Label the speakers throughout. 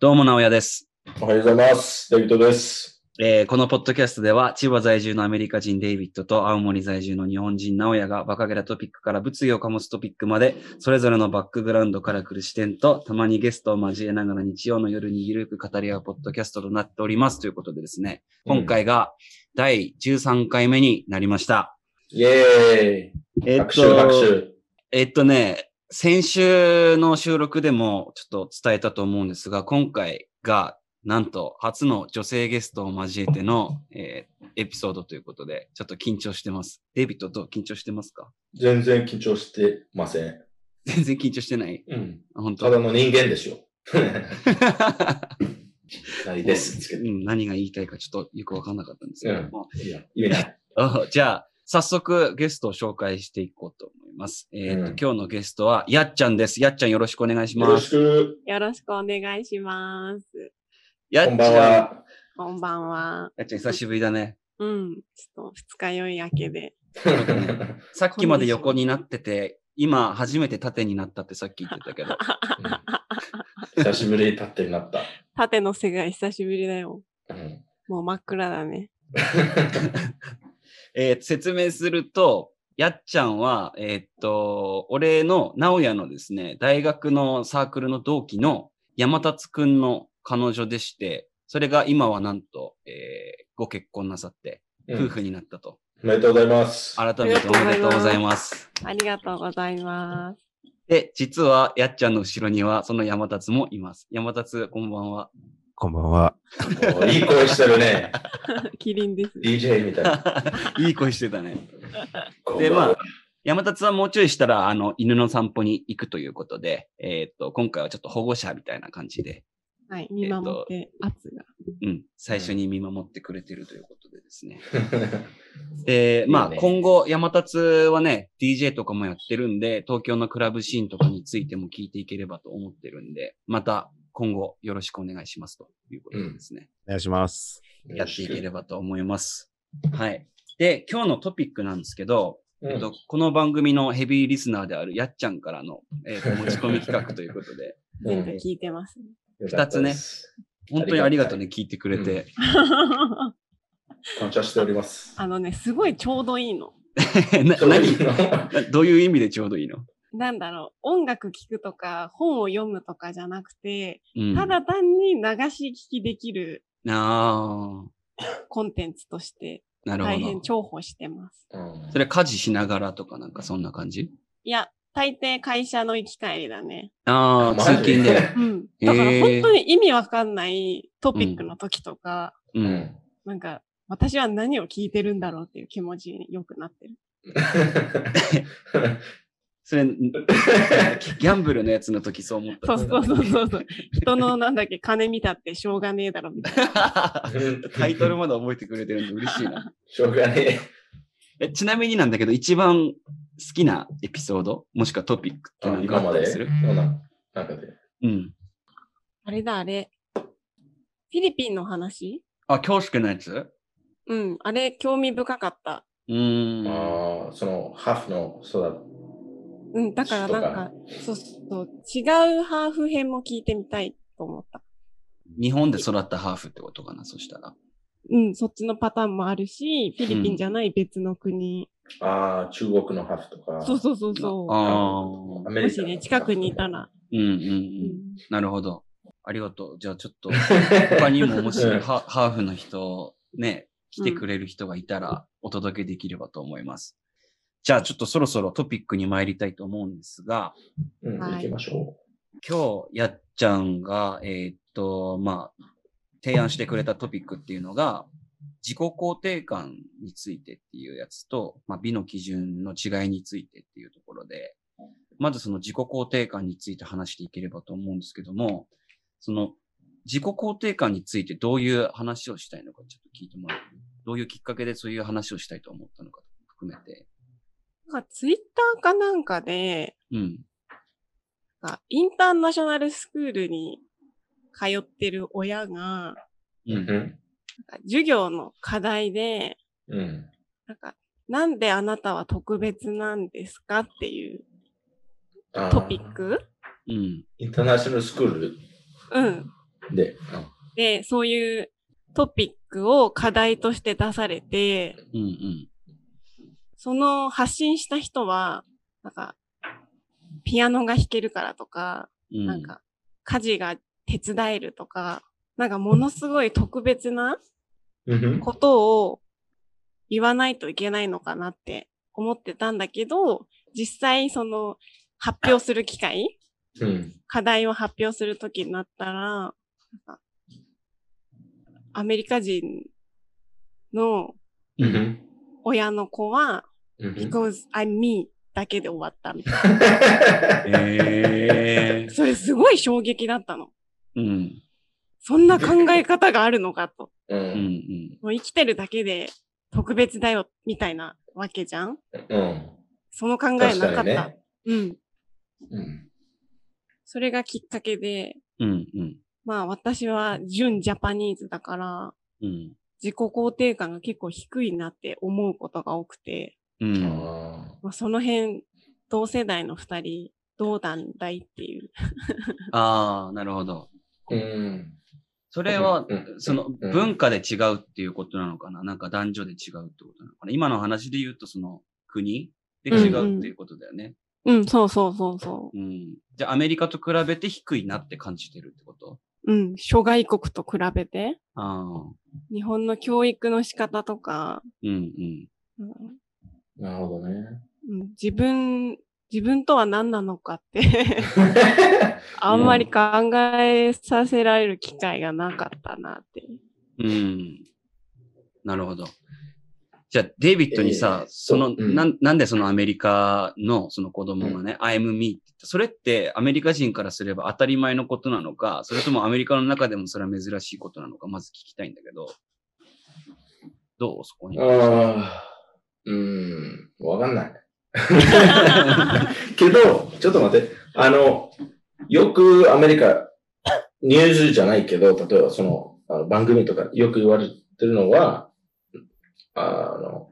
Speaker 1: どうも、直哉です、
Speaker 2: おはようございます。デビットです。
Speaker 1: えーこのポッドキャストでは、千葉在住のアメリカ人デイビッドと青森在住の日本人直哉がバカげなトピックから物議を醸すトピックまで、それぞれのバックグラウンドから来る視点と、たまにゲストを交えながら日曜の夜にゆるく語り合うポッドキャストとなっておりますということでですね、今回が第13回目になりました。
Speaker 2: うん。イェーイ。
Speaker 1: えっ
Speaker 2: 拍手、拍手。
Speaker 1: えっとね、先週の収録でもちょっと伝えたと思うんですが、今回がなんと初の女性ゲストを交えての、えーエピソードということで、ちょっと緊張してます。デイビッドどう緊張してますか
Speaker 2: 全然緊張してません。
Speaker 1: 全然緊張してない
Speaker 2: うん。
Speaker 1: あ本
Speaker 2: た
Speaker 1: 当
Speaker 2: だの人間ですよ。ないです。つけ
Speaker 1: う
Speaker 2: て。
Speaker 1: ん、何が言いたいかちょっとよくわかんなかったんですけども、
Speaker 2: いや、言えない。
Speaker 1: あじゃあ、早速ゲストを紹介していこうと思います。えーと
Speaker 2: うん
Speaker 1: 今日のゲストは、やっちゃんです。やっちゃんよろしくお願いし
Speaker 2: よ
Speaker 1: ま
Speaker 2: ろし
Speaker 1: す。
Speaker 2: く。
Speaker 3: よろしくお願いします。
Speaker 1: やっちゃ
Speaker 2: こんばん
Speaker 1: や
Speaker 2: は。
Speaker 3: こんばんは。
Speaker 1: っちゃん久しぶりだね。
Speaker 3: うん。ちょっと二日酔い明けで。
Speaker 2: うん
Speaker 1: さっきまで横になってて、今初めて縦になったってさっき言ってたけ ど、
Speaker 2: 久しぶりに立ってになった。
Speaker 3: 縦の世界久しぶりだよ。
Speaker 2: うん
Speaker 3: もう真っ暗だね。
Speaker 1: えー説明すると、やっちゃんは、えーっと、俺の、直哉のですね、大学のサークルの同期の山達くんの彼女でして、それが今はなんと、えーご結婚なさって、
Speaker 2: うん
Speaker 1: 夫婦になったと。
Speaker 2: おめでとうございます。
Speaker 1: 改めておめでとうございます。
Speaker 3: ありがとうございます。
Speaker 1: で、実は、やっちゃんの後ろには、その山達もいます。山達、こんばんは。
Speaker 4: こんばんは。
Speaker 2: おいい声してるね。
Speaker 3: キリンです。
Speaker 2: DJ みたいな。
Speaker 1: いい声してたね。
Speaker 2: こ ん
Speaker 1: で、
Speaker 2: ばんは
Speaker 1: まあ、山達はもうちょいしたら、あの、犬の散歩に行くということで、えーっと、今回はちょっと保護者みたいな感じで、
Speaker 3: はい。見守って、圧が。
Speaker 1: うん、最初に見守ってくれてるということでですね。で、まあ、
Speaker 2: いいね
Speaker 1: 今後、山達はね、DJ とかもやってるんで、東京のクラブシーンとかについても聞いていければと思ってるんで、また今後よろしくお願いしますということでですね。
Speaker 4: お願いします。
Speaker 1: やっていければと思います。はい。で、今日のトピックなんですけど、
Speaker 2: うん
Speaker 1: えっと、この番組のヘビーリスナーであるやっちゃんからの、えっと持ち込み企画ということで、
Speaker 2: う
Speaker 3: なん
Speaker 2: ん
Speaker 3: か聞いてますね。
Speaker 2: よかったです
Speaker 1: 本当にありがとうね、聞いてくれて。
Speaker 2: 感謝しております。
Speaker 3: あのね、すごいちょうどいいの。
Speaker 1: な
Speaker 2: そう
Speaker 1: 何
Speaker 2: いうの
Speaker 1: などういう意味でちょうどいいの、
Speaker 3: なんだろう。音楽聴くとか、本を読むとかじゃなくて、
Speaker 1: うん、
Speaker 3: ただ単に流し聞きできる
Speaker 1: あ
Speaker 3: コンテンツとして、
Speaker 1: あ、なる
Speaker 3: 大
Speaker 1: ほ
Speaker 3: 変
Speaker 1: ど。
Speaker 3: 重宝してます。
Speaker 2: うん
Speaker 1: それ家事しながらとかなんかそんな感じ
Speaker 3: いや、大抵会社の行き帰りだね。
Speaker 1: ああ、
Speaker 2: マ
Speaker 1: 通
Speaker 2: ジ
Speaker 1: 勤 で。
Speaker 3: うん。
Speaker 1: へー
Speaker 3: だから本当に意味わかんないトピックの時とか、
Speaker 1: う。
Speaker 2: うんん。
Speaker 3: なんか、私は何を聞いてるんだろうっていう気持ちによくなってる。
Speaker 1: そ れ、ギャンブルのやつの時そう思った
Speaker 3: そ
Speaker 1: んです
Speaker 3: うそうそうそうそう。人の なんだっけ、金見たってしょうがねえだろみたいな。
Speaker 1: タイトルまで覚えてくれてるんで嬉しいな。
Speaker 2: しょうがねえ。
Speaker 1: えちなみになんだけど、一番好きなエピソードもしくはトピックって
Speaker 2: あ
Speaker 1: 何か
Speaker 2: 今
Speaker 1: あ
Speaker 2: ま
Speaker 1: った
Speaker 2: で
Speaker 1: りする
Speaker 2: のななんかで。
Speaker 1: うん。
Speaker 3: あれだ、あれ。フィリピンの話
Speaker 1: あ、恐縮のやつ
Speaker 3: うん、あれ、興味深かった。
Speaker 1: うーん。
Speaker 2: ああ、その、ハーフの、そうだ。
Speaker 3: うん、だからなんか、そうそう、違うハーフ編も聞いてみたいと思った。
Speaker 1: 日本で育ったハーフってことかな、そしたら。
Speaker 3: うん、そっちのパターンもあるし、フィリピンじゃない別の国
Speaker 2: ああ、中国のハーフとか。
Speaker 3: そうそうそうそ
Speaker 1: ああ。
Speaker 2: ア
Speaker 1: う
Speaker 3: う。
Speaker 2: メ
Speaker 3: も
Speaker 2: リカ
Speaker 3: し
Speaker 2: の
Speaker 3: ね、近くにいた。ら。
Speaker 1: んうんう。
Speaker 3: うんん
Speaker 1: なるほど。ありがとう。じゃあちょっ と、他にももし
Speaker 2: うん
Speaker 1: ハハーフの人、ね、来てくれる人がいたらお届けできればと思います。じゃあちょっとそろそろトピックに参りたいと思うんですが、
Speaker 2: うん、
Speaker 3: はい
Speaker 2: 行きましょ
Speaker 1: 今日、やっちゃんが、えーっと、まあ、提案してくれたトピックっていうのが、自己肯定感についてっていうやつと、まあ、美の基準の違いについてっていうところで、まずその自己肯定感について話していければと思うんですけども、その自己肯定感についてどういう話をしたいのかちょっと聞いてもらう。どういうきっかけでそういう話をしたいと思ったのか含めて。
Speaker 3: なんかツイッターかなんかで、
Speaker 1: うん。
Speaker 3: なんかインターナショナルスクールに通ってる親が、
Speaker 2: う。
Speaker 1: うん。
Speaker 2: ん。
Speaker 3: なんか授業の課題で、
Speaker 2: うん。
Speaker 3: なんか、なんであなたは特別なんですかっていう
Speaker 2: あー
Speaker 3: トピッ。ク
Speaker 1: うん。
Speaker 2: インターナショナルスクール
Speaker 3: うん。
Speaker 2: で、
Speaker 3: で、そういうトピックを課題として出されて、
Speaker 1: うんうん。
Speaker 3: その発信した人は、なんか、ピアノが弾けるからとか、
Speaker 1: うん、
Speaker 3: なんか、家事が手伝えるとか、なんかものすごい特別な
Speaker 2: うんうん
Speaker 3: ことを言わないといけないのかなって思ってたんだけど、実際その発表する機会、
Speaker 2: うん。
Speaker 3: 課題を発表するときになったら、なんかアメリカ人の
Speaker 2: う
Speaker 1: うん
Speaker 2: ん
Speaker 3: 親の子は、
Speaker 2: うん
Speaker 3: because I'm me だけで終わったみたい
Speaker 1: ええ
Speaker 3: な。それすごい衝撃だったの。
Speaker 1: うん。
Speaker 3: そんな考え方があるのかと。
Speaker 2: う。
Speaker 1: うんん
Speaker 3: もう生きてるだけで特別だよ、みたいなわけじゃん
Speaker 2: うん。
Speaker 3: その考えな
Speaker 2: 確
Speaker 3: か
Speaker 2: か
Speaker 3: った。
Speaker 2: にね。
Speaker 3: うん。
Speaker 2: うん。
Speaker 3: それがきっかけで、
Speaker 1: うん。うんうん。
Speaker 3: まあ私は純ジャパニーズだから、
Speaker 1: うん。
Speaker 3: 自己肯定感が結構低いなって思うことが多くて、
Speaker 1: うん。
Speaker 2: あ
Speaker 3: まあ、その辺、同世代の二人、どうなんだいっていう。
Speaker 1: ああ、なるほど。
Speaker 2: ーうん。
Speaker 1: それは、
Speaker 2: うん
Speaker 1: その
Speaker 2: うん
Speaker 1: 文化で違うっていうことなのかななんか男女で違うってことなのかな今の話で言うとその国で違うっていうことだよね。
Speaker 3: うん、そうそうそうそ
Speaker 1: うんじゃあアメリカと比べて低いなって感じてるってこと
Speaker 3: う。うん、諸外国と比べて、
Speaker 1: ああ、
Speaker 3: 日本の教育の仕方とか、
Speaker 1: うんうん。
Speaker 3: うん
Speaker 2: なるほどね。
Speaker 3: うん自分、自分とは何なのかって、あんまり考えさせられる機会がなかったなって。
Speaker 1: うん。なるほど。じゃあ、デイビッドにさ、
Speaker 2: ええ
Speaker 1: その、
Speaker 2: うん
Speaker 1: なん、なんでそのアメリカのその子供がね、I'm me って言ったそれってアメリカ人からすれば当たり前のことなのか、それともアメリカの中でもそれは珍しいことなのか、まず聞きたいんだけど、どうそこに。
Speaker 2: ああ、うん、わかんない。 けど、ちょっと待って、あの、よくアメリカ、ニュースじゃないけど、例えばその、あの番組とかよく言われてるのは、あの、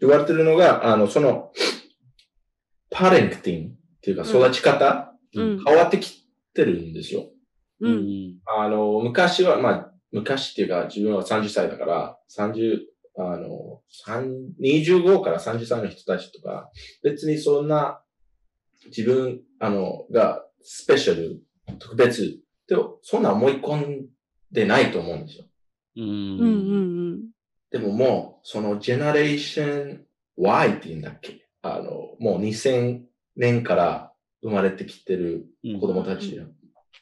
Speaker 2: 言われてるのが、あの、その、パレンクティンっていうか育ち方、
Speaker 3: うん
Speaker 2: 変わってきてるんですよ。
Speaker 1: う
Speaker 3: うんん。
Speaker 2: あの、昔は、まあ、昔っていうか、自分は30歳だから、30、あの、三25から30歳の人たちとか、別にそんな、自分、あの、が、スペシャル、特別って、そんな思い込んでないと思うんですよ。
Speaker 1: う
Speaker 3: うんうん
Speaker 1: ん。
Speaker 3: うん。
Speaker 2: でももう、その、ジェネレーション Y って言うんだっけあの、もう2000年から生まれてきてる
Speaker 1: うん
Speaker 2: 子供たち。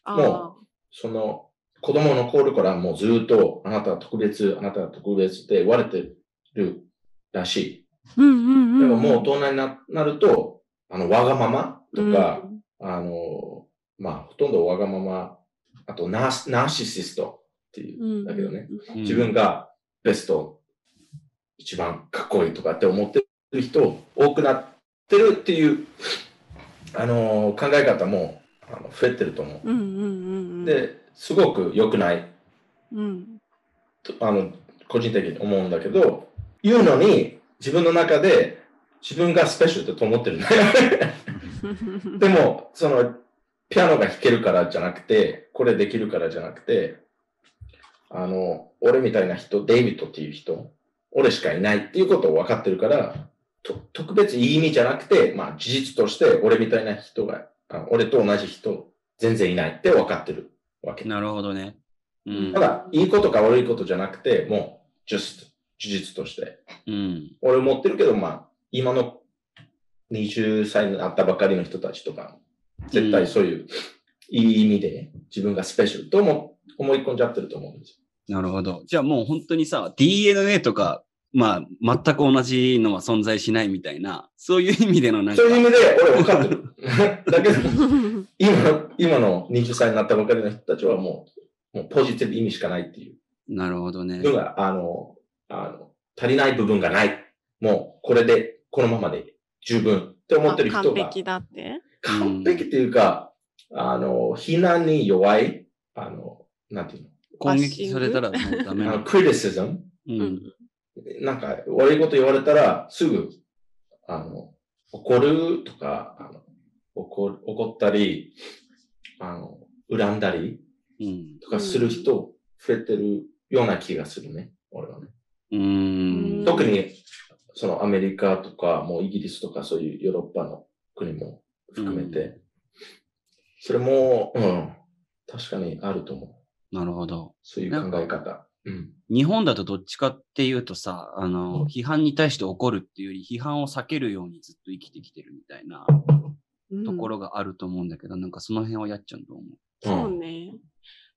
Speaker 3: あ
Speaker 2: も
Speaker 3: あ。
Speaker 2: その、子供の頃からもうずっと、あなたは特別、あなたは特別って言われてるらし
Speaker 3: うんうん
Speaker 2: い。
Speaker 3: うん。
Speaker 2: でももう大人にななると、あの、わがままとか、
Speaker 3: うん、
Speaker 2: あの、まあ、ほとんどわがまま、あとナース、ナーシシストってい
Speaker 3: うん
Speaker 2: うんだけどね。。
Speaker 1: うん
Speaker 2: 自分がベスト、一番かっこいいとかって思ってる人多くなってるっていう、あの、考え方も、あの、増えてると思
Speaker 3: うんうんうんうん。
Speaker 2: う。、で、すごく良くない
Speaker 3: うん。
Speaker 2: とあの、個人的に思うんだけど、言うのに、自分の中で、自分がスペシャルだと思ってるんだよ。 でも、その、ピアノが弾けるからじゃなくて、これできるからじゃなくて、あの、俺みたいな人、デイビッドっていう人、俺しかいないっていうことを分かってるから、と特別いい意味じゃなくて、まあ事実として俺みたいな人が、あ俺と同じ人、全然いないって分かってるわけ。
Speaker 1: なるほどね。うん
Speaker 2: た。だ、いいことか悪いことじゃなくて、もう、just、事実として。
Speaker 1: うん。
Speaker 2: 俺持ってるけど、まあ、今の20歳になったばかりの人たちとか、絶対そういう、いい意味で自分がスペシャルと思思い込んじゃってると思うんです
Speaker 1: なるほど。じゃあもう本当にさ、DNA とか、まあ、全く同じのは存在しないみたいな、そういう意味でのなん
Speaker 2: よ。
Speaker 1: か。
Speaker 2: そういう意味で、俺分かってる。 だけど、今の、今の20歳になったばかりの人たちはもう、もうポジティブ意味しかないっていう
Speaker 1: なるほどね。
Speaker 2: のが、あの、あの、足りない部分がない。もう、これで、このままで十分って思ってる人
Speaker 3: 完
Speaker 2: が、
Speaker 3: 璧だって。
Speaker 2: 完璧っていうか、あの、非難に弱い、あの、なんていう
Speaker 1: 攻撃されたらもうダメ
Speaker 2: の、あ
Speaker 1: な
Speaker 2: の
Speaker 1: の。
Speaker 2: クリティシズム
Speaker 1: う。
Speaker 3: うんん。
Speaker 2: なんか、悪いこと言われたら、すぐ、あの、怒るとか、あの怒る怒ったり、あの、恨んだり
Speaker 1: うん。
Speaker 2: とかする人、増えてるような気がするね、俺はね。
Speaker 1: うーん。
Speaker 2: 特に、そのアメリカとか、もうイギリスとかそういうヨーロッパの国も含めて、
Speaker 1: う
Speaker 2: それも、うん、確かにあると思う。
Speaker 1: なるほど。
Speaker 2: そういう考え方。うん。
Speaker 1: 日本だとどっちかっていうとさ、あの、
Speaker 2: うん
Speaker 1: 批判に対して怒るっていうより、批判を避けるようにずっと生きてきてるみたいな
Speaker 3: うん
Speaker 1: ところがあると思うんだけど、なんかその辺はやっちゃんどう思う
Speaker 3: そう
Speaker 2: うん
Speaker 3: ね。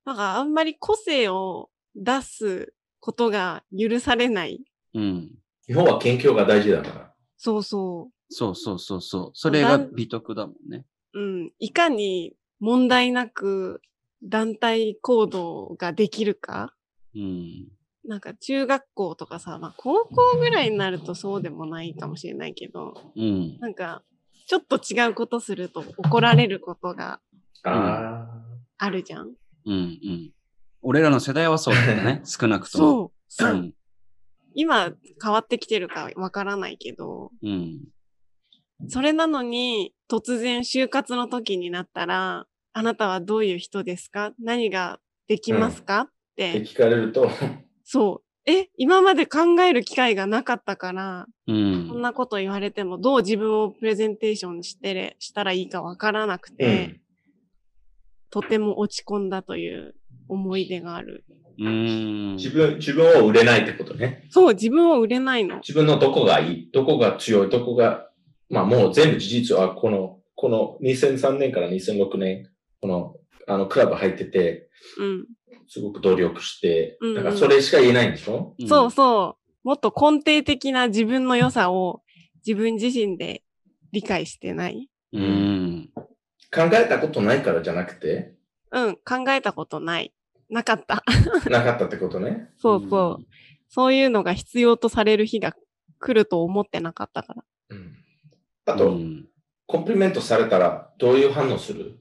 Speaker 3: なんかあんまり個性を出すことが許されない。
Speaker 1: うん。
Speaker 2: 日本は研究が大事だから。
Speaker 3: そうそ
Speaker 1: そうそうそうそう。それが美徳だもんね。
Speaker 3: う。うん。いかに問題なく団体行動ができるか。
Speaker 1: うん。
Speaker 3: なんか中学校とかさ、まあ高校ぐらいになるとそうでもないかもしれないけど、
Speaker 1: うん。
Speaker 3: なんかちょっと違うことすると怒られることが
Speaker 2: あ
Speaker 3: あるじゃん。
Speaker 1: うん。うん。俺らの世代はそうだった ね。少なくとも。
Speaker 3: そう。そうう。
Speaker 1: ん。
Speaker 3: 今変わってきてるかわからないけど、
Speaker 1: うん。
Speaker 3: それなのに、突然就活の時になったら、あなたはどういう人ですか何ができますか、
Speaker 2: あ。
Speaker 3: っ、
Speaker 2: ってて聞かれると、
Speaker 3: そう。え、今まで考える機会がなかったから、
Speaker 1: う
Speaker 3: こん
Speaker 1: ん。
Speaker 3: なこと言われても、どう自分をプレゼンテーションしてれしたらいいかわからなく
Speaker 2: う
Speaker 3: て、
Speaker 2: ん。
Speaker 3: とても落ち込んだという思い出がある。
Speaker 1: うん。
Speaker 2: 自分、自分を売れないってことね。
Speaker 3: そう、自分を売れないの。
Speaker 2: 自分のどこがいい、どこが強い、どこが、まあもう全部事実は、この、この2003年から2006年、この、あの、クラブ入ってて、
Speaker 3: うん。
Speaker 2: すごく努力して
Speaker 3: うんう、ん
Speaker 2: だからそれしか言えないんでしょ、
Speaker 1: うん
Speaker 3: そうそう。もっと根底的な自分の良さを自分自身で理解してない。
Speaker 1: うん。
Speaker 2: 考えたことないからじゃなく て、
Speaker 3: うん、考えたことない。なかった。
Speaker 2: なかったってことね。
Speaker 3: そうそう。そういうのが必要とされる日が来ると思ってなかったから。
Speaker 2: うん。あ
Speaker 1: う
Speaker 2: と、
Speaker 1: ん。
Speaker 2: コンプリメントされたら、どういう反応する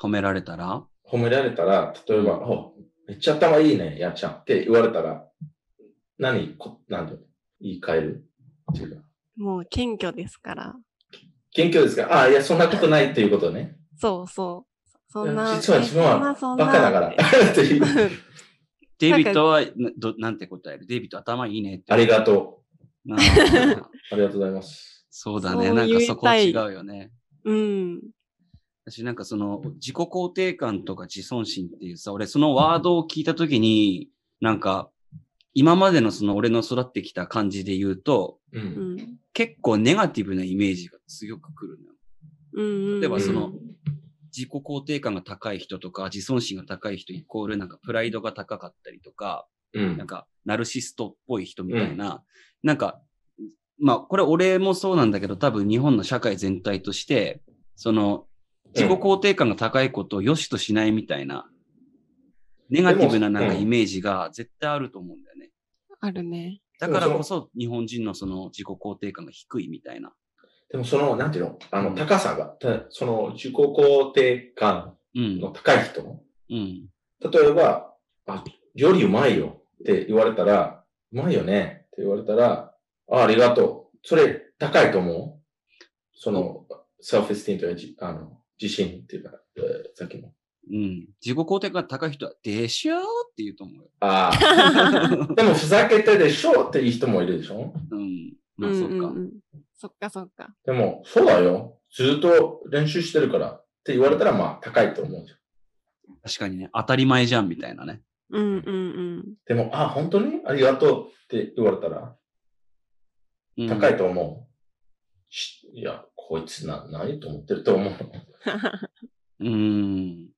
Speaker 1: 褒められたら
Speaker 2: 褒められたら、例えば、おめっちゃ頭いいね、やっちゃんって言われたら、何、こなんで言い換えるっていうか
Speaker 3: もう謙虚ですから。
Speaker 2: 謙虚ですかああ、いや、そんなことないっていうことね。
Speaker 3: そうそう。そんな。
Speaker 2: 実は自分は
Speaker 3: えそんな
Speaker 2: バカだから。 っていう
Speaker 3: そんなって
Speaker 1: デイビッドはなど、なんて答えるデイビッド頭いいねって。
Speaker 2: ありがと
Speaker 1: なあ
Speaker 2: う。ありがとうございます。
Speaker 1: そうだね。
Speaker 3: そう
Speaker 1: なんかそこは
Speaker 3: 言
Speaker 1: 違
Speaker 3: いたいう
Speaker 1: よね。
Speaker 3: うん。
Speaker 1: 私なんかその自己肯定感とか自尊心っていうさ、俺そのワードを聞いたときに、なんか今までのその俺の育ってきた感じで言うと、
Speaker 2: う。
Speaker 3: うんん。
Speaker 1: 結構ネガティブなイメージが強くくるのよ。
Speaker 3: うん。
Speaker 1: 例えばそ
Speaker 2: うん
Speaker 1: の自己肯定感が高い人とか、自尊心が高い人イコールなんかプライドが高かったりとか、
Speaker 2: う
Speaker 1: なん
Speaker 2: ん。
Speaker 1: かナルシストっぽい人みたいな、なんか、まあこれ俺もそうなんだけど、多分日本の社会全体として、その自己肯定感が高いことを良しとしないみたいな、ネガティブななんか
Speaker 2: うん
Speaker 1: イメージが絶対あると思うんだよね。
Speaker 3: あ るね。
Speaker 1: だからこそ日本人のその自己肯定感が低いみたいな。
Speaker 2: でもその、なんていうのあ
Speaker 1: う
Speaker 2: の、
Speaker 1: ん
Speaker 2: 高さが、たその、自己肯定感
Speaker 1: うん
Speaker 2: の。高い人
Speaker 1: うん。
Speaker 2: 例えば、あ、料理うまいよって言われたら、うまいよねって言われたら、あ、ありがとう。それ高いと思うその、セルフエスティンというかじ、あの、自信っていうか、えーさっきの。
Speaker 1: うん。自己肯定感が高い人は、でしょーって言うと思うよ。
Speaker 2: あ あ。でも、ふざけてでしょっていう人もいるでしょ
Speaker 1: うん。まあ、そっか。
Speaker 3: んんんそっかそっか。
Speaker 2: でも、そうだよ。ずっと練習してるからって言われたら、まあ、高いと思うじゃん。
Speaker 1: 確かにね、当たり前じゃんみたいなね。
Speaker 3: うんうんうん。
Speaker 2: でも、あ、本当にありがとうって言われたら、
Speaker 1: うん
Speaker 2: 高いと思う。しいや、こいつな、何と思ってると思う。
Speaker 1: うーん。い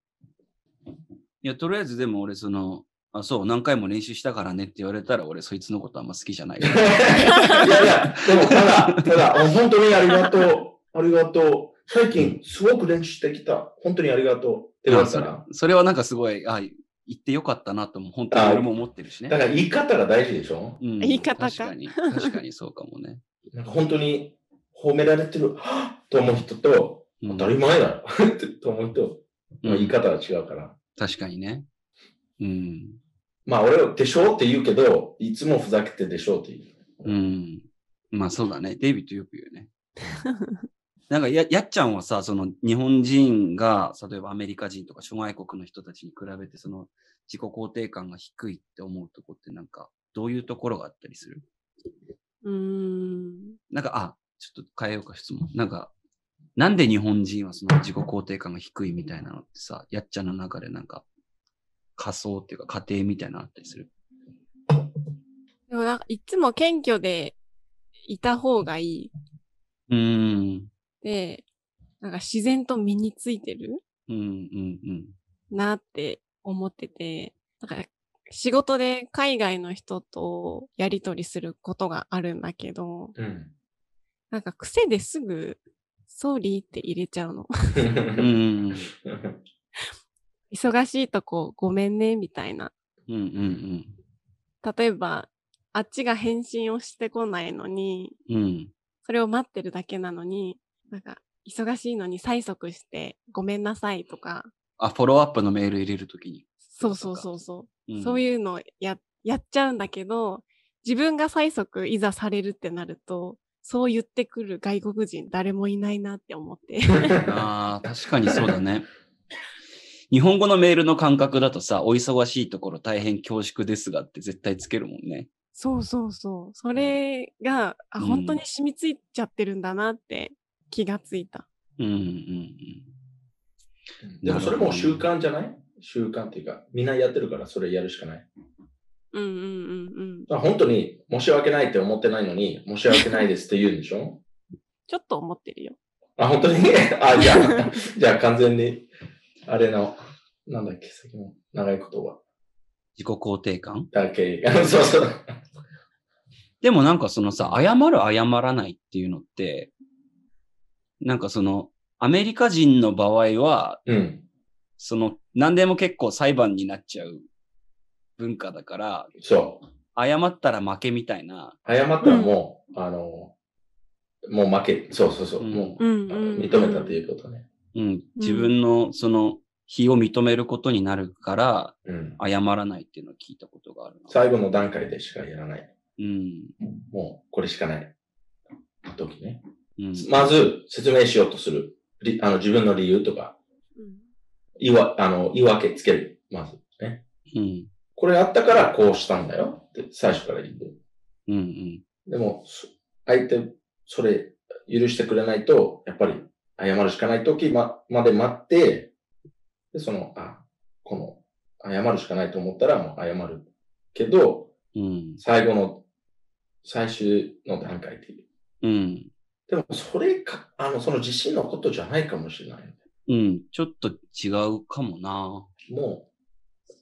Speaker 1: や、とりあえずでも俺、その、あ、そう、何回も練習したからねって言われたら、俺、そいつのことあんま好きじゃ ないから。
Speaker 2: いやいや、でもただ、ただ、あ本当にありがとう。ありがとう。最近、すごく練習してきた。本当にありがとう。って言われたら。
Speaker 1: それはなんかすごい、あ、言ってよかったなとも、本当に俺も思ってるし
Speaker 2: だ
Speaker 1: ね
Speaker 2: か。ら言い方が大事でしょ
Speaker 1: うん
Speaker 3: 言い方か
Speaker 1: 確かに、確かにそうかもね。
Speaker 2: なんか本当に褒められてる、はっと思う人と、
Speaker 1: うん
Speaker 2: 当たり前だよ。って と思う人、
Speaker 1: うん
Speaker 2: 言い方が違うから。
Speaker 1: 確かにね。うん。
Speaker 2: まあ、俺はでしょって言うけど、いつもふざけてでしょって言う。
Speaker 1: うん。まあそうだね。デイビッドよく言うね。なんかや、やっちゃんはさ、その日本人が、例えばアメリカ人とか諸外国の人たちに比べて、その自己肯定感が低いって思うとこってなんか、どういうところがあったりする
Speaker 3: うーん。
Speaker 1: なんか、あ、ちょっと変えようか質問。なんか、なんで日本人はその自己肯定感が低いみたいなのってさ、やっちゃんの中でなんか、仮想っていうか仮定みたいなのあったりする。
Speaker 3: でもなんかいつも謙虚でいた方がいいう
Speaker 1: ーん。
Speaker 3: で、なんか自然と身についてる
Speaker 1: うんうんうん。
Speaker 3: なって思ってて、なんか仕事で海外の人とやりとりすることがあるんだけど、
Speaker 2: うん。
Speaker 3: なんか癖ですぐ、ソーリーって入れちゃうの。
Speaker 1: う ん うんうん。
Speaker 3: 忙しいとこごめんね、みたいな。
Speaker 1: うんうん
Speaker 3: 例えば、あっちが返信をしてこないのに、
Speaker 1: うん。うん。
Speaker 3: それを待ってるだけなのに、なんか、忙しいのに催促してごめんなさいとか、
Speaker 1: あ、フォローアップのメール入れるときに。
Speaker 3: そうそうそうそう。そう
Speaker 1: うん。
Speaker 3: いうのをややっちゃうんだけど、自分が催促いざされるってなると、そう言ってくる外国人誰もいないなって思って。
Speaker 1: ああ、確かにそうだね。 日本語のメールの感覚だとさ、お忙しいところ大変恐縮ですがって絶対つけるもんね。
Speaker 3: そうそうそう。それが、あ、
Speaker 1: うん
Speaker 3: 本当に染みついちゃってるんだなって気がついた。
Speaker 1: うんうんうん。
Speaker 2: でもそれもう習慣じゃない習慣っていうか、みんなやってるからそれやるしかない。
Speaker 3: うんうんうんうん。
Speaker 2: だから本当に申し訳ないって思ってないのに、申し訳ないですって言うんでしょ
Speaker 3: ちょっと思ってるよ。
Speaker 2: あ、本当にあ、じゃあ、 じゃあ完全に、あれの、なんだっけ、先の長い言葉
Speaker 1: 自己肯定感
Speaker 2: だけ。 そうそう。
Speaker 1: でもなんかそのさ、謝る謝らないっていうのって、なんかその、アメリカ人の場合は、
Speaker 2: うん。
Speaker 1: その、何でも結構裁判になっちゃう文化だから、
Speaker 2: そう。
Speaker 1: 謝ったら負けみたいな、
Speaker 2: 謝ったらもう、あの、もう負け。そうそうそう。
Speaker 1: うん
Speaker 2: もう、
Speaker 3: うん
Speaker 2: あ
Speaker 3: う
Speaker 2: の
Speaker 3: ん、
Speaker 2: 認めたって
Speaker 3: いう。
Speaker 2: いうことね。
Speaker 1: うん、自分のその、非を認めることになるから、
Speaker 2: うん。
Speaker 1: 謝らないっていうのを聞いたことがあるな。
Speaker 2: 最後の段階でしかやらない。
Speaker 1: うん。
Speaker 2: もう、これしかない。時ね。
Speaker 1: うん。
Speaker 2: まず、説明しようとする。りあの自分の理由とか、言いわ、あの、言い訳つける。まず。
Speaker 1: うん。
Speaker 2: これあったからこうしたんだよって最初から言って。
Speaker 1: うん。うん。
Speaker 2: でも、そ相手、それ、許してくれないと、やっぱり、謝るしかない時ま、まで待って、で、その、あ、この、謝るしかないと思ったら、もう謝る。けど、
Speaker 1: うん。
Speaker 2: 最後の、最終の段階っていう。
Speaker 1: うん。
Speaker 2: でも、それか、あの、その自身のことじゃないかもしれない。
Speaker 1: うん。ちょっと違うかもな。
Speaker 2: も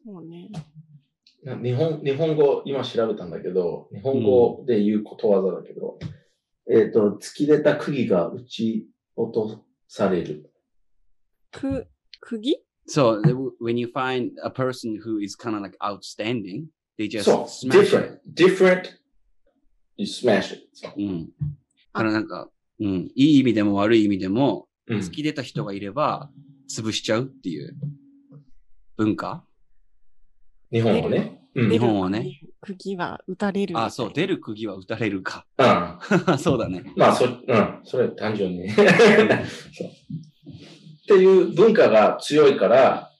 Speaker 3: そうね。
Speaker 2: う、な日本、日本語、今調べたんだけど、日本語で言うことわざだけど、えっ、と、突き出た釘が打ち落とされる。
Speaker 3: く、釘
Speaker 1: So the- when you find a person who is kind of like outstanding, they just
Speaker 2: そう、
Speaker 1: smash it.
Speaker 2: different, different, you smash it. そう
Speaker 1: うん。だからなんか、うん、いい意味でも悪い意味でも、突き出た人がいれば、潰しちゃうっていう文化
Speaker 2: 日本はね。う
Speaker 1: 日
Speaker 2: ん。
Speaker 1: 本はね
Speaker 3: 出る釘。釘は打たれるみたいな。
Speaker 1: あ、そう、出る釘は打たれるか。
Speaker 2: あ
Speaker 1: そうだね。
Speaker 2: まあ、そ、うん、それは単純に。そうっていう文化が強いから、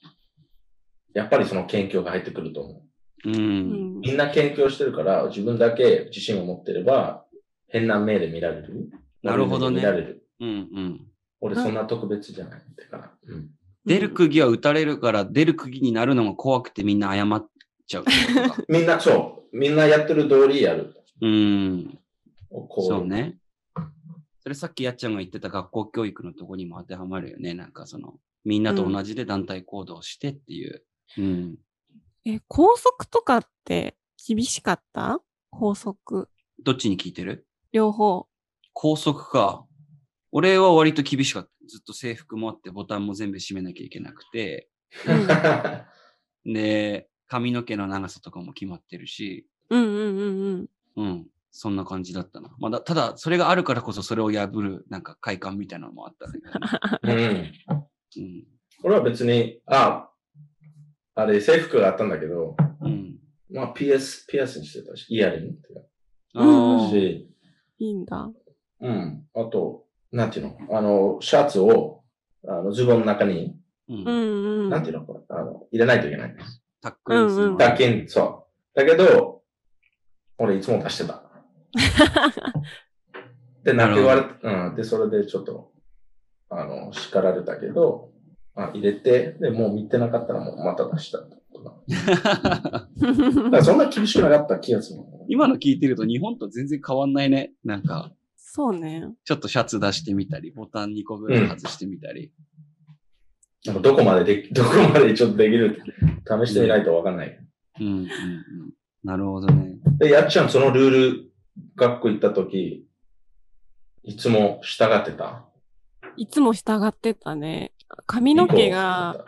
Speaker 2: やっぱりその謙虚が入ってくると思う。
Speaker 1: う。
Speaker 3: うんん。
Speaker 2: みんな謙虚してるから、自分だけ自信を持ってれば、変な目で見られる。
Speaker 1: なるほどね
Speaker 2: 悪い目で見られる。
Speaker 1: うんうん。
Speaker 2: 俺そんな特別じゃないってから。うん。
Speaker 1: 出る釘は打たれるから、出る釘になるのが怖くてみんな謝っちゃうってこと か。
Speaker 2: みんな、そう。みんなやってる通りやる。
Speaker 1: うん。
Speaker 2: こ
Speaker 1: そう。ね。それさっきやっちゃんが言ってた学校教育のとこにも当てはまるよね。なんかその、みんなと同じで団体行動してっていう。うん。
Speaker 3: え、校則とかって厳しかった校則。
Speaker 1: どっちに聞いてる
Speaker 3: 両方。
Speaker 1: 校則か。俺は割と厳しかった。ずっと制服もあって、ボタンも全部閉めなきゃいけなくて、
Speaker 3: うん
Speaker 1: で、髪の毛の長さとかも決まってるし、
Speaker 3: うんうんうんうん。
Speaker 1: うん。そんな感じだったな。まあだ、ただ、それがあるからこそそれを破る、なんか快感みたいなのもあった ね。
Speaker 2: うん。
Speaker 1: うん。
Speaker 2: 俺は別に、あ、あれ、制服があったんだけど、
Speaker 1: うん。
Speaker 2: まあ、ピアス、ピアスにしてたし、イヤリングって
Speaker 1: あー
Speaker 2: し、
Speaker 3: いいんだ。
Speaker 2: うん。あと、なんていうのあの、シャツを、あの、ズボンの中に、
Speaker 1: うん
Speaker 3: うんうん。
Speaker 2: なんていうのこれあの、入れないといけない。
Speaker 1: タックインするのは
Speaker 2: だけん、そう。だけど、俺いつも出してた。 で、なんて言われて、うん。で、それでちょっと、あの、叱られたけど、あ入れて、で、もう見てなかったらもうまた出した。だからそんな厳しくなかった気がする。
Speaker 1: 今の聞いてると日本と全然変わんないね。なんか、
Speaker 3: そうね。
Speaker 1: ちょっとシャツ出してみたり、ボタン2個ぐらい外してみたり。
Speaker 2: なんかどこまで でき、どこまでちょっとできるって試してみないとわかんない。
Speaker 1: うん、うん、うん。なるほど ね。
Speaker 2: で、やっちゃんそのルール、学校行った時、いつも従ってた。
Speaker 3: いつも従ってたね。髪の毛が、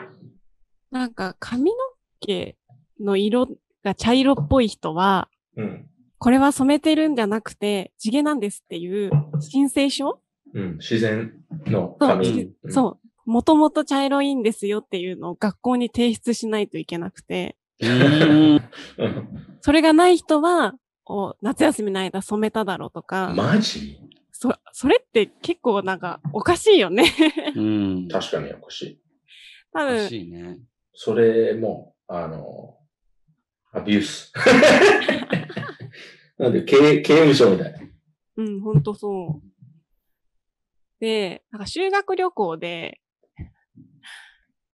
Speaker 3: なんか髪の毛の色が茶色っぽい人は、
Speaker 2: うん。
Speaker 3: これは染めてるんじゃなくて、地毛なんですっていう申請書
Speaker 2: うん。自然の
Speaker 3: そう、
Speaker 2: 髪。
Speaker 1: じ
Speaker 2: うん
Speaker 3: そう。もともと茶色いんですよっていうのを学校に提出しないといけなくて、
Speaker 1: うーん。
Speaker 2: うん
Speaker 3: それがない人は、お夏休みの間染めただろうとか、
Speaker 2: マジ
Speaker 3: そ、それって結構なんかおかしいよね。
Speaker 1: うん。
Speaker 2: 確かにおかしい。
Speaker 3: 多
Speaker 1: おか
Speaker 3: 分、
Speaker 1: しいね。
Speaker 2: それも、あの、アビュース。 なんで刑、刑務所みたいな。
Speaker 3: うん、ほんとそう。で、なんか修学旅行で、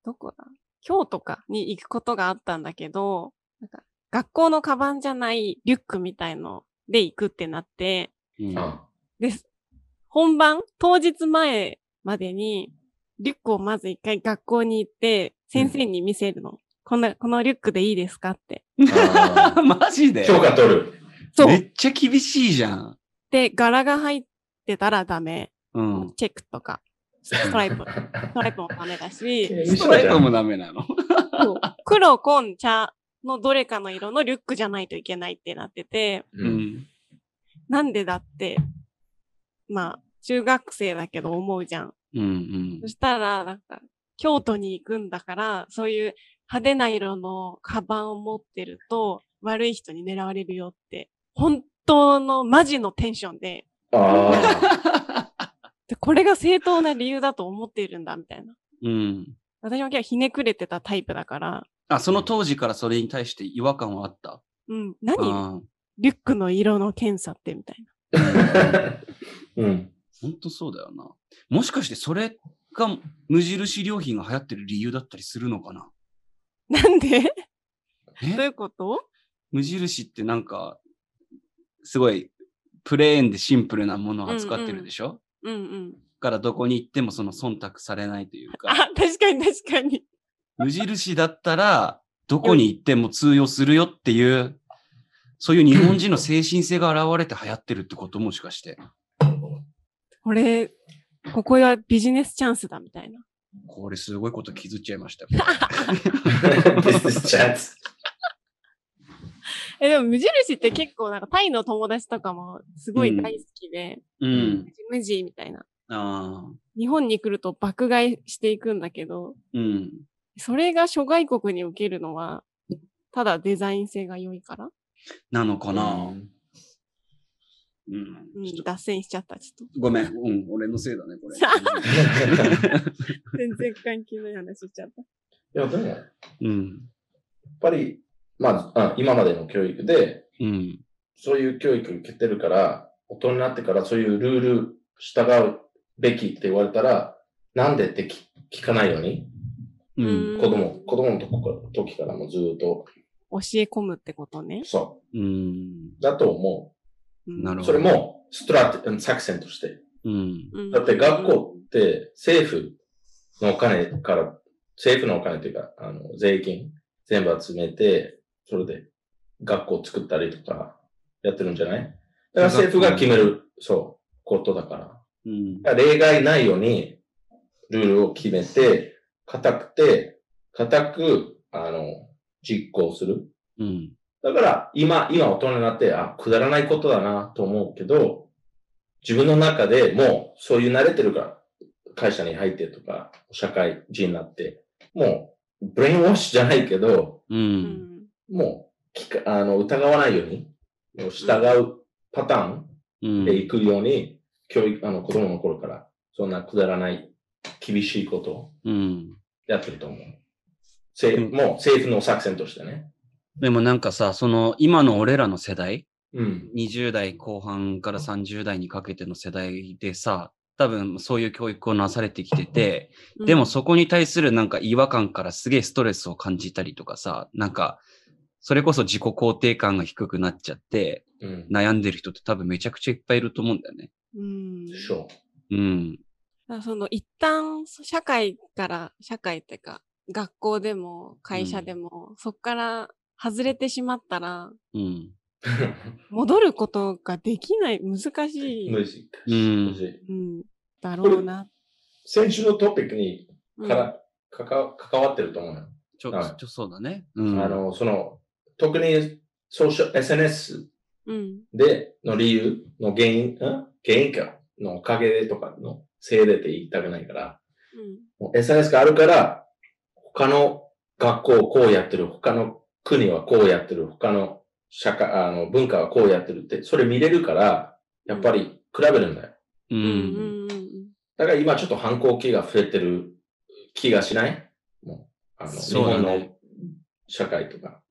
Speaker 3: どこだ京都かに行くことがあったんだけど、なんか学校のカバンじゃないリュックみたいので行くってなって、
Speaker 1: うん。
Speaker 2: あ
Speaker 3: で、本番、当日前までに、リュックをまず一回学校に行って、先生に見せるの。こんな、このリュックでいいですかって。
Speaker 2: あ
Speaker 1: マジで
Speaker 2: 許可取る。
Speaker 3: そう。
Speaker 1: めっちゃ厳しいじゃん。
Speaker 3: で、柄が入ってたらダメ。
Speaker 1: うん。
Speaker 3: チェックとか、ストライ プ、ストライプもダメだし、
Speaker 1: ストライプもダメなの。
Speaker 3: そう黒、紺、茶のどれかの色のリュックじゃないといけないってなってて、
Speaker 1: う
Speaker 2: うん
Speaker 1: ん。
Speaker 3: なんでだって、まあ、中学生だけど思うじゃん。
Speaker 1: うんうん
Speaker 3: そ。したら、なんか、京都に行くんだから、そういう派手な色のカバンを持ってると、悪い人に狙われるよって、本当のマジのテンションで、
Speaker 2: ああ。
Speaker 3: でこれが正当な理由だと思っているんだ、みたいな。
Speaker 1: うん。
Speaker 3: 私も今日ひねくれてたタイプだから、
Speaker 1: あ、その当時からそれに対して違和感はあった。
Speaker 3: うん、
Speaker 1: う
Speaker 3: 何
Speaker 1: ん。
Speaker 3: リュックの色の検査ってみたいな。
Speaker 2: うん。
Speaker 1: ほんとそうだよな。もしかしてそれが無印良品が流行ってる理由だったりするのかな
Speaker 3: なん で
Speaker 1: え
Speaker 3: どういうこと
Speaker 1: 無印ってなんか、すごいプレーンでシンプルなものを扱ってるでしょ、
Speaker 3: うんうん。
Speaker 1: からどこに行ってもその忖度されないというか、
Speaker 3: あ、確かに確かに。
Speaker 1: 無印だったらどこに行っても通用するよっていう、そういう日本人の精神性が現れて流行ってるってこともしかして。
Speaker 3: これ、ここはビジネスチャンスだみたいな。
Speaker 1: これすごいこと気づっちゃいま した。
Speaker 2: This is chance.
Speaker 3: え、でも無印って結構なんかタイの友達とかもすごい大好きで、
Speaker 1: うん。
Speaker 3: 無地みたいな。
Speaker 1: ああ。
Speaker 3: 日本に来ると爆買いしていくんだけど、
Speaker 1: うん。
Speaker 3: それが諸外国に受けるのは、ただデザイン性が良いから、
Speaker 1: なのかな、
Speaker 2: うん
Speaker 1: うん
Speaker 3: う
Speaker 1: ちょっ
Speaker 3: ん、
Speaker 1: と
Speaker 3: 脱線しちゃった、ちょっ
Speaker 1: ごめん。うん。俺のせいだね、これ。
Speaker 3: と。全然関係ない話しちゃった。
Speaker 2: いや、でも、やっ
Speaker 1: うん。
Speaker 2: ぱり、まあ、あ今までの教育で、
Speaker 1: うん。
Speaker 2: そういう教育受けてるから、大人になってからそういうルール従うべきって言われたら、なんでってき聞かないように、
Speaker 1: う。
Speaker 3: うんん
Speaker 2: 子供、子供のとこ時からもずっと、
Speaker 3: 教え込むってことね。
Speaker 2: そ
Speaker 1: うん。
Speaker 2: う、だと思
Speaker 3: うん
Speaker 1: なる
Speaker 2: う。
Speaker 1: ほ
Speaker 2: それも、ストラテ、作戦として。
Speaker 1: うん。
Speaker 3: うん
Speaker 2: だって学校って政府のお金から、政府のお金というか、あの、税金全部集めて、それで学校作ったりとかやってるんじゃないだから政府が決める、そう、ことだから。
Speaker 1: うん。
Speaker 2: 例外ないように、ルールを決めて、固くて、固く、あの、実行する。
Speaker 1: うん。
Speaker 2: だから、今、今大人になって、あ、くだらないことだなと思うけど、自分の中でもう、そういう慣れてるから、会社に入ってとか、社会人になって、もう、ブレインウォッシュじゃないけど、
Speaker 1: う。
Speaker 3: うんん
Speaker 2: もう、聞かあの、疑わないように、もう従うパターン
Speaker 1: うん。
Speaker 2: で行くように、教育、あの、子供の頃からそんなくだらない、厳しいことを
Speaker 1: うん。
Speaker 2: やってると思う。せ
Speaker 1: うん
Speaker 2: もう政府の作戦としてね。
Speaker 1: でもなんかさ、その今の俺らの世代、
Speaker 2: うん。
Speaker 1: 20代後半から30代にかけての世代でさ、多分そういう教育をなされてきてて、でもそこに対するなんか違和感からすげえストレスを感じたりとかさ、なんか、それこそ自己肯定感が低くなっちゃって、
Speaker 2: うん。
Speaker 1: 悩んでる人って多分めちゃくちゃいっぱいいると思うんだよね。
Speaker 3: うん。
Speaker 2: でしょ
Speaker 1: うん。
Speaker 3: だからその一旦社会から、社会ってか、学校でも会社でも、そこから外れてしまったら、
Speaker 1: うん。
Speaker 2: う。
Speaker 3: 戻ることができない、難しい、
Speaker 2: 無理。
Speaker 1: うん
Speaker 2: 無理
Speaker 3: うん、だろうな。
Speaker 2: 先週のトピックに
Speaker 3: うん
Speaker 2: から、かか関わってると思うよ。
Speaker 1: ちょ、
Speaker 2: はい
Speaker 1: ちょ、そうだね。うん。
Speaker 2: あの、その、特にソーシャル、SNS
Speaker 3: うん。
Speaker 2: での理由の原因、ん原因かのおかげでとかのせいでって言いたくないから、
Speaker 3: うん。
Speaker 2: もう SNS があるから、他の学校こうやってる、他の国はこうやってる、他の社会、あの、文化はこうやってるって、それ見れるから、やっぱり比べるんだよ。
Speaker 1: う。
Speaker 3: うんん。うん。
Speaker 2: だから今ちょっと反抗期が増えてる気がしないもう、あの、日
Speaker 1: そうだね
Speaker 2: 本の社会とか。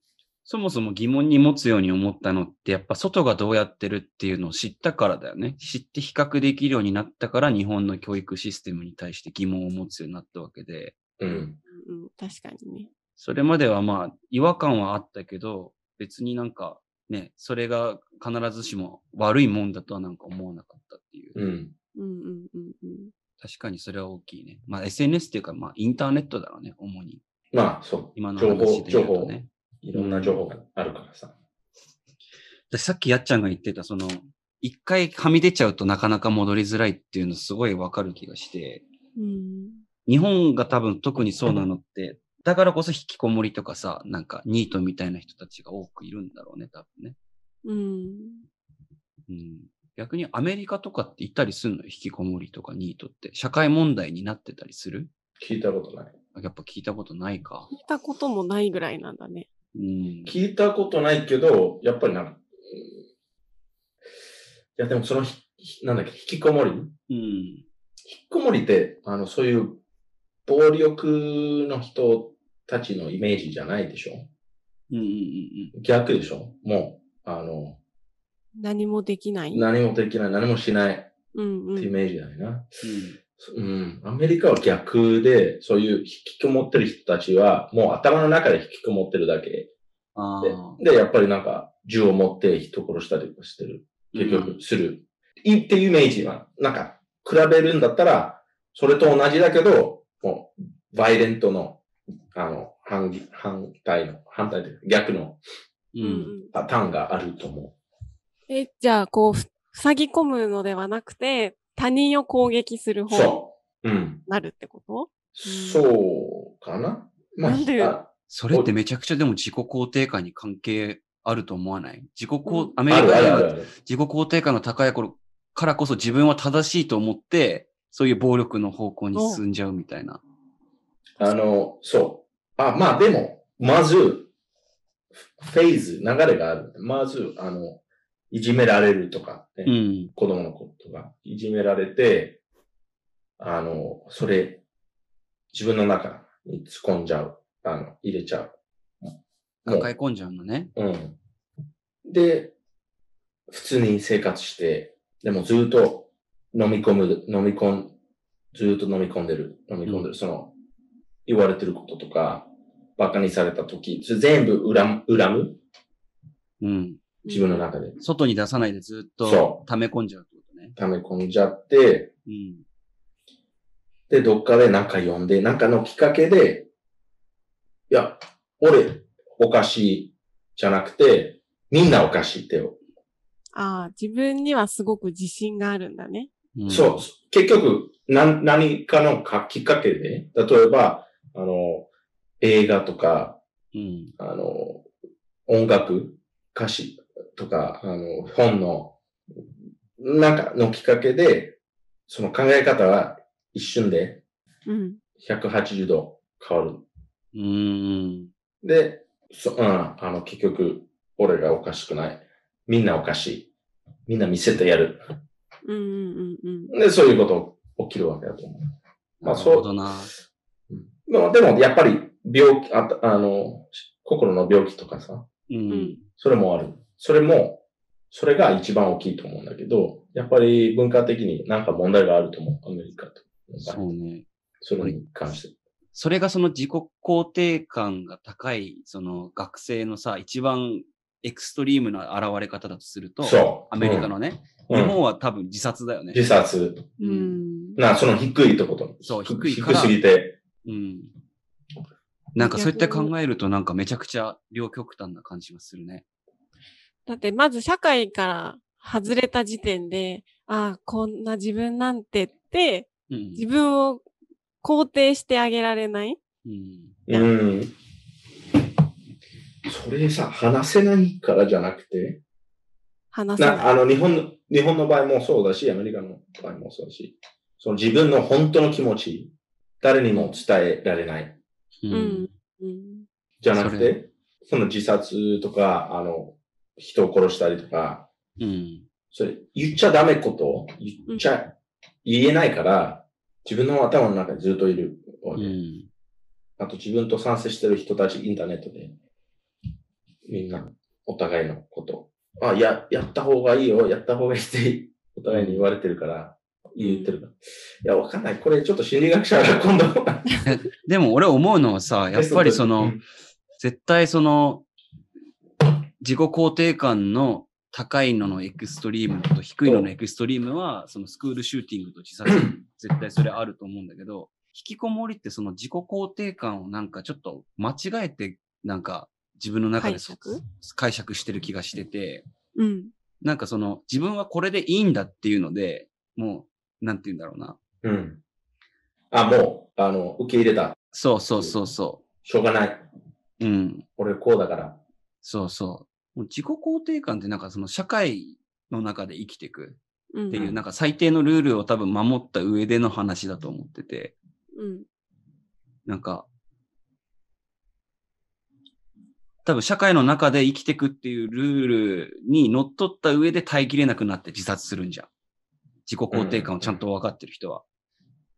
Speaker 1: そもそも疑問に持つように思ったのって、やっぱ外がどうやってるっていうのを知ったからだよね。知って比較できるようになったから、日本の教育システムに対して疑問を持つようになったわけで、
Speaker 2: うん。
Speaker 3: うん、確かにね。
Speaker 1: それまではまあ、違和感はあったけど、別になんか、ね、それが必ずしも悪いもんだとはなんか思わなかったっていう。
Speaker 2: うん。
Speaker 3: うんうんうんうん。
Speaker 1: 確かにそれは大きいね。まあ SNS っていうかまあインターネットだろうね、主に。
Speaker 2: まあ、そう。
Speaker 1: 今の
Speaker 2: 情
Speaker 1: 話
Speaker 2: 報、
Speaker 1: で言
Speaker 2: 情
Speaker 1: うと
Speaker 2: 報、
Speaker 1: ね。
Speaker 2: いろんな情報があるからさ。
Speaker 1: でさっきやっちゃんが言ってた、その、一回はみ出ちゃうとなかなか戻りづらいっていうのすごいわかる気がして、
Speaker 3: うん。
Speaker 1: 日本が多分特にそうなのって、だからこそ引きこもりとかさ、なんかニートみたいな人たちが多くいるんだろうね、多分ね。
Speaker 3: うん。
Speaker 1: うん。逆にアメリカとかっていたりするのよ引きこもりとかニートって。社会問題になってたりする
Speaker 2: 聞いたことない。
Speaker 1: やっぱ聞いたことないか。
Speaker 3: 聞いたこともないぐらいなんだね。
Speaker 1: うん。
Speaker 2: 聞いたことないけど、やっぱりなんか、うんいや、でもそのひ、ひなんだっけ、引きこもり引
Speaker 1: うん。
Speaker 2: きこもりって、あの、そういう暴力の人たちのイメージじゃないでしょ
Speaker 1: うんうんうん
Speaker 2: 逆でしょもう、あの、
Speaker 3: 何もできない。
Speaker 2: 何もできない、何もしないっ
Speaker 3: うんう
Speaker 2: てイ
Speaker 3: ん。
Speaker 2: メージだよな。そうん、アメリカは逆で、そういう引きこもってる人たちは、もう頭の中で引きこもってるだけ
Speaker 1: うん。ああ。
Speaker 2: で。で、やっぱりなんか、銃を持って人殺したりとかしてる。結局、する。いいっていうイメージは、なんか、比べるんだったら、それと同じだけど、もう、バイレントの、あの、反ぎ、反対の、反対というか逆の
Speaker 1: う。
Speaker 3: うんうんん
Speaker 2: パターンがあると思
Speaker 3: え、じゃあ、こう、ふ塞ぎ込むのではなくて、他人を攻撃する
Speaker 2: う。
Speaker 3: 方に
Speaker 2: そう。うん。
Speaker 3: なるってこと
Speaker 2: そうかな。まあ、
Speaker 3: なんで
Speaker 2: あ
Speaker 1: それってめちゃくちゃでも自己肯定感に関係あると思わない自己肯、
Speaker 3: うん
Speaker 1: アメリ
Speaker 2: あ
Speaker 1: カ
Speaker 2: るあ
Speaker 1: で
Speaker 2: るある
Speaker 1: は
Speaker 2: ある。
Speaker 1: 自己肯定感が高い頃からこそ自分は正しいと思って、そういう暴力の方向に進んじゃうみたいな。
Speaker 2: あの、そう。あ、まあでも、まず、フェーズ、流れがある。まず、あの、いじめられるとか、ね
Speaker 1: うん。
Speaker 2: 子供の子とか、いじめられて、あの、それ、自分の中に突っ込んじゃう。あの、入れちゃう。も
Speaker 1: 抱え込んじゃうのね。
Speaker 2: う、うん。で、普通に生活して、でもずっと飲み込む、飲み込ん、ずっと飲み込んでる、飲み込んでる、
Speaker 1: うん
Speaker 2: その、言われてることとか、馬鹿にされた時、それ全部恨む、恨む
Speaker 1: うん。
Speaker 2: 自分の中で
Speaker 1: 外に出さないでずっと
Speaker 2: そ
Speaker 1: 溜め込んじゃうってことね。
Speaker 2: 溜め込んじゃって、
Speaker 1: うん。
Speaker 2: で、どっかでなんか読んで、なんかのきっかけで、いや、俺、おかしいじゃなくて、みんなおかしいってよ。
Speaker 3: ああ、自分にはすごく自信があるんだね。
Speaker 1: うん
Speaker 2: そう、結局、なん、何かのかきっかけで、例えば、あの、映画とか、
Speaker 1: うん。
Speaker 2: あの、音楽、歌詞とか、あの、本の、なんかのきっかけで、その考え方は一瞬で
Speaker 3: うん。
Speaker 2: 180度変わる
Speaker 1: うん。
Speaker 2: で、そ、うん、あの、結局、俺がおかしくない。みんなおかしい。みんな見せてやる。
Speaker 3: うんうんうんうん。
Speaker 2: で、そういうことを起きるわけだと思う。ま
Speaker 1: な
Speaker 2: あ
Speaker 1: る
Speaker 2: そう
Speaker 1: ほどな。
Speaker 2: でも、でもやっぱり病気、あとあの、心の病気とかさ、
Speaker 1: う
Speaker 3: うんん。
Speaker 2: それもある。それも、それが一番大きいと思うんだけど、やっぱり文化的になんか問題があると思う、アメリカと。
Speaker 1: そうね。
Speaker 2: それに関して。
Speaker 1: それがその自己肯定感が高い、その学生のさ、一番エクストリームな現れ方だとすると、
Speaker 2: そう。
Speaker 1: アメリカのね、
Speaker 2: うん、
Speaker 1: 日
Speaker 2: うん
Speaker 1: 本は多分自殺だよね。
Speaker 2: 自殺。
Speaker 3: うん。
Speaker 2: な、その低いとこと。
Speaker 1: そう低いから
Speaker 2: 低すぎて。
Speaker 1: うん。なんかそういった考えるとなんかめちゃくちゃ両極端な感じがするね。
Speaker 3: だって、まず社会から外れた時点で、ああ、こんな自分なんてって、
Speaker 1: うん。
Speaker 3: 自分を肯定してあげられない
Speaker 1: うん、
Speaker 2: うん。それさ、話せないからじゃなくて、
Speaker 3: 話せ
Speaker 2: な
Speaker 3: ない。
Speaker 2: あの日本の、日本の場合もそうだし、アメリカの場合もそうだし、その自分の本当の気持ち、誰にも伝えられない。
Speaker 1: うん
Speaker 3: うん。うん。
Speaker 2: じゃなく
Speaker 1: そ
Speaker 2: て、その自殺とか、あの、人を殺したりとか、
Speaker 1: うん。
Speaker 2: それ言っちゃダメことを言っちゃ、言えないから、自分の頭の中にずっといるわけ。
Speaker 1: うん。
Speaker 2: あと自分と賛成してる人たち、インターネットで、みんな、お互いのこと。あ、や、やった方がいいよ、やった方がいいって、お互いに言われてるから、言ってるから。いや、わかんない。これちょっと心理学者が 今度。
Speaker 1: でも俺思うのはさ、やっぱりその、絶対その、自己肯定感の高いののエクストリームと低いののエクストリームは、そのスクールシューティングと自殺、絶対それあると思うんだけど、引きこもりってその自己肯定感をなんかちょっと間違えて、なんか自分の中でそ
Speaker 3: 解釈
Speaker 1: 解釈してる気がしてて、
Speaker 3: うん。
Speaker 1: なんかその自分はこれでいいんだっていうので、もう、なんて言うんだろうな。
Speaker 2: うん。うん。あ、もう、あの、受け入れた。
Speaker 1: そうそうそうそ
Speaker 2: しょうがない。
Speaker 1: う。うん。
Speaker 2: 俺こうだから。
Speaker 1: そうそう。もう自己肯定感ってなんかその社会の中で生きていく
Speaker 3: うん。
Speaker 1: っていう、
Speaker 2: うん
Speaker 1: なんか最低のルールを多分守った上での話だと思ってて、
Speaker 3: うん。
Speaker 1: なんか、多分社会の中で生きていくっていうルールに乗っ取った上で耐えきれなくなって自殺するんじゃん。自己肯定感をちゃんと分かってる人は。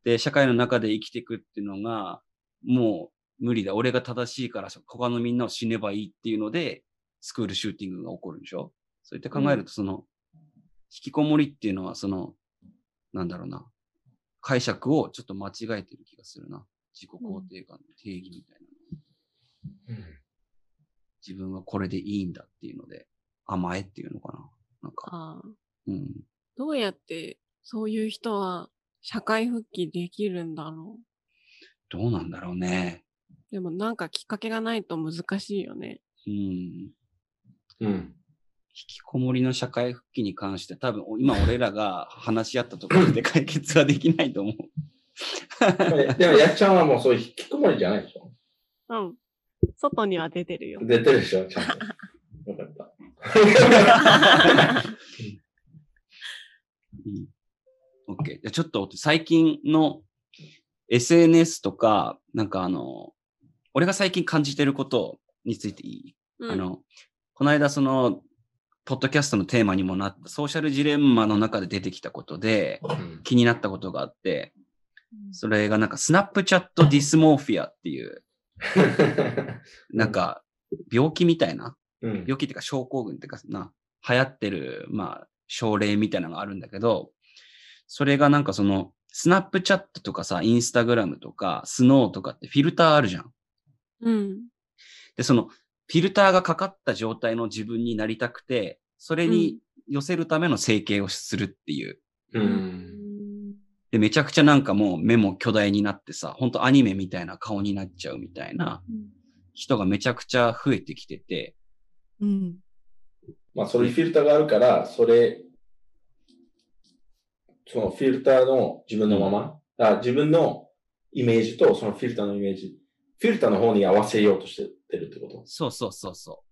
Speaker 1: で、社会の中で生きていくっていうのが、もう無理だ。俺が正しいから、他のみんなを死ねばいいっていうので、スクールシューティングが起こるんでしょそういって考えると、その、引きこもりっていうのは、その、なんだろうな。解釈をちょっと間違えてる気がするな。自己肯定感の定義みたいな。自分はこれでいいんだっていうので、甘えっていうのかな。なんか、
Speaker 3: ああ。
Speaker 1: うん。
Speaker 3: どうやって、そういう人は、社会復帰できるんだろ
Speaker 1: どうなんだろうね。
Speaker 3: う。でも、なんかきっかけがないと難しいよね。
Speaker 1: うん。
Speaker 2: うん。
Speaker 1: 引きこもりの社会復帰に関して多分今俺らが話し合ったところで解決はできないと思う。
Speaker 2: ででも、やっちゃんはもうそういう引きこもりじゃないでしょ。
Speaker 3: うん。外には出てるよ。
Speaker 2: 出てるでしょ、ちゃんと。よか った。
Speaker 1: うん。OK。じゃあちょっと最近の SNS とか、なんかあの、俺が最近感じてることについていいあの、この間その、ポッドキャストのテーマにもなったソーシャルジレンマの中で出てきたことで
Speaker 2: うん
Speaker 1: 気になったことがあって、
Speaker 3: うん、
Speaker 1: それがなんかスナップチャットディスモーフィアっていう、なんか病気みたいな、
Speaker 2: うん
Speaker 1: 病気っていうか症候群っていうかな、流行ってる、まあ、症例みたいなのがあるんだけど、それがなんかその、スナップチャットとかさ、インスタグラムとか、スノーとかってフィルターあるじゃん。
Speaker 3: うん。
Speaker 1: で、その、フィルターがかかった状態の自分になりたくて、それに寄せるための整形をするっていう。
Speaker 2: う。
Speaker 3: うんん。
Speaker 1: で、めちゃくちゃなんかもう目も巨大になってさ、ほんとアニメみたいな顔になっちゃうみたいな人がめちゃくちゃ増えてきてて、
Speaker 3: うん。
Speaker 2: まあ、それフィルターがあるから、それ、そのフィルターの自分のまま、あ自分のイメージとそのフィルターのイメージ、フィルターの方に合わせようとしてるってこ
Speaker 1: そうそうそうそ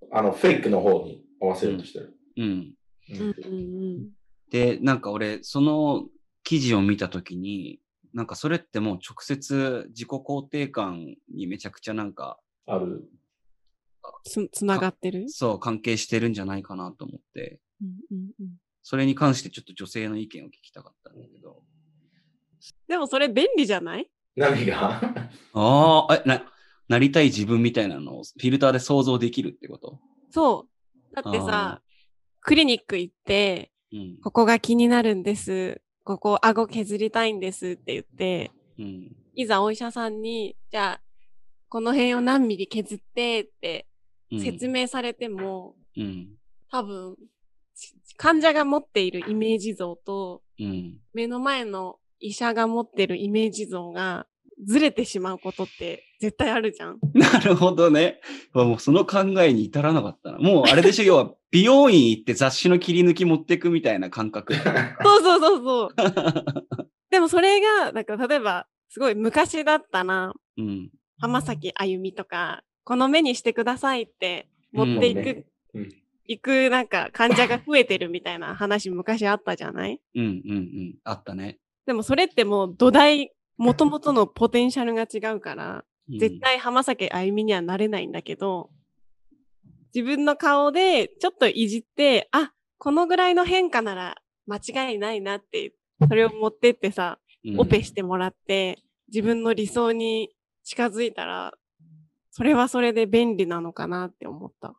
Speaker 2: とあの、フェイクの方に合わせようとしてる。
Speaker 1: う。うん。
Speaker 3: うん。うん。
Speaker 1: で、なんか俺、その記事を見たときに、なんかそれってもう直接自己肯定感にめちゃくちゃなんか、
Speaker 2: ある。
Speaker 3: つ、つながってる
Speaker 1: そう関係してるんじゃないかなと思って、
Speaker 3: うんうんうん。
Speaker 1: それに関してちょっと女性の意見を聞きたかったんだけど。
Speaker 3: でもそれ便利じゃない
Speaker 2: 何が
Speaker 1: ああ、え、な、なりたい自分みたいなのをフィルターで想像できるってこと
Speaker 3: そう。だってさ、クリニック行って、
Speaker 1: うん。
Speaker 3: ここが気になるんです。ここ、顎削りたいんですって言って、
Speaker 1: うん。
Speaker 3: いざお医者さんに、じゃあ、この辺を何ミリ削ってって説明されても、
Speaker 1: うん。
Speaker 3: 多分、し患者が持っているイメージ像と、
Speaker 1: うん。
Speaker 3: 目の前の医者が持ってるイメージ像がずれてしまうことって絶対あるじゃん。
Speaker 1: なるほどね。もうその考えに至らなかったな。もうあれ でしょ、要は美容院行って雑誌の切り抜き持ってくみたいな感覚。
Speaker 3: そうそうそうそう。でもそれが、なんか例えば、すごい昔だったら、
Speaker 1: うん。
Speaker 3: 浜崎あゆみとか、この目にしてくださいって持ってい
Speaker 2: うん
Speaker 3: く、
Speaker 2: うん
Speaker 3: いくなんか患者が増えてるみたいな話昔あったじゃない
Speaker 1: うんうんうん。あったね。
Speaker 3: でもそれってもう土台、元々のポテンシャルが違うから、
Speaker 1: うん
Speaker 3: 絶。対浜崎あゆみにはなれないんだけど、自分の顔でちょっといじって、あ、このぐらいの変化なら間違いないなって、それを持ってって
Speaker 1: う
Speaker 3: さ、
Speaker 1: ん
Speaker 3: オペしてもらって、自分の理想に近づいたら、それはそれで便利なのかなって思った。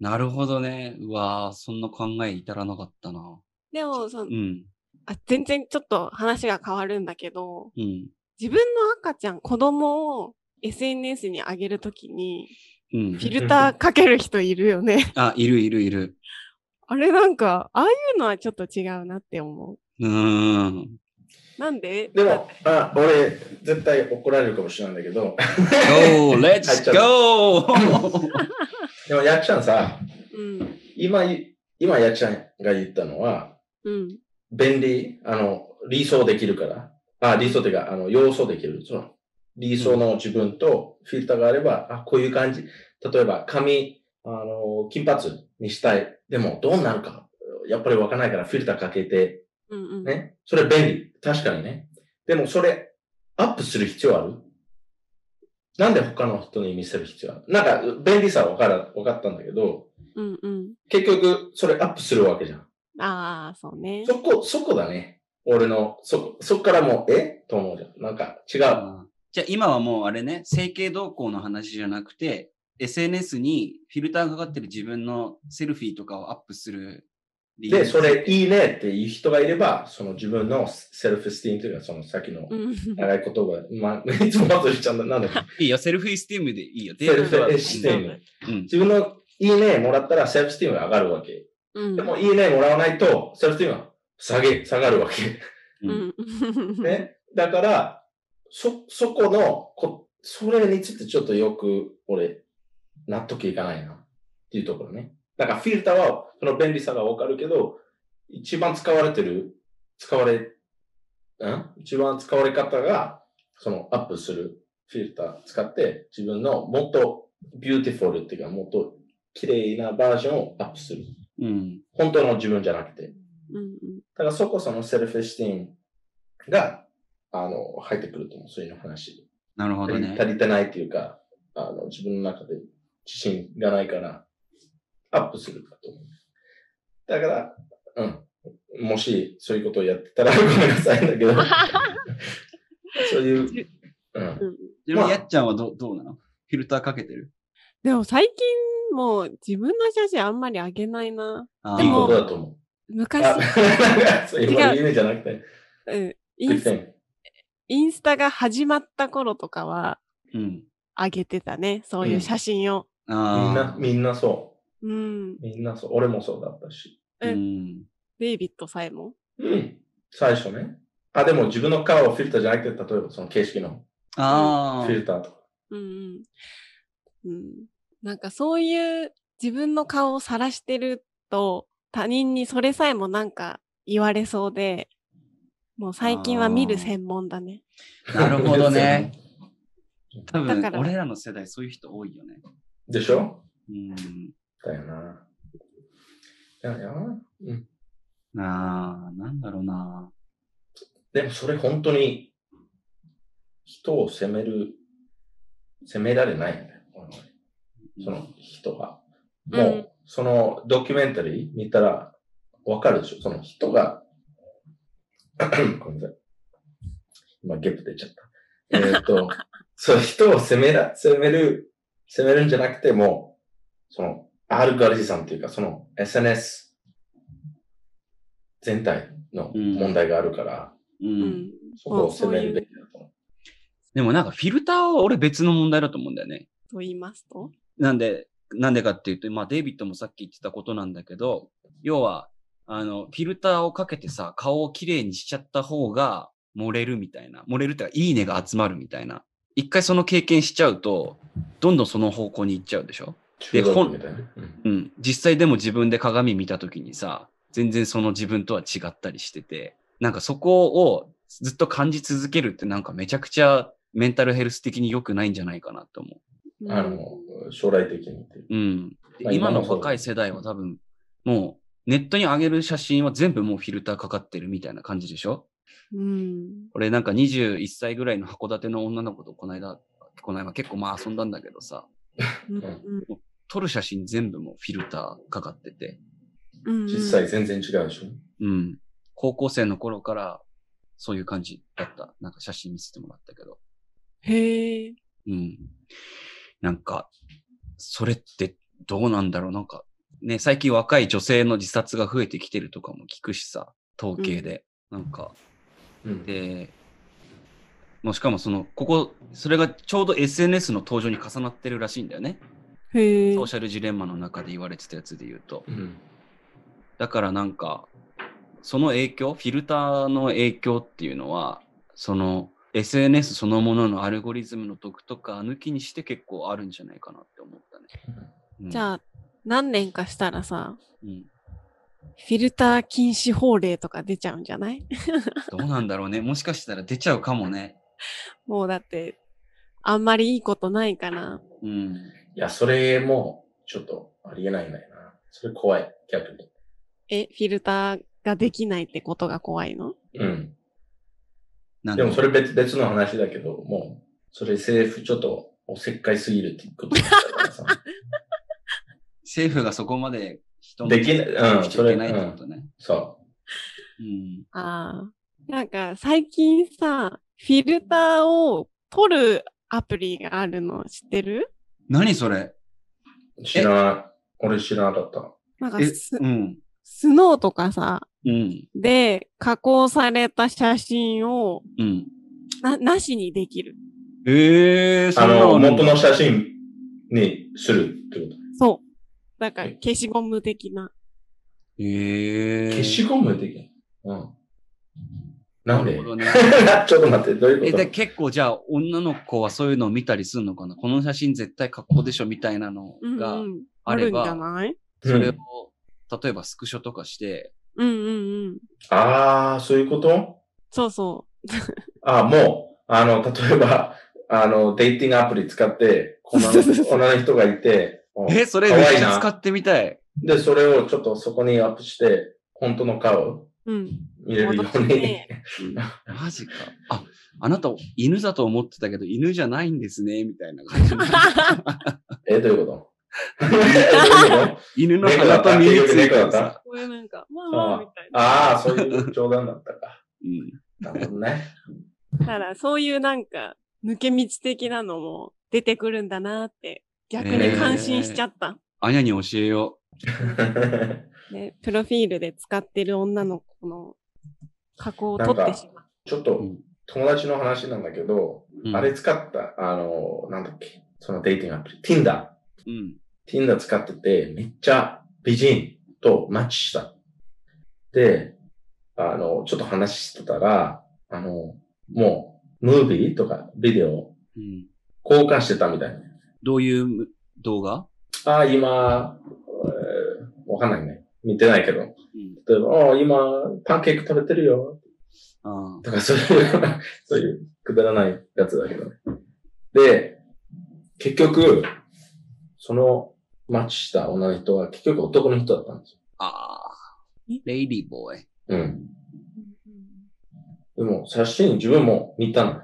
Speaker 1: なるほどね。うわーそんな考えに至らなかったな。
Speaker 3: でも、その
Speaker 1: うん。
Speaker 3: あ全然ちょっと話が変わるんだけど、
Speaker 1: うん。
Speaker 3: 自分の赤ちゃん、子供を SNS に上げると きに、
Speaker 1: うん
Speaker 3: フ。ィルターかける人いるよね。
Speaker 1: あ、いるいるいる。
Speaker 3: あれなんか、ああいうのはちょっと違うなって思う。
Speaker 1: うーん。
Speaker 3: なんで
Speaker 2: でも、あ、俺、絶対怒られるかもしれないんだけど、
Speaker 1: Go! Let's
Speaker 2: 入っちゃ
Speaker 1: go!
Speaker 2: でも、やっちゃんさ、
Speaker 3: うん。
Speaker 2: 今、今、やっちゃんが言ったのは、
Speaker 3: うん。
Speaker 2: 便利、あの、理想できるから。あ、理想っていうか、あの、要素できる。その理想の自分とフィルターがあれば、あ、こういう感じ。例えば、髪、あの、金髪にしたい。でも、どうなるか、やっぱりわかんないからフィルターかけて、
Speaker 3: うんうん。
Speaker 2: ね。それ便利。確かにね。でも、それ、アップする必要あるなんで他の人に見せる必要あるなんか、便利さはわから、わかったんだけど、
Speaker 3: うんうん。
Speaker 2: 結局、それアップするわけじゃん。
Speaker 3: ああ、そうね。
Speaker 2: そこ、そこだね。俺の、そ、そこからもう、えと思うじゃん。なんか、違う。
Speaker 1: あーじゃあ今はもうあれね、整形動向の話じゃなくて、SNS にフィルターがかかってる自分のセルフィーとかをアップする理
Speaker 2: で、それいいねっていう人がいれば、その自分のセルフスティーンというか、そのさっきの
Speaker 3: うん。
Speaker 2: 長い言葉、ま あ、いつも忘れちゃうんだ。なんだっけ
Speaker 1: いいよ、セルフイスティームでいいよ。
Speaker 2: セルフスティ
Speaker 3: ー
Speaker 2: ーム。
Speaker 1: うん。
Speaker 2: 自分のいいねもらったら、セルフスティームが上がるわけ。
Speaker 3: うん
Speaker 2: でも、いいねもらわないと、セルフスティームは下げ、下がるわけ。
Speaker 1: う。
Speaker 3: うんんうん。
Speaker 2: ね。だから、そ、そこの、こ、それについてちょっとよく、俺、納得いかないな。っていうところね。だからフィルターは、その便利さがわかるけど、一番使われてる、使われ、ん一番使われ方が、そのアップするフィルター使って、自分のもっとビューティフォルっていうか、もっと綺麗なバージョンをアップする。
Speaker 1: うん。
Speaker 2: 本当の自分じゃなくて。
Speaker 3: うんうん。
Speaker 2: だからそこそのセルフシティンが、あの、入ってくると思う。そういうの話。
Speaker 1: なるほどね
Speaker 2: 足。りてないっていうか、あの、自分の中で自信がないから、アップするかと思う。だから、うん。もし、そういうことをやってたら、ご めんなさいだけど、 そういう、うん。
Speaker 1: でも、やっちゃんはどどうなのフィルターかけてる
Speaker 3: でも最近もう自分の写真あんまりあげないな。
Speaker 1: あ
Speaker 3: で
Speaker 2: いいこ
Speaker 3: も
Speaker 2: とだと思う。あ
Speaker 3: 昔、
Speaker 2: そういう悪い意味じゃなくて、
Speaker 3: うんイ
Speaker 2: グ
Speaker 3: ン
Speaker 2: リ
Speaker 3: ス
Speaker 2: テン
Speaker 3: インスタが始まった頃とかは
Speaker 1: うん。
Speaker 3: あげてたね。そういう写真を。
Speaker 2: みん
Speaker 1: あ
Speaker 2: な、
Speaker 1: あ。
Speaker 2: みんなそ
Speaker 3: うん。
Speaker 2: う。みんなそう。俺もそうだったし。
Speaker 3: な
Speaker 1: うん。
Speaker 3: デイビッドさえも。
Speaker 2: うん。最初ね。あ、でも自分の顔をフィルターじゃなくて、例えばその形式のフ
Speaker 1: ああ
Speaker 2: ィ。ルターとか。
Speaker 3: うんうん。うん。なんかそういう自分の顔を晒してると他人にそれさえもなんか言われそうで、もう最近は見る専門だね。
Speaker 1: なるほどね。多分
Speaker 3: だか、ら
Speaker 1: 俺らの世代そういう人多いよね。
Speaker 2: でしょ
Speaker 1: うん。
Speaker 2: だよな。だよな。うん。
Speaker 1: なあ、なんだろうな。
Speaker 2: でもそれ本当に人を責める、責められないんだよ。俺はその人が。も
Speaker 3: う
Speaker 2: う、そのドキュメンタリー見たらわかるでしょその人が、ごめんなさい。まあ、ゲップ出ちゃった。えーっ と、そう、人を責めら、責める、責めるんじゃなくても、その、アルゴリズムというか、その SNS 全体の問題があるから、
Speaker 1: う。
Speaker 3: うんん。
Speaker 2: そこを責めるべきだと思う。
Speaker 1: でもなんかフィルターは俺別の問題だと思うんだよね。
Speaker 3: と言いますと
Speaker 1: なんで、なんでかっていうと、まあデイビッドもさっき言ってたことなんだけど、要は、あの、フィルターをかけてさ、顔をきれいにしちゃった方が漏れるみたいな。漏れるっていうか、いいねが集まるみたいな。一回その経験しちゃうと、どんどんその方向に行っちゃうでしょ
Speaker 2: 中毒みたいな。うん
Speaker 1: うん、実際でも自分で鏡見た時にさ全然その自分とは違ったりしててなんかそこをずっと感じ続けるってなんかめちゃくちゃメンタルヘルス的に良くないんじゃないかなと思
Speaker 3: うん
Speaker 2: あの、将来的にっていう。
Speaker 1: う。うん、で
Speaker 2: まあ
Speaker 1: 今
Speaker 2: 今の
Speaker 1: の若い世代は多分もうネットに上げる写真は全部もうフィルターかかってるみたいな感じでしょ
Speaker 3: うん。
Speaker 1: 俺なんか21歳ぐらいの函館の女の子とこの間この間結構まあ遊んだんだけどさ
Speaker 3: うん
Speaker 1: 撮る写真全部もうフィルターかかってて
Speaker 3: うん
Speaker 2: 実際全然違うでしょ。
Speaker 1: うん。高校生の頃から、そういう感じだった。なんか写真見せてもらったけど。
Speaker 3: へえ。
Speaker 1: うん。なんか、それってどうなんだろうなんか、ね、最近若い女性の自殺が増えてきてるとかも聞くしさ、統計で。なんか、
Speaker 2: うん
Speaker 1: で、もうしかもその、ここ、それがちょうど SNS の登場に重なってるらしいんだよね。
Speaker 3: へえ
Speaker 1: ソー。シャルジレンマの中で言われてたやつで言うと。
Speaker 2: うん
Speaker 1: だからなんか、その影響、フィルターの影響っていうのは、その SNS そのもののアルゴリズムの毒とか抜きにして結構あるんじゃないかなって思ったね。うん
Speaker 3: じゃあ、何年かしたらさ、
Speaker 1: うん、
Speaker 3: フィルター禁止法令とか出ちゃうんじゃない
Speaker 1: どうなんだろうね。もしかしたら出ちゃうかもね。
Speaker 3: もうだって、あんまりいいことないから。
Speaker 1: うん。
Speaker 2: いや、それも、ちょっと、ありえないないな。それ怖い、逆に。
Speaker 3: え、フィルターができないってことが怖いの
Speaker 2: うん。
Speaker 1: なん
Speaker 2: で
Speaker 1: か
Speaker 2: もそれ別別の話だけど、もう、それ政府ちょっとおせっかいすぎるっていうことだか らさ。
Speaker 1: 政府がそこまで人の
Speaker 2: できないうん
Speaker 1: しちゃいけないってことね。
Speaker 2: そ
Speaker 1: うん。
Speaker 3: ああ。なんか最近さ、フィルターを取るアプリがあるの知ってる
Speaker 1: 何それ
Speaker 2: う。知らな、俺知らなかった。
Speaker 3: なんか
Speaker 1: え、
Speaker 3: ス
Speaker 1: うん。
Speaker 3: スノーとかさ、
Speaker 1: うん。
Speaker 3: で加工された写真を
Speaker 1: うん。
Speaker 3: ななしにできる。
Speaker 1: えー、そ
Speaker 2: あ
Speaker 1: んな
Speaker 2: の、
Speaker 1: の
Speaker 2: 元の写真にするってこと。
Speaker 3: そう。なんか
Speaker 2: え
Speaker 3: 消しゴム的な。
Speaker 1: えー。
Speaker 2: 消しゴムできない。うん。な
Speaker 1: な
Speaker 2: んで
Speaker 1: るほどね
Speaker 2: ちょっと待って、どうい
Speaker 1: え、
Speaker 2: うこ
Speaker 1: で、
Speaker 2: と
Speaker 1: 結構じゃあ、女の子はそういうのを見たりするのかなこの写真絶対格好でしょみたいなの
Speaker 3: うん、
Speaker 1: が
Speaker 3: うん。
Speaker 1: あ
Speaker 3: あ
Speaker 1: れ
Speaker 3: るんじ
Speaker 1: ば、
Speaker 3: ゃない
Speaker 1: それ
Speaker 2: う
Speaker 1: を
Speaker 2: ん、
Speaker 1: 例えばスクショとかして、
Speaker 3: うんうんうん。
Speaker 2: ああ、そういうこと
Speaker 3: そうそう。
Speaker 2: ああ、もう、あの、例えば、あの、デイティングアプリ使って、こんな
Speaker 3: そうそうそう
Speaker 2: 女の人がいて、うん
Speaker 1: え、それ
Speaker 2: 可
Speaker 1: めっ
Speaker 2: 愛い
Speaker 1: ちゃ
Speaker 2: な
Speaker 1: 使ってみたい。
Speaker 2: で、それをちょっとそこにアップして、本当の顔を
Speaker 3: うん。
Speaker 2: 見れるよう
Speaker 3: 戻っ
Speaker 2: に。
Speaker 3: てね
Speaker 1: マジか。あ、あなた犬だと思ってたけど、犬じゃないんですね、みたいな感じ。
Speaker 2: え、どういう ことどういうこと
Speaker 1: 犬の鼻と耳ついてるさ。
Speaker 3: こういうなんか、まあまあ
Speaker 2: あ
Speaker 3: みたいな。
Speaker 2: ああ、そういう冗談だったか。
Speaker 1: うん。
Speaker 2: なるほどね。
Speaker 3: だからそういうなんか抜け道的なのも出てくるんだなって逆に感心しちゃった、
Speaker 1: あにゃに教えよ
Speaker 3: ね。プロフィールで使ってる女の子の加工を取ってしまう。
Speaker 2: ちょっと友達の話なんだけど、
Speaker 1: う。うん
Speaker 2: あれ使った、あの、なんだっけ、そのデイティングアプリ、Tinder。
Speaker 1: うん。
Speaker 2: Tinder 使ってて、めっちゃ美人とマッチした。で、あの、ちょっと話してたら、あの、もう、ムービーとかビデオ
Speaker 1: うん。
Speaker 2: 交換してたみたいな。
Speaker 1: どういう動画
Speaker 2: ああ、今、えーわかんないね。見てないけ
Speaker 1: う
Speaker 2: ど。
Speaker 1: ん。
Speaker 2: 例えば、ああ、今、パンケーキ食べてるよ。
Speaker 1: あ
Speaker 2: とか、そう いう、そういうくだらないやつだけどね。で、結局、その、マッチした女の人は結局男の人だったんですよ。
Speaker 1: あ。ああ。レイリーボーイ。
Speaker 2: うん。でも、写真自分も見たの。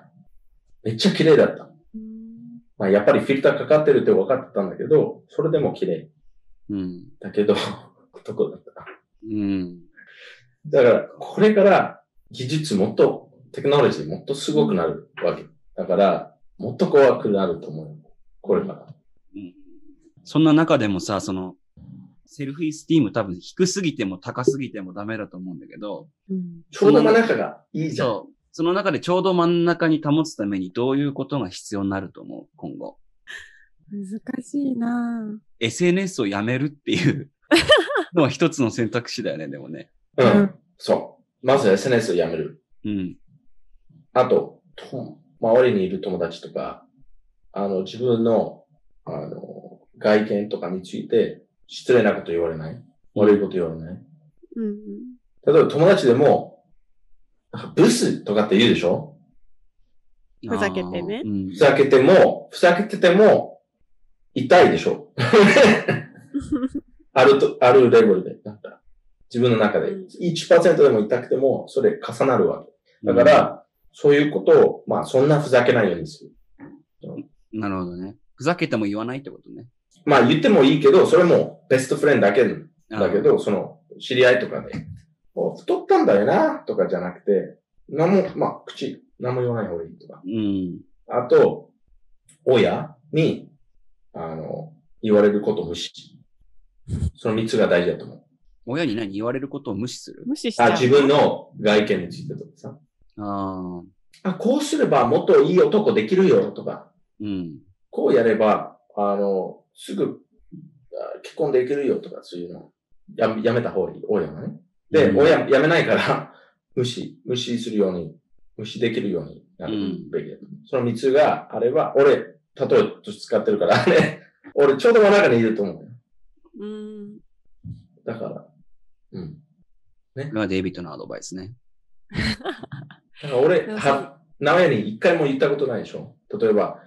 Speaker 2: めっちゃ綺麗だった。まあ、やっぱりフィルターかかってるって分かってたんだけど、それでも綺麗。
Speaker 1: うん。
Speaker 2: だけど、 男だった。
Speaker 1: うん。
Speaker 2: だから、これから技術もっとテクノロジーもっとすごくなるわけ。だから、もっと怖くなると思うよ。これから。
Speaker 1: うんそんな中でもさ、その、セルフイスティーム多分低すぎても高すぎてもダメだと思うんだけど、
Speaker 3: うん
Speaker 2: ちょうど真ん中がいいじゃん。
Speaker 1: そう。その中でちょうど真ん中に保つためにどういうことが必要になると思う今後。
Speaker 3: 難しいな
Speaker 1: SNS をやめるっていう のは一つの選択肢だよね、でもね。
Speaker 2: う。
Speaker 3: うん
Speaker 2: そう。まず SNS をやめる。
Speaker 1: うん。
Speaker 2: あと、と周りにいる友達とか、あの、自分の、あの、外見とかについて、失礼なこと言われない。悪いこと言われない。
Speaker 3: うんうん。
Speaker 2: 例えば友達でも、なんかブスとかって言うでしょ
Speaker 3: ふざけてね
Speaker 1: あーうん
Speaker 2: ふざけても、ふざけてても、痛いでしょあると、あるレベルで、なんか、自分の中で
Speaker 3: うん、
Speaker 2: 1%でも痛くても、それ重なるわけ。だか、ら、そういうことを、まあ、そんなふざけないようにする。
Speaker 1: うんなるほどね。ふざけても言わないってことね。
Speaker 2: まあ、言ってもいいけど、それも、ベストフレンドだけの
Speaker 1: あー
Speaker 2: だけ、ど、その、知り合いとかで、お太ったんだよな、とかじゃなくて、何も、まあ、口、何も言わない方がいいとか。
Speaker 1: うん。
Speaker 2: あと、親に、あの、言われることを無視。その三つが大事だと思う。
Speaker 1: 親に何言われることを無視する
Speaker 3: 無視しちゃ
Speaker 2: あ、
Speaker 3: う。
Speaker 2: 自分の外見についてとかさ。
Speaker 1: ああ。
Speaker 2: あ、こうすればもっといい男できるよとか、
Speaker 1: うん。
Speaker 2: こうやれば、あの、すぐ、あ結婚できるよとか、そういうの。やめ、やめた方がいい、親はね。で、
Speaker 1: うん
Speaker 2: 親、やめないから、 無視、無視するように、無視できるようになるべきだと思うその三つがあれば、俺、例えとして使ってるから、ね、俺、ちょうど真ん中にいると思うよ。
Speaker 3: うん。
Speaker 2: だから、うん。
Speaker 1: これはデイビッドのアドバイスね。
Speaker 2: だから俺、
Speaker 3: でもそう
Speaker 2: は、名前に一回も言ったことないでしょ例えば、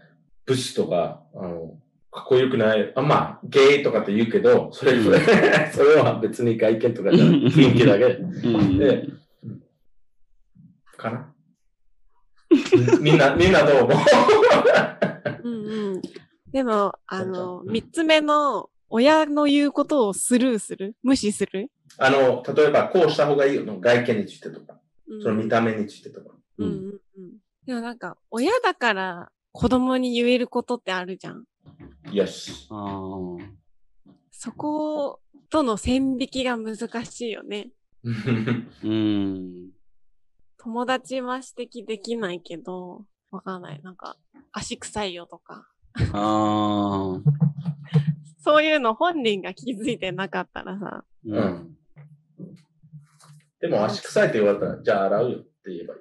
Speaker 2: ブスとか、あの、かっこよくない、あ、まあ、ゲイとかって言うけど、それ、
Speaker 1: うん
Speaker 2: それ、 それは別に外見とか じゃなくて雰囲気だけ
Speaker 1: うん
Speaker 2: で かな。みんな、みんなどう思う
Speaker 3: うんうん。でも、あの、
Speaker 2: うん
Speaker 3: 三つ目の、親の言うことをスルーする無視する、
Speaker 2: あの、例えば、こうした方がいいよの外見についてとか、
Speaker 3: うん、
Speaker 2: その見た目についてとか。
Speaker 3: うんうんうん。でもなんか、親だから子供に言えることってあるじゃん。
Speaker 2: Yes。
Speaker 1: あー
Speaker 3: そことの線引きが難しいよね。
Speaker 1: うん。
Speaker 3: 友達は指摘できないけど、わかんない。なんか、足臭いよとか。
Speaker 1: ああ。
Speaker 3: そういうの本人が気づいてなかったらさ。
Speaker 1: う
Speaker 2: うんん。でも、足臭いって言われたら、じゃあ洗うよって言えばい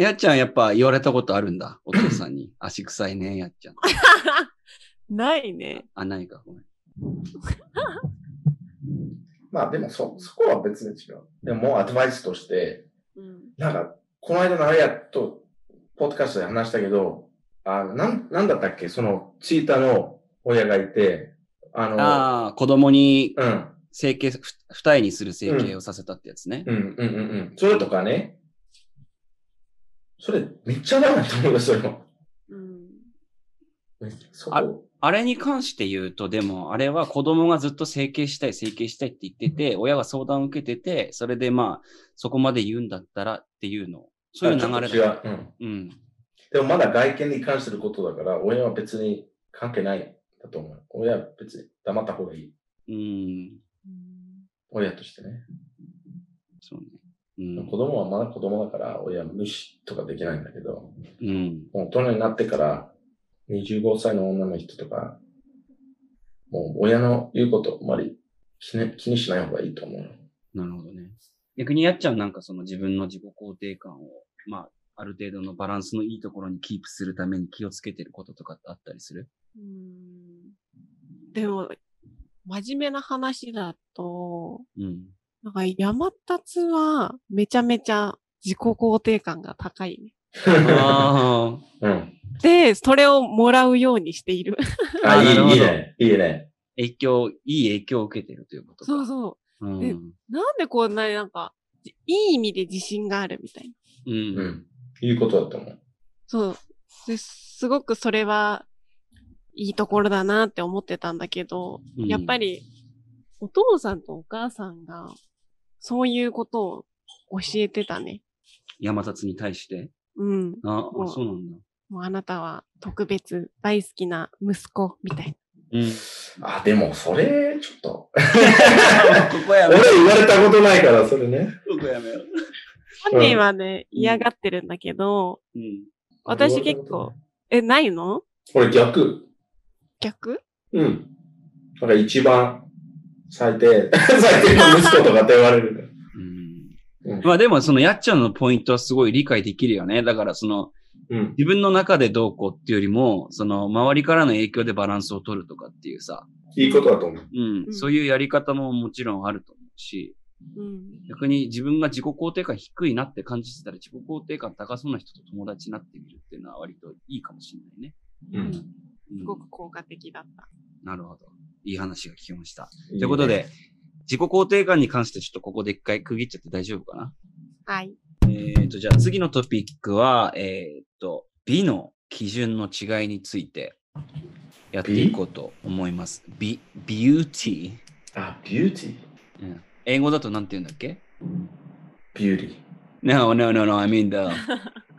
Speaker 2: い。
Speaker 1: やっちゃんやっぱ言われたことあるん だ。お父さんに。足臭いね、やっちゃん。
Speaker 3: ないね。
Speaker 1: あ、ないか、ごめん。
Speaker 2: まあ、でも、そ、そこは別に違う。でも、もうアドバイスとして、
Speaker 3: うん。
Speaker 2: なんか、この間のあれやと、ポッドキャストで話したけど、あの、なん、なんだったっけその、ツイッターの親がいて、あの、
Speaker 1: ああ、子供に
Speaker 2: うん、
Speaker 1: 整形、ふ二重にする整形をさせたってやつね。
Speaker 2: うん、うん、うん、うん。それとかね、それ、めっちゃダメだと思うよ、それも。
Speaker 3: うん。
Speaker 2: めっちゃそ
Speaker 1: あ
Speaker 2: こ。
Speaker 1: あれに関して言うと、でも、あれは子供がずっと整形したい、整形したいって言ってて、親が相談を受けてて、それでまあ、そこまで言うんだったらっていうの。そういう流れだ。
Speaker 2: ちょっと違う。うん。
Speaker 1: うん。
Speaker 2: でもまだ外見に関することだから、親は別に関係ないだと思う。親は別に黙った方がいい。
Speaker 1: うん。
Speaker 2: 親としてね。
Speaker 1: そうね。うん
Speaker 2: 子。供はまだ子供だから、親は無視とかできないんだけど、
Speaker 1: うん。
Speaker 2: もう大人になってから、25歳の女の人とか、もう親の言うことあまり気,、ね、気にしない方がいいと思う。
Speaker 1: なるほどね。逆にやっちゃんなんかその自分の自己肯定感を、まあ、ある程度のバランスのいいところにキープするために気をつけてることとかってあったりする
Speaker 3: うん。でも、真面目な話だと、
Speaker 1: うん。
Speaker 3: なんか山立はめちゃめちゃ自己肯定感が高いね。
Speaker 1: ああ。
Speaker 2: うん。
Speaker 3: で、それをもらうようにしている。
Speaker 1: あ
Speaker 2: あ、い
Speaker 1: なるほど
Speaker 2: い、いいね。いいね。
Speaker 1: 影響、いい影響を受けてるということか。。
Speaker 3: そうそう
Speaker 1: うん。
Speaker 3: えう。なんでこんなになんか、いい意味で自信があるみたいな。
Speaker 1: う。
Speaker 2: うんん。いうことだと思う。
Speaker 3: そう。ですごくそれは、いいところだなって思ってたんだけど、
Speaker 1: うん
Speaker 3: やっぱり、お父さんとお母さんが、そういうことを教えてたね。
Speaker 1: 山里に対して。
Speaker 3: うん。
Speaker 1: ああ
Speaker 3: う、ん
Speaker 1: そうなんだ。
Speaker 3: もうあなたは特別大好きな息子みたい
Speaker 1: うん。
Speaker 2: あ、でも、それ、ちょっと。
Speaker 1: ここやめ
Speaker 2: 俺
Speaker 1: ろ。
Speaker 2: 言われたことないから、それね。
Speaker 1: ここやめろ。
Speaker 3: な。本人はね、嫌がってるんだけど、
Speaker 1: うん。
Speaker 3: 私結構。え、ないの
Speaker 2: 俺逆。
Speaker 3: 逆
Speaker 2: うん。だから一番最低、 最低の息子とかって言われる。
Speaker 1: うんまあでも、そのやっちゃんのポイントはすごい理解できるよね。だから、その、
Speaker 2: うん。
Speaker 1: 自分の中でどうこうっていうよりも、その、周りからの影響でバランスを取るとかっていうさ、
Speaker 2: いいことだと思う。
Speaker 1: うん
Speaker 3: う、ん
Speaker 1: そういうやり方ももちろんあると思うし、
Speaker 3: うん。
Speaker 1: 逆に自分が自己肯定感低いなって感じてたら、自己肯定感高そうな人と友達になってみるっていうのは割といいかもしれないね。
Speaker 2: うん。
Speaker 1: うん
Speaker 3: すごく効果的だった。
Speaker 1: なるほど。いい話が聞けました。
Speaker 2: いいね
Speaker 1: ということ。で、自己肯定感に関してちょっとここで一回区切っちゃって大丈夫かな
Speaker 3: はい。
Speaker 1: えっ、と、じゃあ次のトピックは、えっ、と、美の基準の違いについてやっていこうと思います。美、ビューティー、
Speaker 2: あ、ビューティー。
Speaker 1: うん英語だとなんて言うんだっけ
Speaker 2: ビューティー。
Speaker 1: ?No, no, no, no, I mean the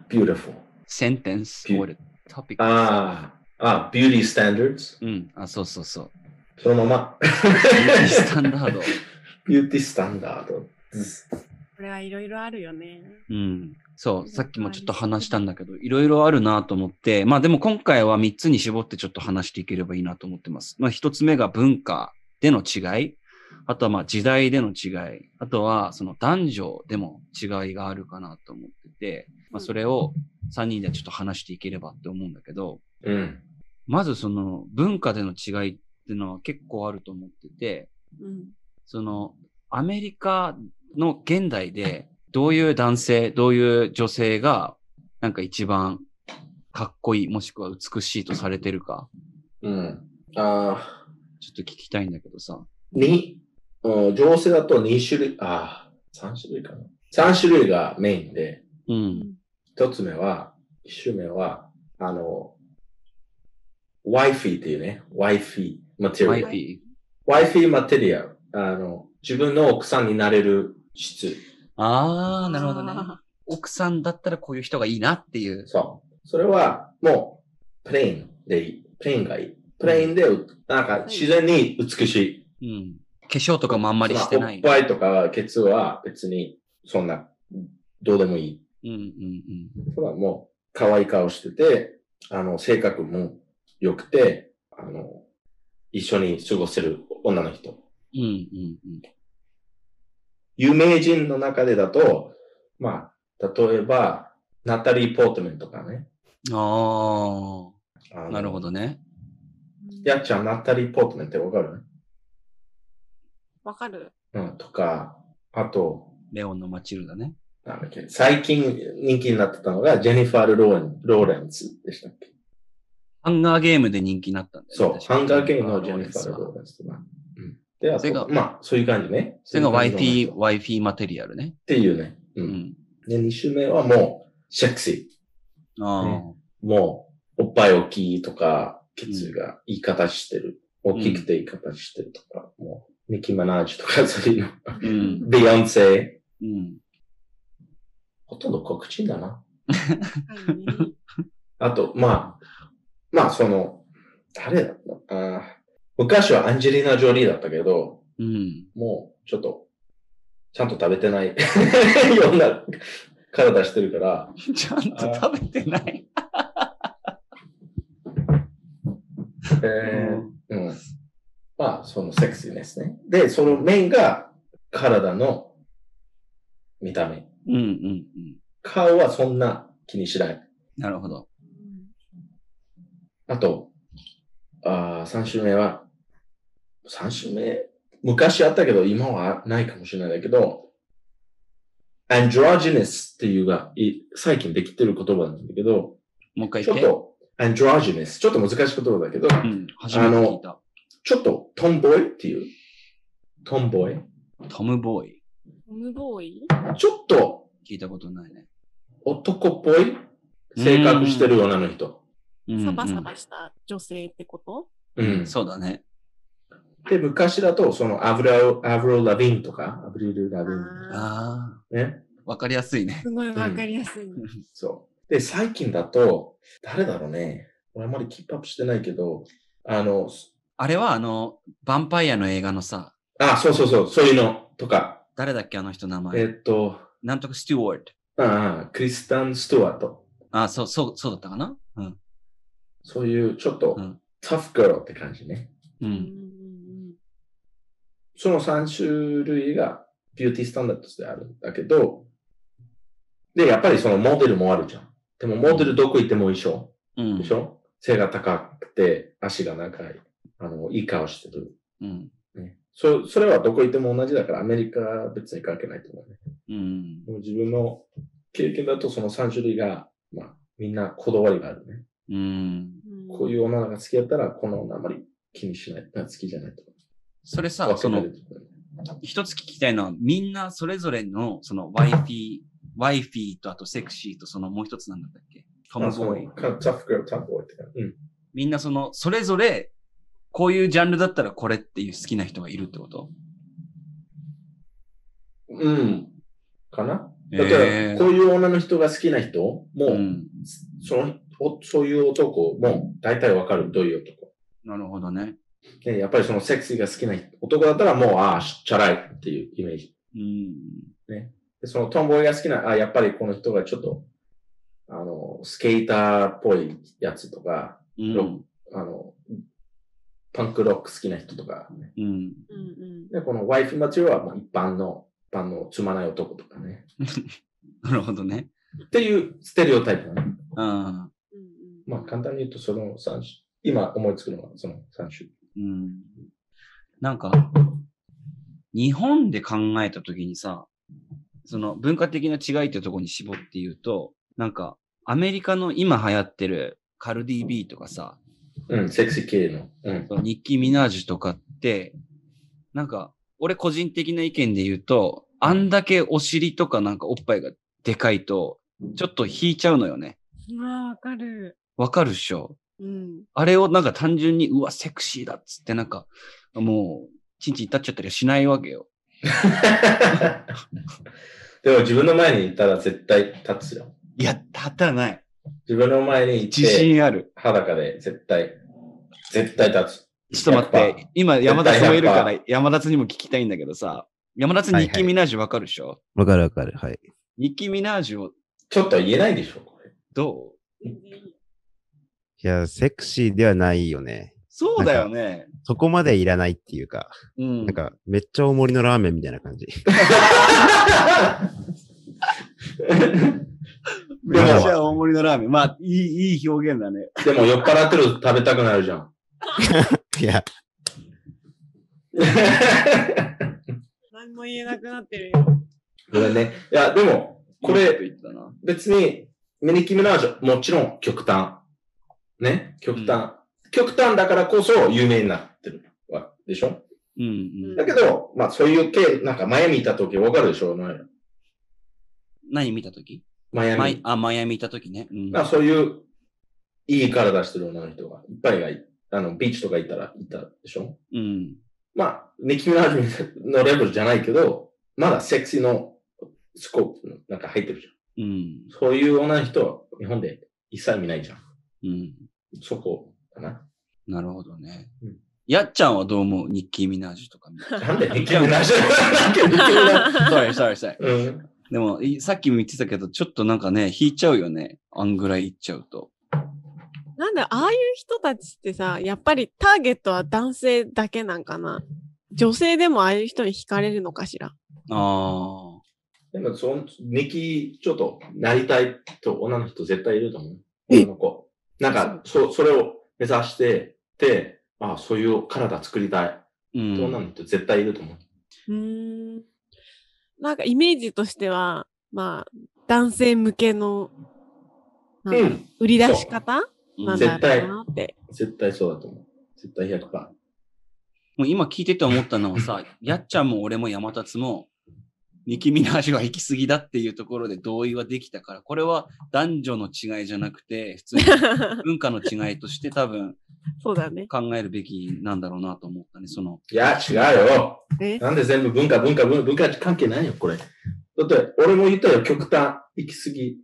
Speaker 2: ビューティフォー。
Speaker 1: sentence or the topic.
Speaker 2: ああ、あ、ビューティースタンダード。
Speaker 1: うん、あ、そうそうそう。
Speaker 2: そのまま。
Speaker 1: ビューティースタンダード。
Speaker 2: ビューティースタンダード。
Speaker 3: これはいろいろあるよね。
Speaker 1: うん。そう、さっきもちょっと話したんだけど、いろいろあるなと思って、まあでも今回は3つに絞ってちょっと話していければいいなと思ってます。まあ1つ目が文化での違い、あとはまあ時代での違い、あとはその男女でも違いがあるかなと思ってて、まあそれを3人でちょっと話していければって思うんだけど、
Speaker 2: うん。
Speaker 1: まずその文化での違いっていうのは結構あると思ってて、
Speaker 3: うん。
Speaker 1: その、アメリカの現代で、どういう男性、どういう女性が、なんか一番かっこいい、もしくは美しいとされてるか、
Speaker 2: うん。ああ。
Speaker 1: ちょっと聞きたいんだけどさ。
Speaker 2: に、うん情勢だと2種類、ああ、3種類かな。3種類がメインで、
Speaker 1: うん。
Speaker 2: 1つ目は、1種目は、あの、Wi-Fi っていうね、Wi-Fi マテ
Speaker 1: ワ
Speaker 2: リ
Speaker 1: イ
Speaker 2: アル。
Speaker 1: ピ
Speaker 2: Wi-Fi マテリアル。あの、自分の奥さんになれる質。
Speaker 1: ー。あー、なるほどね
Speaker 3: あ。
Speaker 1: 奥さんだったらこういう人がいいなっていう。
Speaker 2: そう。それは、もう、プレインでいい。プレインがいい。プレインで、なんか自然に美しい。
Speaker 1: うん。化粧とかもあんまりしてない。
Speaker 2: まあおっぱいとかケツは別に、そんな、どうでもいい。
Speaker 1: うんうん
Speaker 2: ただもう、可愛い顔してて、あの、性格も良くて、あの、一緒に過ごせる女の人。
Speaker 1: うん。うんうんうん。
Speaker 2: 有名人の中でだと、まあ、例えば、ナタリー・ポートメンとかね。
Speaker 1: あ
Speaker 2: あ
Speaker 1: ー、
Speaker 2: の
Speaker 1: なるほ。どね。
Speaker 2: やっちゃん、ナタリー・ポートメンってわかる
Speaker 3: わかる
Speaker 2: うん、とか、あと、
Speaker 1: レオンのマチルダね。
Speaker 2: なんだっけ、最近人気になってたのが、ジェニファール・ローレンローレンスでしたっけ
Speaker 1: ハンガーゲームで人気になったんだよ
Speaker 2: そう
Speaker 1: ね、。確か
Speaker 2: ハンガーゲームのジェニファール・ローレンスとか。うん。で、あ
Speaker 1: それが
Speaker 2: と、まあ、そういう感じね。
Speaker 1: それが
Speaker 2: そういう感じの女
Speaker 1: YP、
Speaker 2: の人
Speaker 1: YP マテリアルね。
Speaker 2: っていうね。う。
Speaker 1: うんん。
Speaker 2: で、2種目はもう、セクシ
Speaker 1: ああ、
Speaker 2: ー。もう、おっぱい大きいとか、ケツがいい形してる。大きくていい形してるとか、もう、ニキ・マナージュとか、そういうの。
Speaker 1: うん。
Speaker 2: ビヨンセ
Speaker 1: うん。
Speaker 2: ほとんど告知だな。
Speaker 3: はいね。
Speaker 2: あと、まあ、まあ、その、誰だったあー昔はアンジェリーナ・ジョリーだったけど、
Speaker 1: うん。
Speaker 2: もう、ちょっと、ちゃんと食べてない ような体してるから、
Speaker 1: ちゃんと食べてない。
Speaker 2: えーうん。まあ、そのセクシーですね。で、その面が体の見た目。
Speaker 1: うんうんうん。
Speaker 2: 顔はそんな気にしない。
Speaker 1: なるほど。
Speaker 2: あと、ああ、三種目は、三種目昔あったけど、今はないかもしれないけど、アン d r o g y n o u s っていうが、い最近できてる言葉なんだけど、
Speaker 1: もう一回
Speaker 2: ちょ
Speaker 1: 言
Speaker 2: っ
Speaker 1: って。
Speaker 2: と、アン d r o g y n o u s ちょっと難しい言葉だけど、
Speaker 1: うん。初めて聞いた。
Speaker 2: ちょっとトンボイっていう、トンボイ
Speaker 1: トムボーイ。
Speaker 3: トムボーイ
Speaker 2: ちょっと
Speaker 1: 聞いたことないね。
Speaker 2: 男っぽい性格してる女の人。
Speaker 1: うんうん
Speaker 3: サバサバした女性ってこと
Speaker 2: うん
Speaker 1: そうだね。
Speaker 2: で、昔だと、そのアブラオ、アブロ・ラビンとか、アブリル・ラビンとか
Speaker 3: あ
Speaker 1: ああ。
Speaker 2: ね。
Speaker 1: わかりやすいね。
Speaker 3: すごいわかりやすい。
Speaker 2: そう。で、最近だと、誰だろうね。俺あんまりキープアップしてないけど、あの、
Speaker 1: あれはあの、ヴァンパイアの映画のさ、
Speaker 2: あ、そうそうそう、そういうのとか、
Speaker 1: 誰だっけあの人名前。
Speaker 2: えっと、
Speaker 1: なんとかスチュワード。
Speaker 2: ああ、クリスタン・ストゥワート。
Speaker 1: あ、そう、そう、そうだったかなうん。
Speaker 2: そういう、ちょっと、
Speaker 1: うん
Speaker 2: タフガールって感じね。
Speaker 1: う。
Speaker 3: うん
Speaker 2: その3種類がビューティースタンダードとしてあるんだけど、で、やっぱりそのモデルもあるじゃん。でもモデルどこ行っても一緒。
Speaker 1: うん。
Speaker 2: でしょ背が高くて、足が長い。あの、いい顔してる。
Speaker 1: うん。
Speaker 2: ね。そ、それはどこ行っても同じだから、アメリカは別に関係ないと思うね。
Speaker 1: うん。
Speaker 2: でも自分の経験だとその3種類が、まあ、みんなこだわりがあるね。
Speaker 1: うん。
Speaker 2: こういう女の子が好きだったら、この女あまり気にしない。あ好きじゃないと
Speaker 1: それ
Speaker 2: か。
Speaker 1: さ、その、一つ聞きたいのは、みんなそれぞれの、その、ワイフィー、ワイフィーとあとセクシーとそのもう一つなんだったっけトムボーイ。
Speaker 2: ーイ。タフガール、タフボーイって感じ。うん。
Speaker 1: みんなその、それぞれ、こういうジャンルだったらこれっていう好きな人がいるってこと
Speaker 2: うん。かな
Speaker 1: え
Speaker 2: だから、
Speaker 1: え
Speaker 2: こういう女の人が好きな人も、
Speaker 1: うん。
Speaker 2: そのお、そういう男も大体わかる。どういう男。
Speaker 1: なるほどね。
Speaker 2: ね、やっぱりそのセクシーが好きな人男だったらもう、ああ、しチャラいっていうイメージ。
Speaker 1: うん。
Speaker 2: で、そのトンボイが好きな、あ、やっぱりこの人がちょっと、あの、スケーターっぽいやつとか、
Speaker 1: うん。
Speaker 2: あの、パンクロック好きな人とか、ね、
Speaker 1: うん。
Speaker 3: うん
Speaker 2: で、このワイフマチュアはまあ一般の、一般のつまない男とかね。
Speaker 1: なるほどね。
Speaker 2: っていうステレオタイプだね。
Speaker 1: うん。
Speaker 3: うん
Speaker 2: まあ簡単に言うとその三種。今思いつくのはその三種。
Speaker 1: うん。なんか、日本で考えたときにさ、その文化的な違いってとこに絞って言うと、なんか、アメリカの今流行ってるカルディ・ビーとかさ、
Speaker 2: うん、セクシー系の。 うん。
Speaker 1: そのニッキー・ミナージュとかって、なんか、俺個人的な意見で言うと、あんだけお尻とかなんかおっぱいがでかいと、ちょっと引いちゃうのよね。
Speaker 3: うん。ああ、わかる。
Speaker 1: わかるっしょ
Speaker 3: うん。
Speaker 1: あれをなんか単純に、うわ、セクシーだっつってなんか、もう、チンチン立っちゃったりはしないわけよ。
Speaker 2: でも自分の前にいたら絶対立つよ。
Speaker 1: いや、立たない。
Speaker 2: 自分の前にい
Speaker 1: 自
Speaker 2: て、
Speaker 1: 信ある。裸
Speaker 2: 裸で絶対、絶対立つ。
Speaker 1: ちょっと待って、今山田さんもいるから、山田さんにも聞きたいんだけどさ、山田さん、
Speaker 4: はいはい
Speaker 1: ニッキー・ミナージュわかるでしょ、
Speaker 4: わかるわかる。はい。
Speaker 1: ニッキー・ミナージュを
Speaker 2: ちょっと言えないでしょ、これ。
Speaker 1: どう
Speaker 4: いや、セクシーではないよね。
Speaker 1: そうだよね。
Speaker 4: そこまでいらないっていうか、
Speaker 1: うん。
Speaker 4: なんか、めっちゃ大盛りのラーメンみたいな感じ。
Speaker 1: めっちゃ大盛りのラーメン。まあ、いい、いい表現だね。
Speaker 2: でも酔っ払ってると食べたくなるじ ゃん。
Speaker 4: いや、
Speaker 3: 何も言えなくなって るよ。
Speaker 2: これね。いや、でも、こ
Speaker 1: いいと
Speaker 2: れ、
Speaker 1: 言ったな。
Speaker 2: 別に、ミニキミナージュ、もちろん極端。ね極端。極端だからこそ有名になってるわ。でしょ
Speaker 1: うん、うん。
Speaker 2: だけど、まあそういう系、なんかマイアミいた時わかるでしょマイ
Speaker 1: 何見たとき
Speaker 2: マイア
Speaker 1: マ
Speaker 2: ミ
Speaker 1: イ。あ、マイアミいたときね。うん。
Speaker 2: まあそういう、いい体してる女の人が、いっぱいがい、あの、ビーチとかいたら、いたでしょ
Speaker 1: うん。
Speaker 2: まあ、ニキミナージュのレベルじゃないけど、まだセクシーのスコープのなんか入ってるじゃん。
Speaker 1: うん。
Speaker 2: そういう女の人は日本で一切見ないじゃん。
Speaker 1: うん。
Speaker 2: そこかな。
Speaker 1: なるほどね。
Speaker 2: うん
Speaker 1: やっちゃんはどう思うニッキー・ミナージュとか 見て。
Speaker 2: なんでニキミナージュなんでニキミナージ
Speaker 1: sorry, sorry, sorry.
Speaker 2: ュうん。
Speaker 1: でも、いさっきも言ってたけど、ちょっとなんかね、引いちゃうよね。あんぐらい行っちゃうと。
Speaker 3: なんだ、ああいう人たちってさ、やっぱりターゲットは男性だけなんかな。女性でもああいう人に惹かれるのかしら。
Speaker 1: ああ。
Speaker 2: でも、その、ニキ、ちょっと、なりたいと女の人絶対いると思う。女の子。なんか、そ、それを目指して、で、ああ、そういう体作りたい。
Speaker 1: う
Speaker 2: って女の
Speaker 1: ん。
Speaker 2: 人絶対いると思う。
Speaker 3: うーん。なんかイメージとしては、まあ、男性向けの、なん
Speaker 2: う
Speaker 3: か
Speaker 2: ん。
Speaker 3: 売り出し方
Speaker 1: うん
Speaker 3: なん
Speaker 1: も
Speaker 3: だろうなって。
Speaker 2: 絶対そうだと思う。絶対100%。
Speaker 1: う今聞いてて思ったのはさ、 やっちゃんも俺も山達も、ニキミナージュは行き過ぎだっていうところで同意はできたから、これは男女の違いじゃなくて、普通に文化の違いとして多分
Speaker 3: そうだね。
Speaker 1: 考えるべきなんだろうなと思ったね。その、
Speaker 2: いや、違うよ。
Speaker 3: え
Speaker 2: なんで全部文化、文化、文化、文化関係ないよ、これ。だって、俺も言ったよ、極端、行き過ぎ。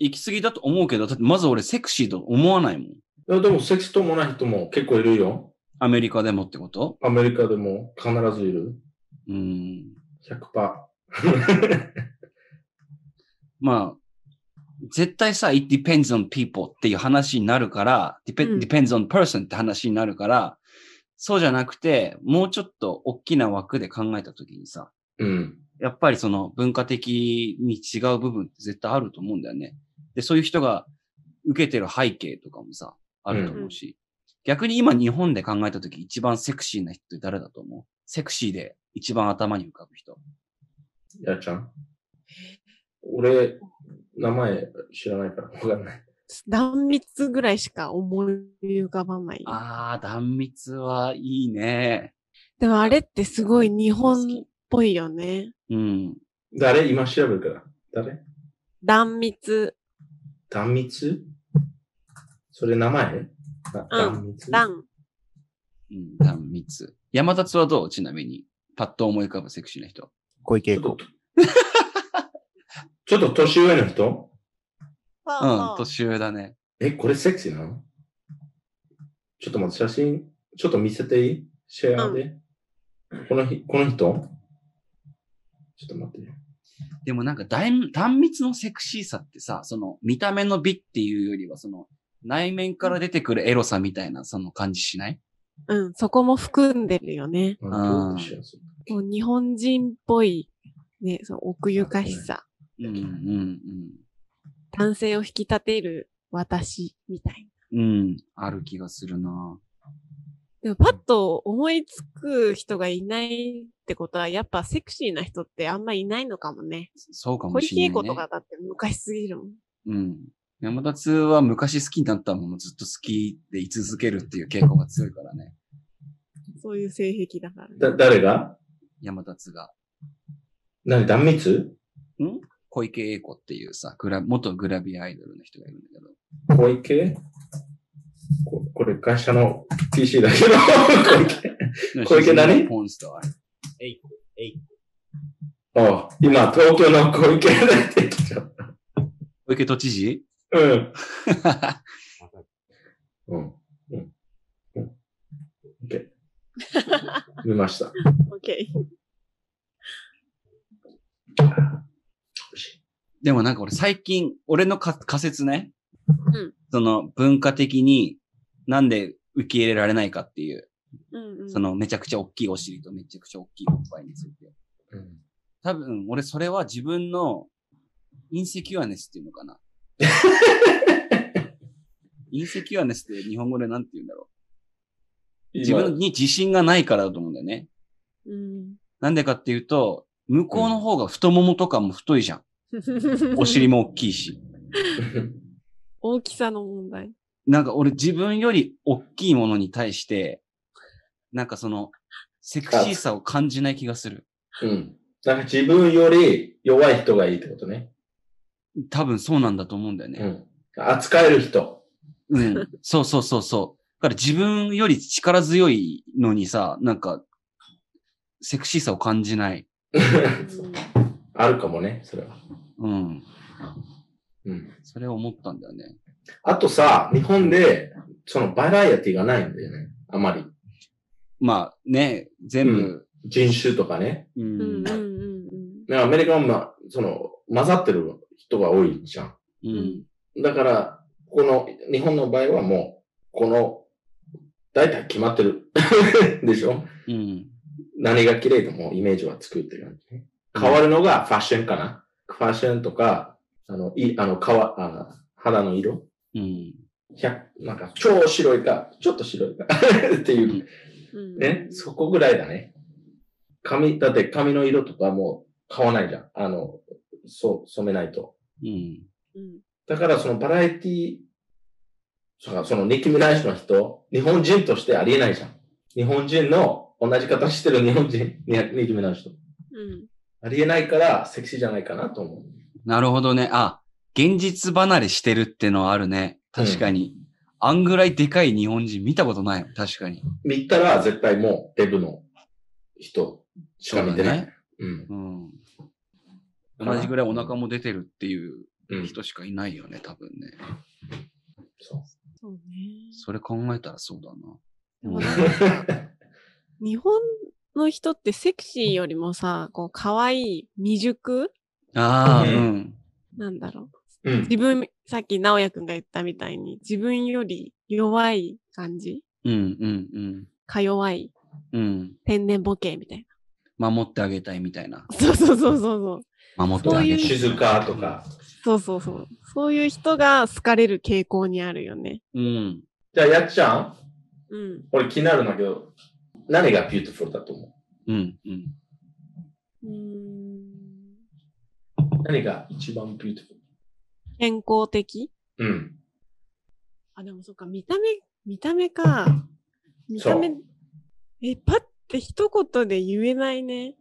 Speaker 1: 行き過ぎだと思うけど、だってまず俺セクシーと思わないもん。
Speaker 2: いやでも、セクシーともない人も結構いるよ。
Speaker 1: アメリカでもってこと
Speaker 2: アメリカでも必ずいる。
Speaker 1: うん。
Speaker 2: 100%。
Speaker 1: まあ、絶対さ、it depends on people っていう話になるから、dep-
Speaker 3: うん
Speaker 1: depends on person って話になるから、そうじゃなくて、もうちょっと大きな枠で考えたときにさ、
Speaker 2: うん。
Speaker 1: やっぱりその文化的に違う部分って絶対あると思うんだよね。で、そういう人が受けてる背景とかもさ、あると思うし。逆に今日本で考えたとき一番セクシーな人って誰だと思うセクシーで一番頭に浮かぶ人。
Speaker 2: やっちゃん。俺、名前知らないからわかんない。
Speaker 3: 断密ぐらいしか思い浮かばない。
Speaker 1: あー、断密はいいね。
Speaker 3: でもあれってすごい日本っぽいよね。
Speaker 1: うん。
Speaker 2: 誰今調べるから。誰
Speaker 3: 断密、
Speaker 2: 断密それ名前あ断密
Speaker 3: 断。
Speaker 1: うん、断密。山立はどうちなみに。パッと思い浮かぶセクシーな人。
Speaker 4: 小
Speaker 2: ち
Speaker 4: 池
Speaker 2: ょっ
Speaker 4: 栄
Speaker 2: と
Speaker 4: 子。、
Speaker 2: ちょっと年上の人
Speaker 1: うん、年上だね。
Speaker 2: え、これセクシーなのちょっと待って、写真、ちょっと見せていいシェアで。この日、この人ちょっと待って。
Speaker 1: でもなんか断断密のセクシーさってさ、その見た目の美っていうよりは、その内面から出てくるエロさみたいなその感じしない
Speaker 3: うん、そこも含んでるよね。
Speaker 1: あー
Speaker 2: どうしよう
Speaker 3: もう日本人っぽい、ね、その奥ゆかしさ。
Speaker 1: うんうん
Speaker 3: 男性を引き立てる私みたい
Speaker 1: うん。うん、ある気がするな
Speaker 3: な。でもパッと思いつく人がいないってことは、やっぱセクシーな人ってあんまいないのかもね。
Speaker 1: そうかも
Speaker 3: 堀
Speaker 1: し
Speaker 3: 木
Speaker 1: れ
Speaker 3: 恵
Speaker 1: ない、
Speaker 3: 子
Speaker 1: ね。
Speaker 3: とかだって昔すぎるもん。
Speaker 1: うん。山田通は昔好きになったものをずっと好きで居続けるっていう傾向が強いからね。
Speaker 3: そういう性癖だからね、
Speaker 2: だ誰が
Speaker 1: 山田通が。
Speaker 2: 何断密
Speaker 1: 小池栄子っていうさ、グラ元グラビアアイドルの人がいるんだけど。
Speaker 2: 小池ここれ会社の PC だけど、小池。 小池何
Speaker 1: ポンスター。
Speaker 2: あ今、東京の小池出てきちゃった。
Speaker 1: 小池都知事
Speaker 2: うん。うん。うん。うん。OK。見ました。
Speaker 3: オッケ
Speaker 1: でもなんか俺最近、俺のか仮説ね。
Speaker 3: うん
Speaker 1: その文化的になんで受け入れられないかっていう、
Speaker 3: ー。うんうん。
Speaker 1: そのめちゃくちゃ大きいお尻とめちゃくちゃ大きいおっぱいについて。
Speaker 2: うん
Speaker 1: 多分俺それは自分のインセキュアネスっていうのか な。インセキュアネスって日本語でなんて言うんだろう。自分に自信がないからだと思うんだよね。
Speaker 3: うん。
Speaker 1: なんでかっていうと、向こうの方が太ももとかも太いじゃん。お尻も大きいし。
Speaker 3: 大きさの問題。
Speaker 1: なんか俺自分より大きいものに対して、なんかその、セクシーさを感じない気がする。
Speaker 2: うん。なんか自分より弱い人がいいってことね。
Speaker 1: 多分そうなんだと思うんだよ
Speaker 2: う
Speaker 1: ね。
Speaker 2: ん。扱える人。
Speaker 1: うん。そうそうそうそう。だから自分より力強いのにさ、なんか、セクシーさを感じない。
Speaker 3: うん
Speaker 2: あるかもね、それは。
Speaker 1: うん。
Speaker 2: うん。
Speaker 1: それを思ったんだよね。
Speaker 2: あとさ、日本で、そのバラエティがないんだよね。あまり。
Speaker 1: まあね、全部、
Speaker 2: 人種とかね。
Speaker 1: う。
Speaker 3: うんんうんうん
Speaker 2: ねアメリカは、まあ、その、混ざってる人が多いじゃん。
Speaker 1: うん。うん
Speaker 2: だから、この、日本の場合はもう、この、大体決まってる。 でしょ
Speaker 1: うん。
Speaker 2: 何が綺麗でもイメージは作ってる感じね。変わるのがファッションかな。ファッションとか、あの、い、あの、皮、あ肌の色。
Speaker 1: うん。
Speaker 2: 100なんか、超白いか、ちょっと白いか。 っていう
Speaker 3: うん。
Speaker 2: ね、そこぐらいだね。髪、だって髪の色とかもう買わないじゃん。あの、そう、染めないと。
Speaker 1: うん。
Speaker 3: うん。
Speaker 2: だからそのバラエティ、そうか、そのニッキ・ミライシュの人、日本人としてありえないじゃん。日本人の同じ形してる日本人、ニニッキ・ミライシュと。
Speaker 3: うん。
Speaker 2: ありえないから、セクシーじゃないかなと思う。
Speaker 1: なるほどね。あ、現実離れしてるってのはあるね。確かに。あんぐらいでかい日本人見たことない。確かに。
Speaker 2: 見たら絶対もうデブの人しか見てない。
Speaker 1: そうだね
Speaker 2: うん。
Speaker 1: うん。同じぐらいお腹も出てるっていう
Speaker 2: うん。
Speaker 1: 人しかいないよね、多分ね。
Speaker 2: そう。
Speaker 3: そうね。
Speaker 1: それ考えたらそうだ
Speaker 3: で
Speaker 1: な。う
Speaker 3: も
Speaker 1: ん
Speaker 3: なんか、日本の人ってセクシーよりもさ、こう、可愛い未熟
Speaker 1: ああ、う
Speaker 2: うん
Speaker 1: ん。
Speaker 3: なんだろう。
Speaker 2: うん。
Speaker 3: 自分、さっき直也くんが言ったみたいに、自分より弱い感じ
Speaker 1: うん、うん、
Speaker 3: か弱い。
Speaker 1: うん。うん。
Speaker 3: 天然ボケみたい
Speaker 1: 守ってあげたいみたいな。
Speaker 3: な。 そうそうそうそうそう。
Speaker 1: 守ってあげたい。
Speaker 2: 静かとか。
Speaker 3: そうそうそう。そういう人が好かれる傾向にあるよね。
Speaker 1: うん。
Speaker 2: じゃあ、やっちゃん
Speaker 3: うん。
Speaker 2: 俺気になるんだけど、何が beautiful だと思
Speaker 1: うん、うん。
Speaker 3: うーん
Speaker 2: う何が一番 beautiful?
Speaker 3: 健康的
Speaker 2: うん。
Speaker 3: あ、でもそっか、見た目、見た目か。見た目
Speaker 2: そ、
Speaker 3: え、パッて一言で言えないね。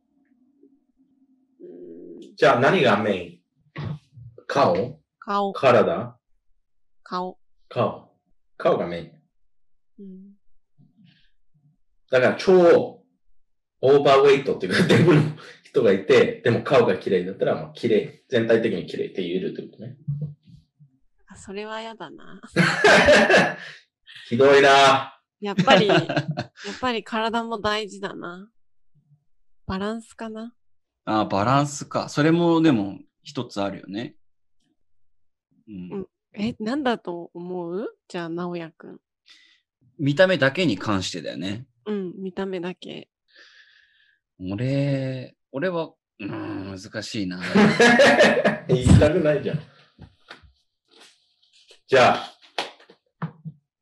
Speaker 3: うーん
Speaker 2: じゃあ、何がメイン顔
Speaker 3: 顔、
Speaker 2: 体
Speaker 3: 顔。
Speaker 2: 顔。顔がメイン。
Speaker 3: うん、
Speaker 2: だから超オーバーウェイトっていうか、デブの人がいて、でも顔が綺麗だったら、まあ綺麗。全体的に綺麗って言えるってことね。
Speaker 3: あ、それはやだな。
Speaker 2: ひどいな
Speaker 3: やっぱ り、やっぱり体も大事だな。バランスかな。
Speaker 1: ああ、バランスか。それもでも一つあるよね。うん。
Speaker 3: うんえ、なんだと思うじゃあ、直也くん。
Speaker 1: 見た目だけに関してだよね。
Speaker 3: うん、見た目だけ。
Speaker 1: 俺、俺は、うーん、難しいな。
Speaker 2: 言いたくないじゃん。じゃあ、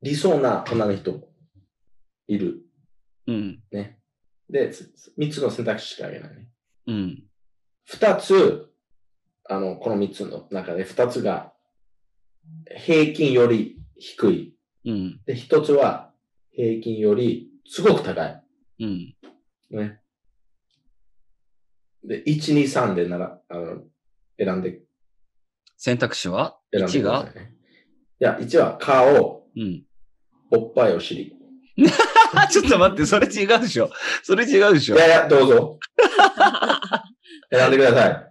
Speaker 2: 理想な女の人、いる。
Speaker 1: うん、
Speaker 2: ね。で、つつ三つの選択肢しかあげないね。
Speaker 1: うん、
Speaker 2: 二つ、あの、この三つの中で二つが、平均より低い。
Speaker 1: うん、
Speaker 2: で、一つは平均よりすごく高い。
Speaker 1: うん、
Speaker 2: ね。で、1、2、3でなら、あの、選んで、
Speaker 1: 選択肢は
Speaker 2: 選んで
Speaker 1: ?1
Speaker 2: くださ
Speaker 1: が
Speaker 2: いね。いや、1は顔、
Speaker 1: うん。
Speaker 2: おっぱい、お尻。
Speaker 1: あ、ちょっと待って、それ違うでしょ。それ違うでし
Speaker 2: い
Speaker 1: ょ。
Speaker 2: やいや、どうぞ。選んでください。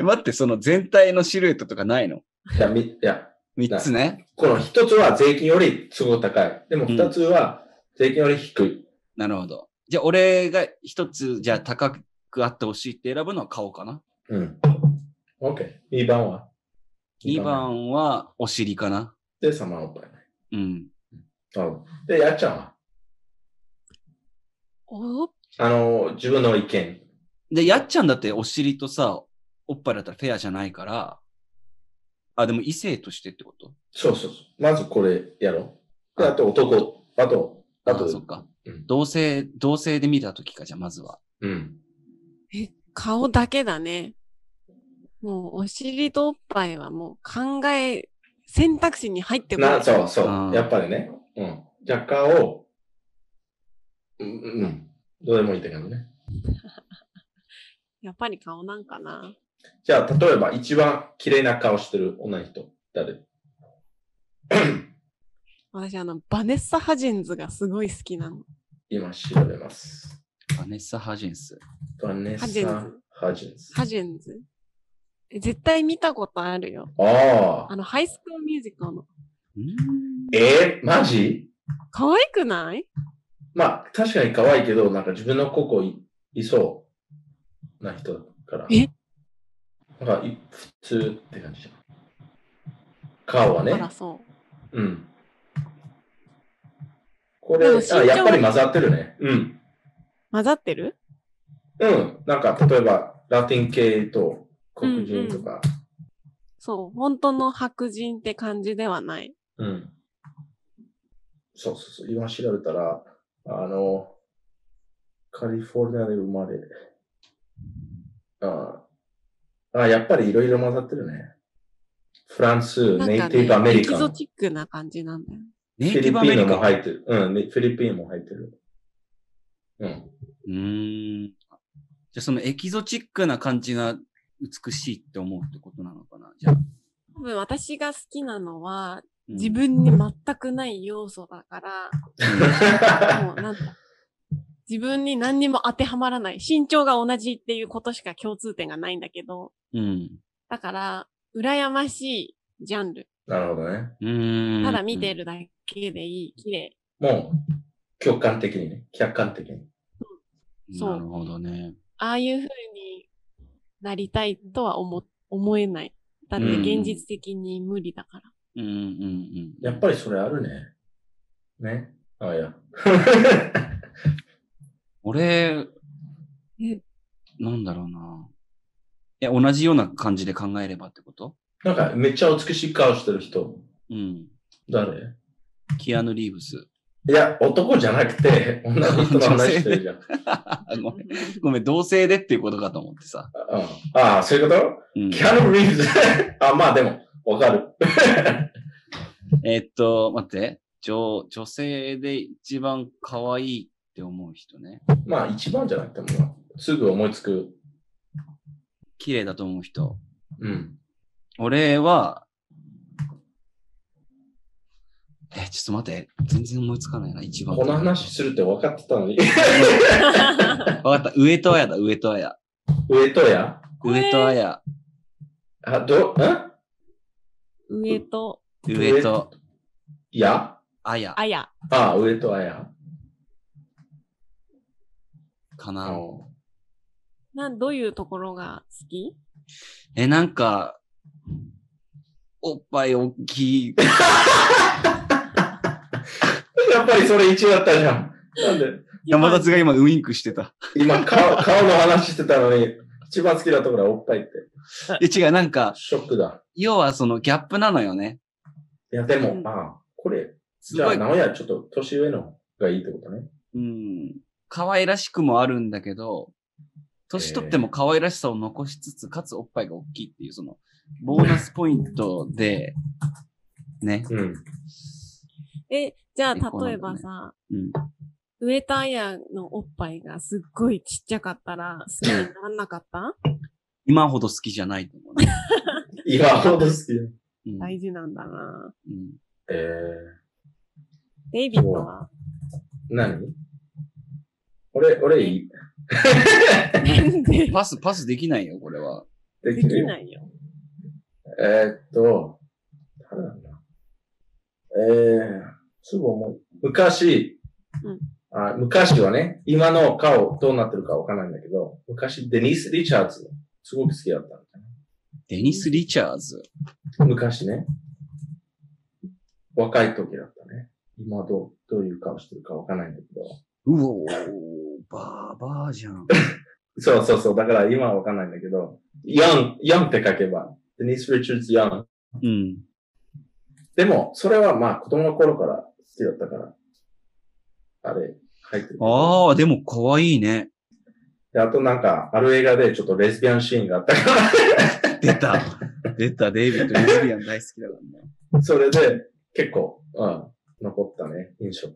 Speaker 1: え待って、その全体のシルエットとかないの
Speaker 2: いや、み、いや、
Speaker 1: ?3 つね。
Speaker 2: この一つは税金よりすごく高い。でも
Speaker 1: うん
Speaker 2: 二つは税金より低い。
Speaker 1: なるほど。じゃあ、俺が一つ、じゃあ高くあってほしいって選ぶのは顔かな。
Speaker 2: うん。OK。2番は
Speaker 1: 2。番はお尻かな。
Speaker 2: で、3番おっぱい。
Speaker 1: うん。
Speaker 2: なるほどで、やっちゃんは
Speaker 3: お
Speaker 2: あの、自分の意見。
Speaker 1: で、やっちゃんだってお尻とさ、おっぱいだったらフェアじゃないから、あ、でも異性としてってこと
Speaker 2: そうそうそう。まずこれやろう。で、あと男。あと、あと
Speaker 1: あ、そっか。
Speaker 2: うん
Speaker 1: 同性、同性で見たときか、じゃあまずは。
Speaker 2: うん。
Speaker 3: 顔だけだね。もう、お尻とおっぱいはもう考え、選択肢に入ってこな
Speaker 2: な、
Speaker 3: い。
Speaker 2: そうそ
Speaker 1: あー
Speaker 2: う。やっぱりね。うん。じゃあ顔、うん、うん。どうでもいいって感じね。
Speaker 3: やっぱり顔なんかな。
Speaker 2: じゃあ、例えば一番綺麗な顔してる女の人、誰
Speaker 3: 私、あの、バネッサ・ハジンズがすごい好きなの。
Speaker 2: 今調べます。
Speaker 1: バネッサ・ハジンス。
Speaker 2: バネ
Speaker 3: ハジン
Speaker 2: サ
Speaker 3: ズ・
Speaker 2: ハジンス。
Speaker 3: ハジンズ。え絶対見たことあるよ。
Speaker 2: あ
Speaker 3: あ
Speaker 2: あ。
Speaker 3: の、ハイスクールミュージカルの。
Speaker 2: えー、マジ
Speaker 3: 可愛くない
Speaker 2: まあ、確かに可愛いけど、なんか自分の子こいいそうな人だから。
Speaker 3: え
Speaker 2: なんかい、普通って感じじゃん。顔は
Speaker 3: あ
Speaker 2: ね。
Speaker 3: ら、そ
Speaker 2: う
Speaker 3: う。
Speaker 2: ん。こ
Speaker 3: で
Speaker 2: れ、
Speaker 3: も身長
Speaker 2: あ、やっぱり混ざってるね。うん。
Speaker 3: 混ざってる
Speaker 2: うん。なんか、例えば、ラテン系と黒人とか。
Speaker 3: そう。本当の白人って感じではない。
Speaker 2: うん、そうそうそう。今調べたら、あの、カリフォルニアで生まれ。あああ、やっぱりいろいろ混ざってるね。フランス、
Speaker 3: なん
Speaker 2: ネイ
Speaker 3: か、
Speaker 2: ティブアメ
Speaker 3: ね、エ
Speaker 2: リ
Speaker 3: キ
Speaker 2: カン。
Speaker 3: ゾ
Speaker 2: フ
Speaker 3: チックな感じなんだよ。
Speaker 1: ネイ
Speaker 2: ィ
Speaker 1: ティ
Speaker 2: リ
Speaker 1: ブアメ
Speaker 2: ピン
Speaker 1: リ
Speaker 2: も
Speaker 1: カン。
Speaker 2: 入ってる。うん、ねフィリピンも入ってる。うん。
Speaker 1: うーん。じゃあそのエキゾチックな感じが美しいって思うってことなのかなじゃあ。
Speaker 3: 多分私が好きなのは、
Speaker 1: うん
Speaker 3: 自分に全くない要素だから、もうなんか、自自分に何にも当てはまらない。身長が同じっていうことしか共通点がないんだけど、
Speaker 1: うん。
Speaker 3: だから、羨ましいジャンル。
Speaker 2: なるほどね。
Speaker 1: うー ん。
Speaker 3: ただ見てるだけでいい、綺麗。
Speaker 2: もう、客観的にね。客観的に。
Speaker 3: そう
Speaker 1: なるほどね。
Speaker 3: ああいう風になりたいとは思、思えない。だって
Speaker 2: うん
Speaker 3: 現実的に無理だから。
Speaker 1: うんうんうん。
Speaker 2: やっぱりそれあるね。ね。あいや。
Speaker 1: 俺、
Speaker 3: え
Speaker 1: なんだろうな。え、同じような感じで考えればってこと
Speaker 2: なんか、めっちゃ美しい顔してる人。
Speaker 1: うん。
Speaker 2: 誰
Speaker 1: キアヌ・リーブス。
Speaker 2: いや、男じゃなくて、女の人の話してるじゃん。
Speaker 1: あ ごめん、ごめん、同性でっていうことかと思ってさ。
Speaker 2: あああ、そういうこと
Speaker 1: うん
Speaker 2: キャノリーズ。 あ、まあでも、わかる。
Speaker 1: えっと、待って。女、女性で一番可愛いって思う人ね。
Speaker 2: まあ一番じゃなくても、すぐ思いつく。
Speaker 1: 綺麗だと思う人。
Speaker 2: うん。
Speaker 1: 俺は、え、ちょっと待って。全然思いつかないな、一番。
Speaker 2: この話するって分かってたの に。
Speaker 1: わかった。上戸彩だ、上戸彩。
Speaker 2: 上戸や
Speaker 1: 上戸彩。
Speaker 2: あ、ど、ん
Speaker 3: 上と、
Speaker 1: 上戸
Speaker 2: や
Speaker 1: 彩
Speaker 3: あや。
Speaker 2: ああ、上戸や。
Speaker 1: か
Speaker 2: あ
Speaker 1: な。
Speaker 2: の
Speaker 3: なん、どういうところが好き
Speaker 1: え、なんか、おっぱい大き い。
Speaker 2: やっぱりそれ一位だったじゃん。なんで、
Speaker 1: 山立が今ウインクしてた。
Speaker 2: 今顔、顔の話してたのに、一番好きなところはおっぱいって。
Speaker 1: え、違う、なんか、
Speaker 2: ショックだ。
Speaker 1: 要はそのギャップなのよね。
Speaker 2: いや、でも、
Speaker 3: うん
Speaker 2: ああ、これ、
Speaker 1: す
Speaker 2: じゃ
Speaker 1: ご
Speaker 2: あ、
Speaker 1: い、
Speaker 2: 直やちょっと年上のがいいってことね。
Speaker 1: うん。可愛らしくもあるんだけど、年取っても可愛らしさを残しつつ、かつおっぱいが大きいっていう、その、ボーナスポイントで、ね。
Speaker 2: うん。
Speaker 3: え、じゃあ、
Speaker 1: 結構なんだね
Speaker 3: 例えばさ、
Speaker 1: うん。
Speaker 3: 上とあやのおっぱいがすっごいちっちゃかったら好きにならなかった
Speaker 1: 今ほど好きじゃないと思うね。
Speaker 2: 今ほど好き。
Speaker 1: うん
Speaker 3: 大事なんだな
Speaker 1: うん
Speaker 2: えー、
Speaker 3: デイビッドは
Speaker 2: 何俺、俺いい。
Speaker 3: 全然
Speaker 1: パス、パスできないよ、これは。
Speaker 2: で
Speaker 3: で
Speaker 2: きる
Speaker 3: き
Speaker 2: よ
Speaker 3: ないよ。
Speaker 2: えーっと、誰なんだえー、すぐ思う。昔、
Speaker 3: うん
Speaker 2: あ昔はね、今の顔どうなってるかわかんないんだけど、昔デニス・リチャーズ、すごく好きだったんだよ
Speaker 1: デニス・リチャーズ。
Speaker 2: ね。昔ね。若い時だったね。今どう、どういう顔してるかわかんないんだけど。
Speaker 1: うおー、バーバーじゃん。
Speaker 2: そうそうそう。だから今はわかんないんだけど、ヤン、ヤンって書けば、デニス・リチャーズ・ヤン。
Speaker 1: うん。
Speaker 2: でも、それはまあ子供の頃から好きだったから、あれ、入ってる。
Speaker 1: ああ、でも可愛いね。
Speaker 2: で、あとなんか、ある映画でちょっとレズビアンシーンがあったか
Speaker 1: 出た。出た、デイビッド・レズビアン大好きだからね。
Speaker 2: ら、 それで結構、うん、残ったね、印象が。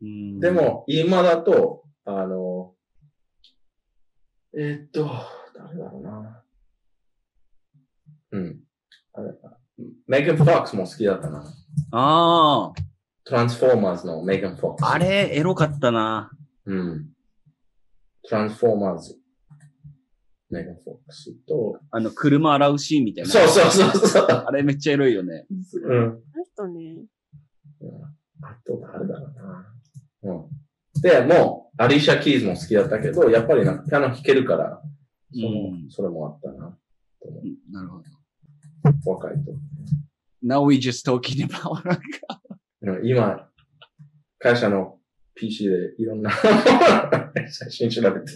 Speaker 1: うん
Speaker 2: で、も、今だと、あの、えーっと、誰だろうな。うん。あれメイガン・フォックスも好きだったな。
Speaker 1: あ
Speaker 2: トランスフォーマーズのメイガン・フォックス。
Speaker 1: あ、あれ、エロかったな。
Speaker 2: うん。トランスフォーマーズ。メガフォックスと。
Speaker 1: あの、車洗うシーンみたいな。
Speaker 2: そうそうそうそう。
Speaker 1: あれめっちゃエロいよね。
Speaker 2: うん。
Speaker 3: あの人ね、
Speaker 2: あと誰だろうな。うん。で、もう、アリシャ・キーズも好きだったけど、やっぱりなんかピアノ弾けるから、その
Speaker 1: うん
Speaker 2: それもあったな。
Speaker 1: うんなるほど。
Speaker 2: 若いと。
Speaker 1: Now we just talking about
Speaker 2: うん今、会社の PC でいろんな 写真調べて。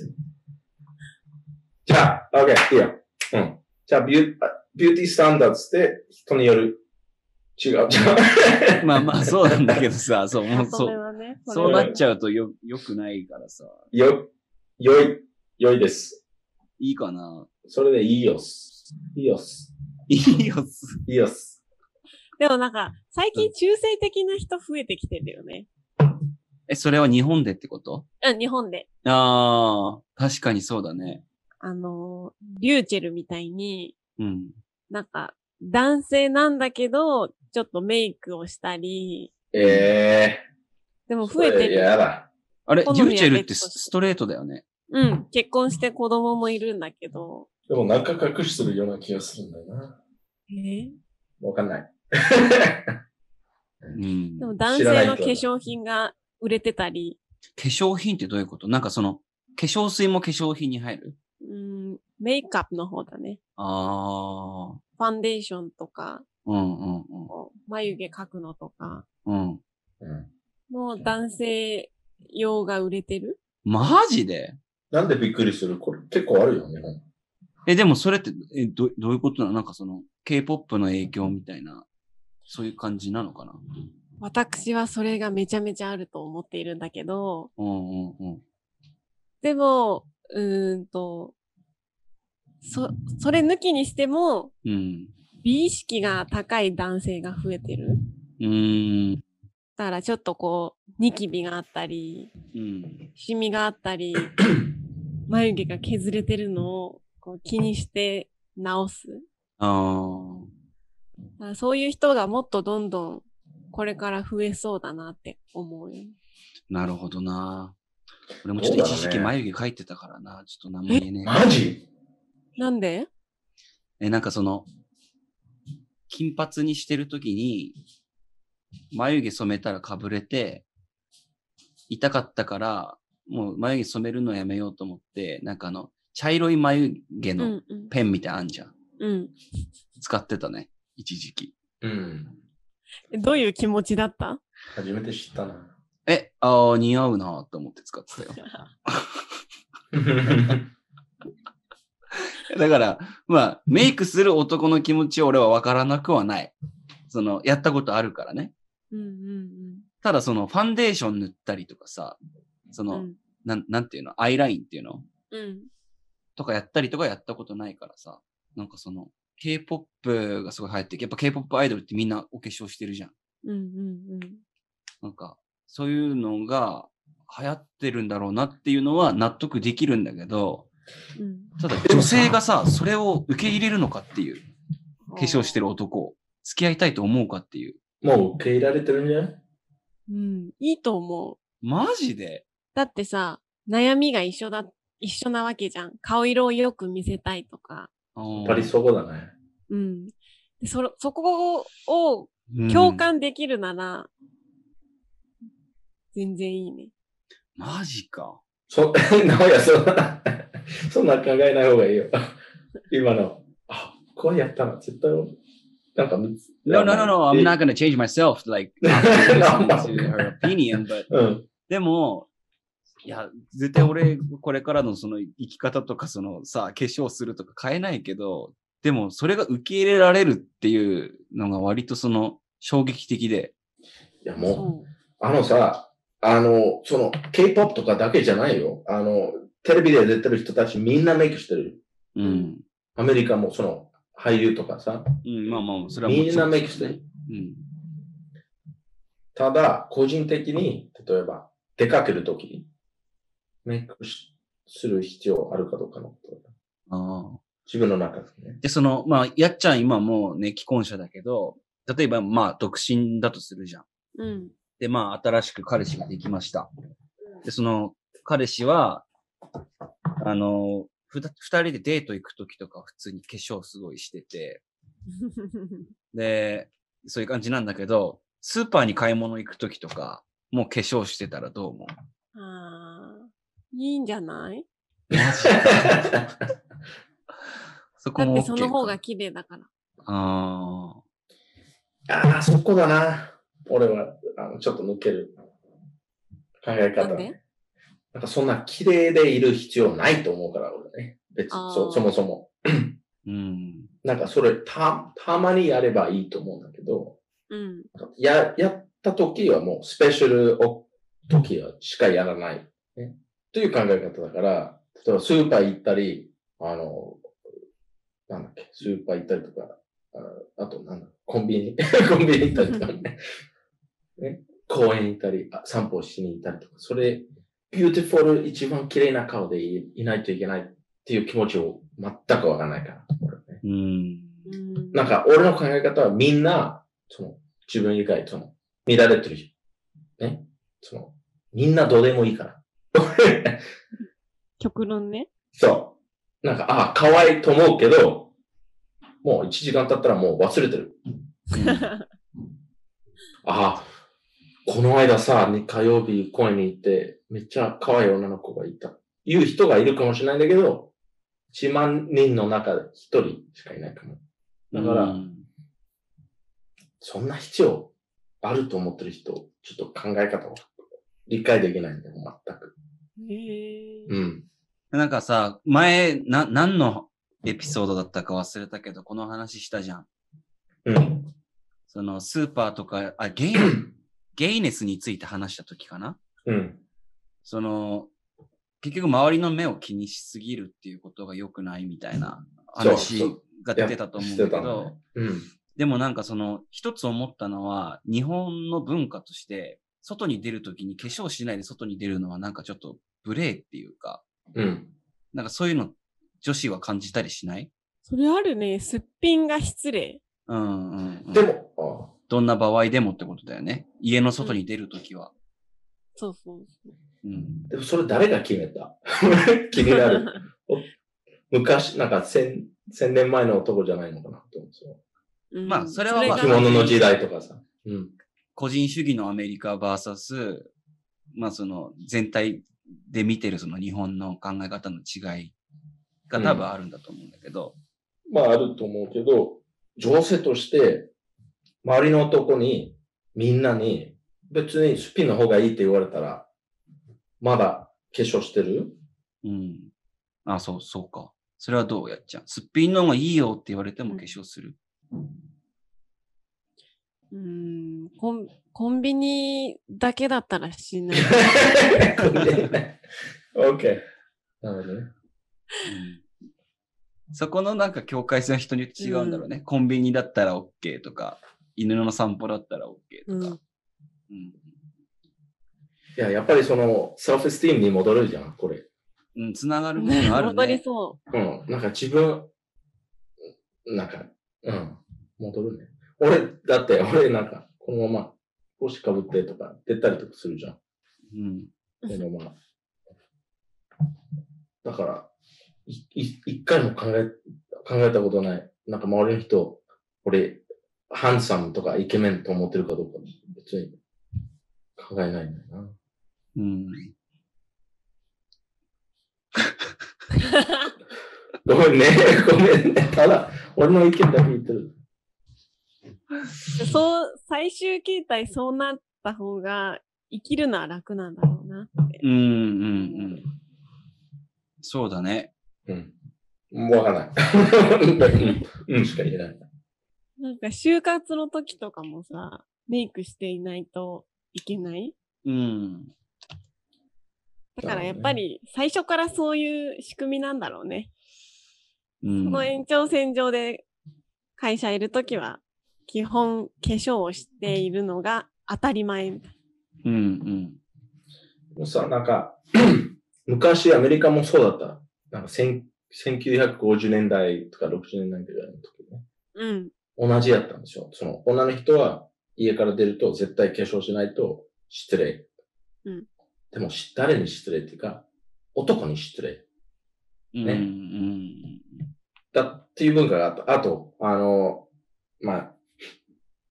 Speaker 2: じゃあ、OK、いいよ。うん。じゃあビュー、ビューティースタンダードって人による。違う、違う。
Speaker 1: まあまあ、そうなんだけど さ、そう、もう
Speaker 3: そ
Speaker 1: そ
Speaker 3: れ
Speaker 1: う。
Speaker 3: はね、
Speaker 1: そう
Speaker 3: れは
Speaker 1: なっちゃうとよ、よくないからさ。
Speaker 2: よ、良い、良いです。
Speaker 1: いいかな。
Speaker 2: それでいいよっす。いいよっす。
Speaker 1: いいよ、
Speaker 2: いいよっす。
Speaker 3: でもなんか、最近中性的な人増えてきてるよね。
Speaker 1: え、それは日本でってこと
Speaker 3: うん、日本で。
Speaker 1: ああ、確かにそうだね。
Speaker 3: あのー、リューチェルみたいに、
Speaker 1: うん。
Speaker 3: なんか、男性なんだけど、ちょっとメイクをしたり、
Speaker 2: ええ
Speaker 3: でも
Speaker 2: ー。
Speaker 3: 増えて
Speaker 2: いや、や
Speaker 3: る。
Speaker 2: だ。
Speaker 1: あれ、リ
Speaker 3: 好みは
Speaker 1: ューチェルって
Speaker 3: 別として
Speaker 1: ストレートだよね。
Speaker 3: うん。結婚して子供もいるんだけど。
Speaker 2: でもなんか隠しするような気がするんだよな。
Speaker 3: え
Speaker 2: わかんない。
Speaker 1: うん。
Speaker 3: で
Speaker 1: 化
Speaker 3: も男
Speaker 2: 知らない人
Speaker 3: 性の
Speaker 2: は
Speaker 3: 化粧品が売れてたり、
Speaker 1: 粧品ってどういうことなんかその、化粧水も化粧品に入る
Speaker 3: うん、メイクアップの方だね。
Speaker 1: ああ。
Speaker 3: ファンデーションとか、
Speaker 1: うんうん
Speaker 3: こう眉毛描くのとか、
Speaker 1: うん。うん。
Speaker 2: うん
Speaker 3: の男性用が売れてる
Speaker 1: マジで
Speaker 2: なんでびっくりするこれ結構あるよ、日本。
Speaker 1: え、でもそれって、え、ど、どういうことなのなんかその、K-POP の影響みたいな、そういう感じなのかな
Speaker 3: 私はそれがめちゃめちゃあると思っているんだけど、
Speaker 1: うんうんうん。
Speaker 3: でも、うーんと、そ、それ抜きにしても、
Speaker 1: うん。
Speaker 3: 美意識が高い男性が増えてる。
Speaker 1: うーん。
Speaker 3: だからちょっとこう、ニキビがあったり、
Speaker 1: うん。
Speaker 3: シミがあった り、眉毛が削れてるのをこう気にして直す。
Speaker 1: ああ。
Speaker 3: だからそういう人がもっとどんどんこれから増えそうだなって思うよ。
Speaker 1: なるほどな。俺もちょっと一時期眉毛描いてたからな。ちょっと何も言えね
Speaker 2: マジ
Speaker 3: なんで
Speaker 1: え。え、なんかその、金髪にしてるときに、眉毛染めたらかぶれて、痛かったから、もう眉毛染めるのやめようと思って、なんかあの、茶色い眉毛
Speaker 3: う
Speaker 1: の
Speaker 3: んうん。
Speaker 1: ペンみたいなのあんじゃん。
Speaker 3: うん。
Speaker 1: 使ってたね。一時期。
Speaker 2: うん。
Speaker 3: えどういう気持ちだった
Speaker 2: 初めて知ったな。
Speaker 1: え、ああ、似合うなと思って使ってたよ。 だから、まあ、メイクする男の気持ちは俺は分からなくはない。その、やったことあるからね。
Speaker 3: うんうん
Speaker 1: ただ、その、ファンデーション塗ったりとかさ、そ
Speaker 3: うん。う
Speaker 1: の、
Speaker 3: ん
Speaker 1: なん、なんていうの、アイラインっていうの
Speaker 3: うん。
Speaker 1: とかやったりとかやったことないからさ、なんかその、K-POP がすごい流行って、やっぱ K-POP アイドルってみんなお化粧してるじゃん。
Speaker 3: うんうんうん。
Speaker 1: なんか、そういうのが流行ってるんだろうなっていうのは納得できるんだけど、
Speaker 3: うん
Speaker 1: ただ女性がさ、それを受け入れるのかっていう。化粧してる男を付き合いたいと思うかっていう。
Speaker 2: もう受け入れられてるんじゃない
Speaker 3: うん、いいと思う。
Speaker 1: マジで
Speaker 3: だってさ、悩みが一緒だ、一緒なわけじゃん。顔色をよく見せたいとか。
Speaker 1: や
Speaker 2: やっぱりそこだね。
Speaker 3: うん。でそ、そこを
Speaker 1: うん
Speaker 3: 共感できるなら、全然いいね。
Speaker 1: マジか。
Speaker 2: そ、 なおや、そんな、 そんな考えない方がいいよ。今の、あ、こうやったら絶対、なんか見つ、
Speaker 1: No, no, no, no, I'm
Speaker 2: え
Speaker 1: not gonna change myself, like, after listening to her opinion, but,
Speaker 2: うん。
Speaker 1: でも、いや、絶対俺、これからのその生き方とか、そのさ、化粧するとか変えないけど、でも、それが受け入れられるっていうのが割とその、衝撃的で。
Speaker 2: いや、もう、
Speaker 3: そ
Speaker 2: あのさ、あの、その、K-POP とかだけじゃないよ。あの、テレビで出てる人たちみんなメイクしてる。
Speaker 1: うん。
Speaker 2: アメリカもその、俳優とかさ、
Speaker 1: うん、まあまあ、それはもちろ
Speaker 2: みんなメイクしてる。
Speaker 1: うん。
Speaker 2: ただ、個人的に、例えば、出かけるときに、メイクしする必要あるかどうかのことだ。
Speaker 1: ああ。
Speaker 2: 自分の中で ね。
Speaker 1: で、その、まあ、やっちゃん今もうね、既婚者だけど、例えば、まあ、独身だとするじゃん。
Speaker 3: う。うん。
Speaker 1: で、まあ、新しく彼氏ができました。で、その、彼氏は、あの、ふた二人でデート行くときとか普通に化粧すごいしてて、で、そういう感じなんだけど、スーパーに買い物行くときとか、もう化粧してたらどう思う
Speaker 3: ああ、いいんじゃない
Speaker 1: そこ
Speaker 3: だっ
Speaker 1: も、OK
Speaker 3: て
Speaker 1: か、
Speaker 3: その方が綺麗だから。
Speaker 1: ああ。
Speaker 2: ああ、そこだな。俺は、あの、ちょっと抜ける。考え方。
Speaker 3: なんで
Speaker 2: なんかそんな綺麗でいる必要ないと思うから、俺ね。別に、
Speaker 3: あー
Speaker 2: そ、そもそも。
Speaker 1: うん。
Speaker 2: なんかそれ、た、たまにやればいいと思うんだけど、
Speaker 3: うん。
Speaker 2: や、やった時はもう、スペシャルを、時はしかやらない。ね。という考え方だから、例えばスーパー行ったり、あの、なんだっけ、スーパー行ったりとか、ああと、なんだ、コンビニ、 コンビニ行ったりとかね。ね公園行ったり、あ散歩しに行ったりとか、それ、ビューティフォル、一番綺麗な顔でいいないといけないっていう気持ちを全くわからないから、俺ね。
Speaker 1: うん。
Speaker 3: うん、
Speaker 2: なんか、俺の考え方はみんな、その、自分以外、その、見られてる人。ね。その、みんなどうでもいいから。
Speaker 3: 極論ね。
Speaker 2: そう。なんか、ああ、可愛いと思うけど、もう1時間経ったらもう忘れてる。ああ、この間さ、に火曜日公園に行って、めっちゃ可愛い女の子がいた。いう人がいるかもしれないんだけど、1万人の中で1人しかいないかも。だから
Speaker 1: うん
Speaker 2: そんな必要あると思ってる人、ちょっと考え方を理解できないんだよ、全く。
Speaker 3: へ
Speaker 2: う
Speaker 3: え。
Speaker 2: ん。
Speaker 1: なんかさ、前、な、何のエピソードだったか忘れたけど、この話したじゃん。
Speaker 2: うん。
Speaker 1: その、スーパーとか、あ、ゲイ、 ゲイネスについて話した時かな
Speaker 2: うん。
Speaker 1: その、結局周りの目を気にしすぎるっていうことが良くないみたいな
Speaker 2: そ
Speaker 1: 話
Speaker 2: う
Speaker 1: が出てたと思うんだけど、
Speaker 2: うん。
Speaker 1: でもなんかその、一つ思ったのは、日本の文化として、外に出るときに化粧しないで外に出るのはなんかちょっと無礼っていうか、
Speaker 2: うん。
Speaker 1: なんかそういうの女子は感じたりしない
Speaker 3: それあるね。すっぴんが失礼。
Speaker 1: うんうん、うん。
Speaker 2: で、も、
Speaker 1: どんな場合でもってことだよね。家の外に出るときは。
Speaker 3: そうそうそう。
Speaker 1: うん
Speaker 2: あ。でもそれ誰が決めた 気になる。昔、なんか千、千年前の男じゃないのかなと思うんですよ。
Speaker 3: うん
Speaker 1: まあそれはまあ
Speaker 3: が
Speaker 2: 着物の時代とかさ。うん。
Speaker 1: 個人主義のアメリカ VS、まあその全体で見てるその日本の考え方の違いが多分あるんだと思うんだけど、
Speaker 2: まああると思うけど、情勢として、周りの男に、みんなに、別にスピンの方がいいって言われたら、まだ化粧して る
Speaker 1: うん。あ、そう、そうか。それはどうやっちゃうすっぴんの方がいいよって言われても化粧する。
Speaker 3: うんコン。コンビニだけだったら しない。
Speaker 2: ?OK。なるほどね。
Speaker 1: うんそこのなんか境界線は人によって違うんだろうね。コンビニだったら OK とか、犬の散歩だったら OK とか。うん
Speaker 2: いや、やっぱりその、セルフスティームに戻るじゃん、これ。
Speaker 1: うん、つなが
Speaker 3: う
Speaker 1: る
Speaker 3: ん。
Speaker 1: ものがあ るね。
Speaker 3: 戻りそ
Speaker 2: うん。なんか自分、なんか、うん。戻るね。俺、だって、俺なんか、このまま、帽子かぶってとか、出たりとかするじゃん。
Speaker 1: うん。
Speaker 2: この まま。だから、いい一回も考え、考えたことない。なんか周りの人、俺、ハンサムとかイケメンと思ってるかどうか、別に考えないんだよな。
Speaker 1: うん。
Speaker 2: ごめんね、 ごめんね。ただ、俺の意見だけ言ってる。
Speaker 3: う。そう、最終形態そうなった方が生きるのは楽なんだろうなって。
Speaker 1: うん、うん、うん。そうだね。
Speaker 2: うん。もうわからない。 うんうんしか言えない。
Speaker 3: なんか就活の時とかもさ、メイクしていないといけない。
Speaker 1: うん。
Speaker 3: だからやっぱり最初からそういう仕組みなんだろうね。
Speaker 1: うん
Speaker 3: この延長線上で会社いるときは、基本化粧をしているのが当たり前みたい
Speaker 1: うん、うん。
Speaker 2: もうさ、なんか、 昔アメリカもそうだった。なんか、千1950年代とか60年代ぐらいの時ね。
Speaker 3: な。うん。
Speaker 2: 同じやったんですよ。その、女の人は家から出ると絶対化粧しないと失礼。
Speaker 3: うん。
Speaker 2: でも、し誰に失礼っていうか、男に失礼。
Speaker 1: うん、
Speaker 2: ね
Speaker 1: うん。
Speaker 2: だっていう文化があった。あと、あの、まあ、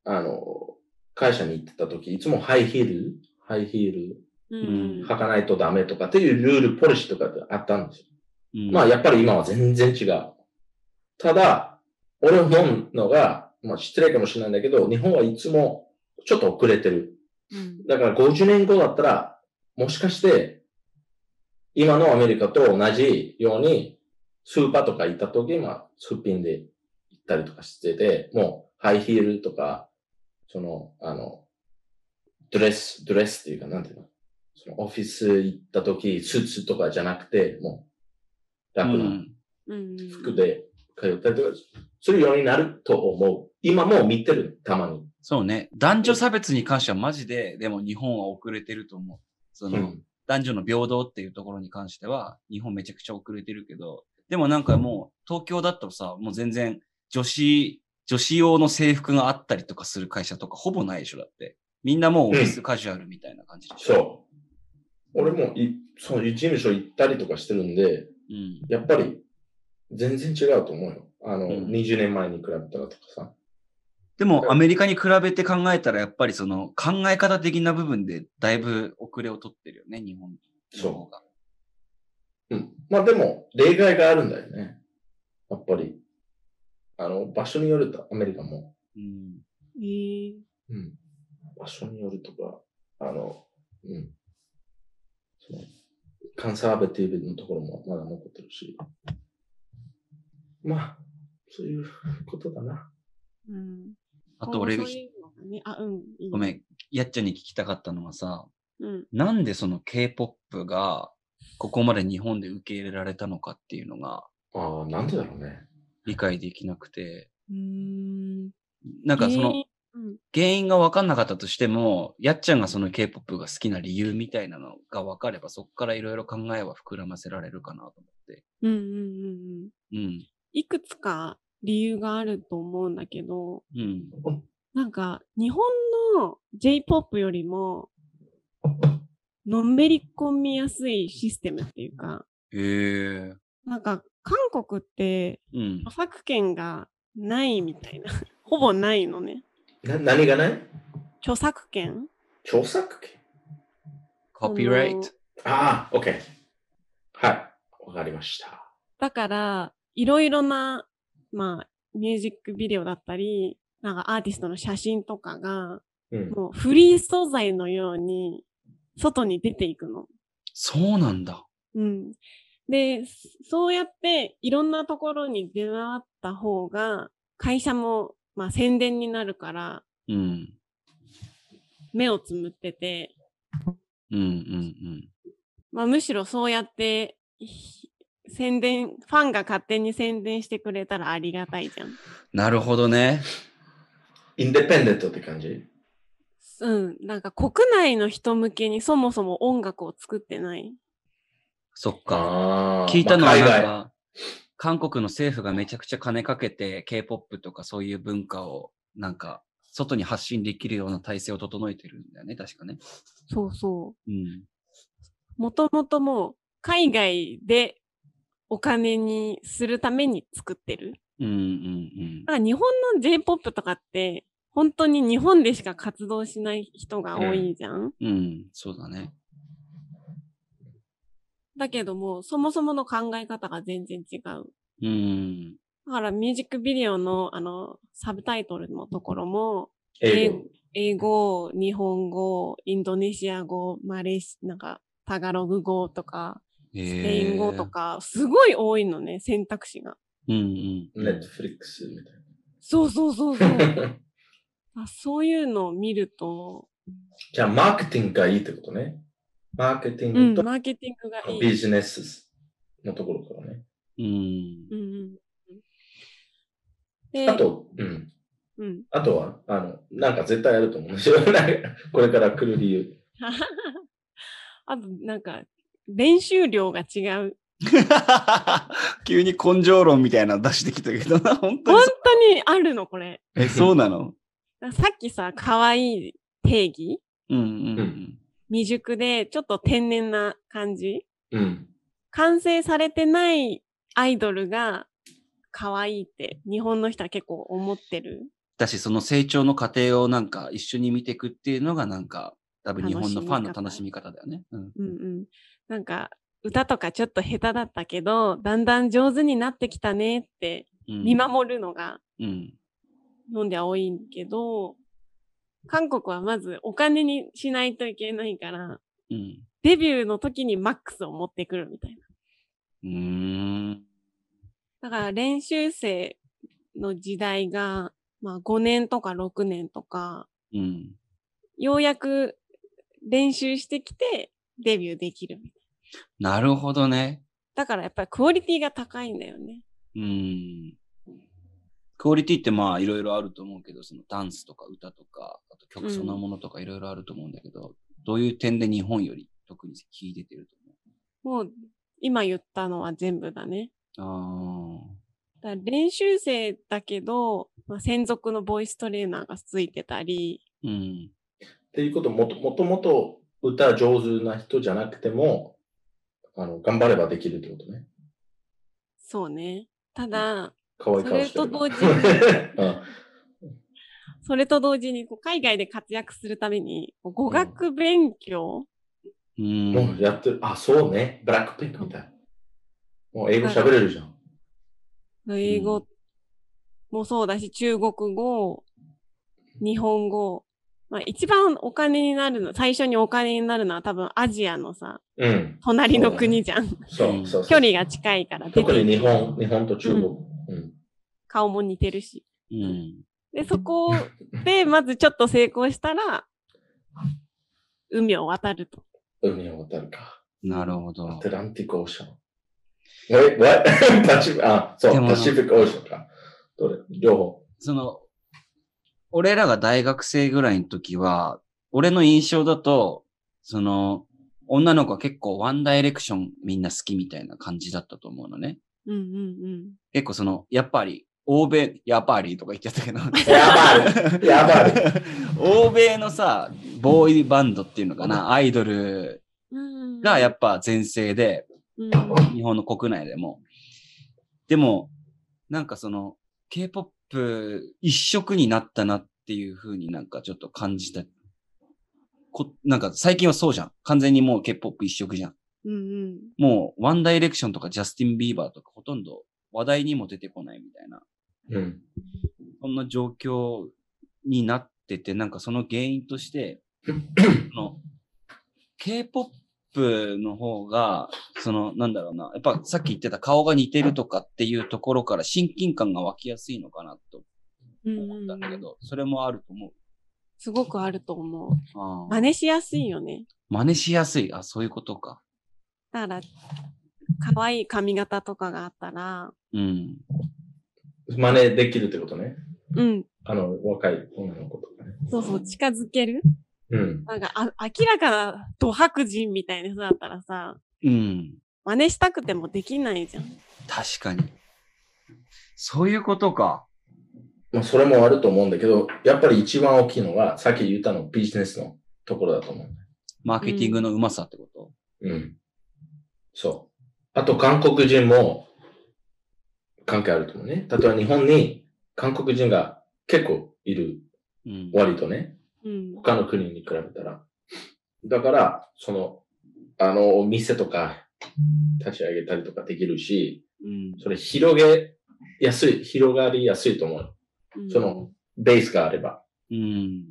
Speaker 2: あの、会社に行ってた時、いつもハイヒール、ハイヒー
Speaker 3: う
Speaker 1: うん
Speaker 3: ん
Speaker 2: ル、履かないとダメとかっていうルール、ポリシーとかってあったんですよ。
Speaker 1: うん
Speaker 2: まあ、やっぱり今は全然違う。ただ、俺を思うのが、まあ失礼かもしれないんだけど、日本はいつもちょっと遅れてる。
Speaker 3: うん。
Speaker 2: だから50年後だったら、もしかして、今のアメリカと同じように、スーパーとか行った時、まあ、すっぴんで行ったりとかしてて、もう、ハイヒールとか、その、あの、ドレス、ドレスっていうか、なんていうの、そのオフィス行った時、スーツとかじゃなくて、もう、楽な
Speaker 3: うん。
Speaker 2: 服で通ったりとかするようになると思う。今もう見てる、たまに。
Speaker 1: そうね。男女差別に関してはマジで、でも日本は遅れてると思う。その、男女の平等っていうところに関しては、日本めちゃくちゃ遅れてるけど、でもなんかもう、東京だとさ、もう全然、女子、女子用の制服があったりとかする会社とかほぼないでしょ、だって。みんなもうオフィスカジュアルみたいな感じでしょ。
Speaker 2: そ俺もい、その事務所行ったりとかしてるんで、
Speaker 1: うん。
Speaker 2: やっぱり全然違うと思うよ。あの、
Speaker 1: うん
Speaker 2: 20年前に比べたらとかさ。
Speaker 1: でも、アメリカに比べて考えたら、やっぱりその考え方的な部分でだいぶ遅れを取ってるよね、日本の方が。
Speaker 2: うん。まあでも、例外があるんだよね。やっぱり。あの、場所によると、アメリカも。
Speaker 1: うん。
Speaker 3: えー、
Speaker 2: うん。場所によるとか、あの、うん。そのカンサーベティブのところもまだ残ってるし。まあ、そういうことだな。
Speaker 3: うん。
Speaker 1: あと俺
Speaker 3: そう、いうのがね、あ、うん。いい
Speaker 1: ごめ。ん、やっちゃんに聞きたかったのはさ、
Speaker 3: うん。
Speaker 1: なんでその K-POP がここまで日本で受け入れられたのかっていうのが
Speaker 2: ああ、なんでだろうね。
Speaker 1: 理解できなくて、
Speaker 3: うーん。
Speaker 1: なんかその、
Speaker 3: えーうん。
Speaker 1: 原因が分かんなかったとしても、やっちゃんがその K-POP が好きな理由みたいなのが分かれば、そこからいろいろ考えは膨らませられるかなと思って。
Speaker 3: うんうんうんうん。
Speaker 1: うん。
Speaker 3: いくつか理由があると思うんだけど、
Speaker 1: うん。
Speaker 3: なんか日本の J-POP よりも、のんべり込みやすいシステムっていうか、
Speaker 1: へえ。
Speaker 3: なんか韓国って
Speaker 1: うん
Speaker 3: 著。作権がないみたいな、 ほぼないのね。
Speaker 2: な何がない
Speaker 3: 著作権
Speaker 2: 著作権
Speaker 1: コピーライト。
Speaker 2: ああ、OK。はい。わかりました。
Speaker 3: だから、いろいろな、まあ、ミュージックビデオだったり、なんかアーティストの写真とかが、
Speaker 2: うん。
Speaker 3: もうフリー素材のように、外に出ていくの。
Speaker 1: そうなんだ。
Speaker 3: うん。で、そうやって、いろんなところに出回った方が、会社も、まあ、宣伝になるから、
Speaker 1: うん。
Speaker 3: 目をつむってて、
Speaker 1: うんうん
Speaker 3: まあ、むしろそうやってひ宣伝ファンが勝手に宣伝してくれたらありがたいじゃん。
Speaker 1: うん。なるほどね。
Speaker 2: インデペンデントって感じ
Speaker 3: うん、なんか国内の人向けにそもそも音楽を作ってない。
Speaker 1: そっか。
Speaker 2: あー
Speaker 1: 聞いたの
Speaker 2: ま
Speaker 1: は
Speaker 2: あ海
Speaker 1: なん
Speaker 2: 外。
Speaker 1: か、韓国の政府がめちゃくちゃ金かけて K-POP とかそういう文化をなんか外に発信できるような体制を整えてるんだよね、確かね。
Speaker 3: そうそ
Speaker 1: うん。
Speaker 3: う。もともともう海外でお金にするために作ってる。
Speaker 1: うんうんうん。
Speaker 3: だから日本の J-POP とかって本当に日本でしか活動しない人が多いじゃん。
Speaker 1: うん、そうだね。
Speaker 3: だけども、そもそもの考え方が全然違う。
Speaker 1: うん。
Speaker 3: だからミュージックビデオのあのサブタイトルのところも、
Speaker 2: 英語。
Speaker 3: 英語、日本語、インドネシア語、マレーシなんかタガログ語とか、
Speaker 1: え
Speaker 3: スペイン語と。か、すごい多いのね、選択肢が。
Speaker 1: うんうん。
Speaker 2: ネットフリックスみた
Speaker 3: そうそうそうそう
Speaker 2: い な。
Speaker 3: あ。そういうのを見ると、
Speaker 2: じゃあ、マーケティングがいいってことね。マーケティ
Speaker 3: う
Speaker 2: ン
Speaker 3: ん、
Speaker 2: グ
Speaker 3: マーケティングが
Speaker 2: と
Speaker 3: い
Speaker 2: ビ
Speaker 3: い。
Speaker 2: ジネスのところからね。
Speaker 1: うん
Speaker 3: う。んうん、で
Speaker 2: あ、と、うん。
Speaker 3: うん。
Speaker 2: あとは、あの、なんか絶対あると思うんですよ。 なんかこれから来る理由。
Speaker 3: あと、なんか、練習量が違う。
Speaker 1: 急に根性論みたいなの出してきたけどな、本当
Speaker 3: 本
Speaker 1: にそ
Speaker 3: 当にあるの、これ。
Speaker 1: う。え、そうなの
Speaker 3: さっきさ、可愛い定義
Speaker 1: うんうんうん。
Speaker 3: 未熟で、ちょっと天然な感じ
Speaker 2: うん。
Speaker 3: 完成されてないアイドルが可愛いって日本の人は結構思ってる。
Speaker 1: だし、その成長の過程をなんか一緒に見ていくっていうのがなんか、多分日本のファンの楽しみ方だよね。うん。
Speaker 3: うんうん。なんか歌とかちょっと下手だったけど、だんだん上手になってきたねって
Speaker 1: うん
Speaker 3: 見守るのが
Speaker 1: うん。
Speaker 3: 日本では多いけど、韓国はまずお金にしないといけないから、
Speaker 1: うん。
Speaker 3: デビューの時にマックスを持ってくるみたいな。
Speaker 1: うーん。
Speaker 3: だから練習生の時代が、まあ5年とか6年とか、
Speaker 1: うん。
Speaker 3: ようやく練習してきてデビューできるみたい
Speaker 1: なるほどね。
Speaker 3: な。だからやっぱりクオリティが高いんだよね。
Speaker 1: うん。クオリティってまあいろいろあると思うけど、そのダンスとか歌とか、あと曲そのものとかいろいろあると思うんだけど、どういう点で日本より特に秀でてると
Speaker 3: もう今言ったのは全部だね。
Speaker 1: 思う。
Speaker 3: だから練習生だけど、まあ、専属のボイストレーナーがついてたり、
Speaker 1: ああ。うん。
Speaker 2: っていうこともと、もともと歌上手な人じゃなくても、あの、頑張ればできるってことね。
Speaker 3: そうね。ただ、
Speaker 2: 可愛い顔してる。
Speaker 3: それと同時
Speaker 2: うん
Speaker 3: それと同時にこう海外で活躍するために、こう語学勉強、
Speaker 1: うん。
Speaker 2: も うやってる。あ、そうね。ブラックピンクみたい。もう英語喋れるじゃん。
Speaker 3: 英語もそうだし、中国語、日本語。まあ、一番お金になるの、最初にお金になるのは多分アジアのさ、
Speaker 2: うん。
Speaker 3: 隣の国じゃん。
Speaker 2: そうそうそう。
Speaker 3: 距離が近いから出
Speaker 2: 特
Speaker 3: て
Speaker 2: に日
Speaker 3: いく
Speaker 2: 本、日本と中国。うん。
Speaker 3: 顔も似てるし。
Speaker 1: うん。
Speaker 3: で、そこで、まずちょっと成功したら、海を渡ると。
Speaker 2: 海を渡るか。
Speaker 1: なるほ
Speaker 2: ア
Speaker 1: ど。
Speaker 2: トランティックオーシャン。Wait, what? パシフィック、あ、そ
Speaker 1: で
Speaker 2: う、
Speaker 1: も
Speaker 2: パシフィックオーシャンか。どれ両方。
Speaker 1: その、俺らが大学生ぐらいの時は、俺の印象だと、その、女の子は結構ワンダイレクションみんな好きみたいな感じだったと思うのね。
Speaker 3: うんうん
Speaker 1: 結構その、やっぱり、欧米、やっぱりとか言っちゃったけど。
Speaker 2: やばいやばい
Speaker 1: 欧米のさ、ボーイバンドっていうのかな、アイドル
Speaker 3: うん。
Speaker 1: がや
Speaker 3: っ
Speaker 1: っぱ全盛で、
Speaker 3: ぱ、
Speaker 1: 日本の国内でも。でも、なんかその、K-POP 一色になったなっていう風になんかちょっと感じた。こなんか最近はそうじゃん。完全にもう K-POP 一色じゃん。
Speaker 3: うんうん。
Speaker 1: もうワンダイレクションとかジャスティン・ビーバーとかほとんど話題にも出てこないみたいな。
Speaker 2: うん。
Speaker 1: そんな状況になってて、なんかその原因として、 その K-POP の方が、その、なんだろうな、やっぱさっき言ってた顔が似てるとかっていうところから親近感が湧きやすいのかなと
Speaker 3: うん
Speaker 1: 思ったんだ
Speaker 3: う
Speaker 1: け
Speaker 3: ん、
Speaker 1: ど、それもあると思う。
Speaker 3: すごくあると思う。
Speaker 1: あ
Speaker 3: 真
Speaker 1: ー
Speaker 3: 似しやすいよね。
Speaker 1: 真似しやすい。あ、そういうことか。
Speaker 3: だから、可愛い髪型とかがあったら、
Speaker 1: うん。
Speaker 2: 真似できるってことね。
Speaker 3: うん、
Speaker 2: あの、若い女の子とかね。
Speaker 3: そうそう、近づける。
Speaker 2: うん。
Speaker 3: なんか、あ明らかなド白人みたいな人だったらさ、
Speaker 1: うん。
Speaker 3: 真似したくてもできないじゃん。
Speaker 1: 確かに。そういうことか。
Speaker 2: まあ、それもあると思うんだけど、やっぱり一番大きいのは、さっき言ったのビジネスのところだと思う。
Speaker 1: マーケティングのうまさってこと、
Speaker 2: うん。そう。あと、韓国人も関係あると思うね。例えば日本に韓国人が結構いる。
Speaker 1: うん。
Speaker 2: 割とね。
Speaker 3: うん。
Speaker 2: 他の国に比べたら。だから、その、あの、お店とか立ち上げたりとかできるし、
Speaker 1: うん。
Speaker 2: それ広げやすい、広がりやすいと思う。
Speaker 3: うん
Speaker 2: その、ベースがあれば。
Speaker 1: うん。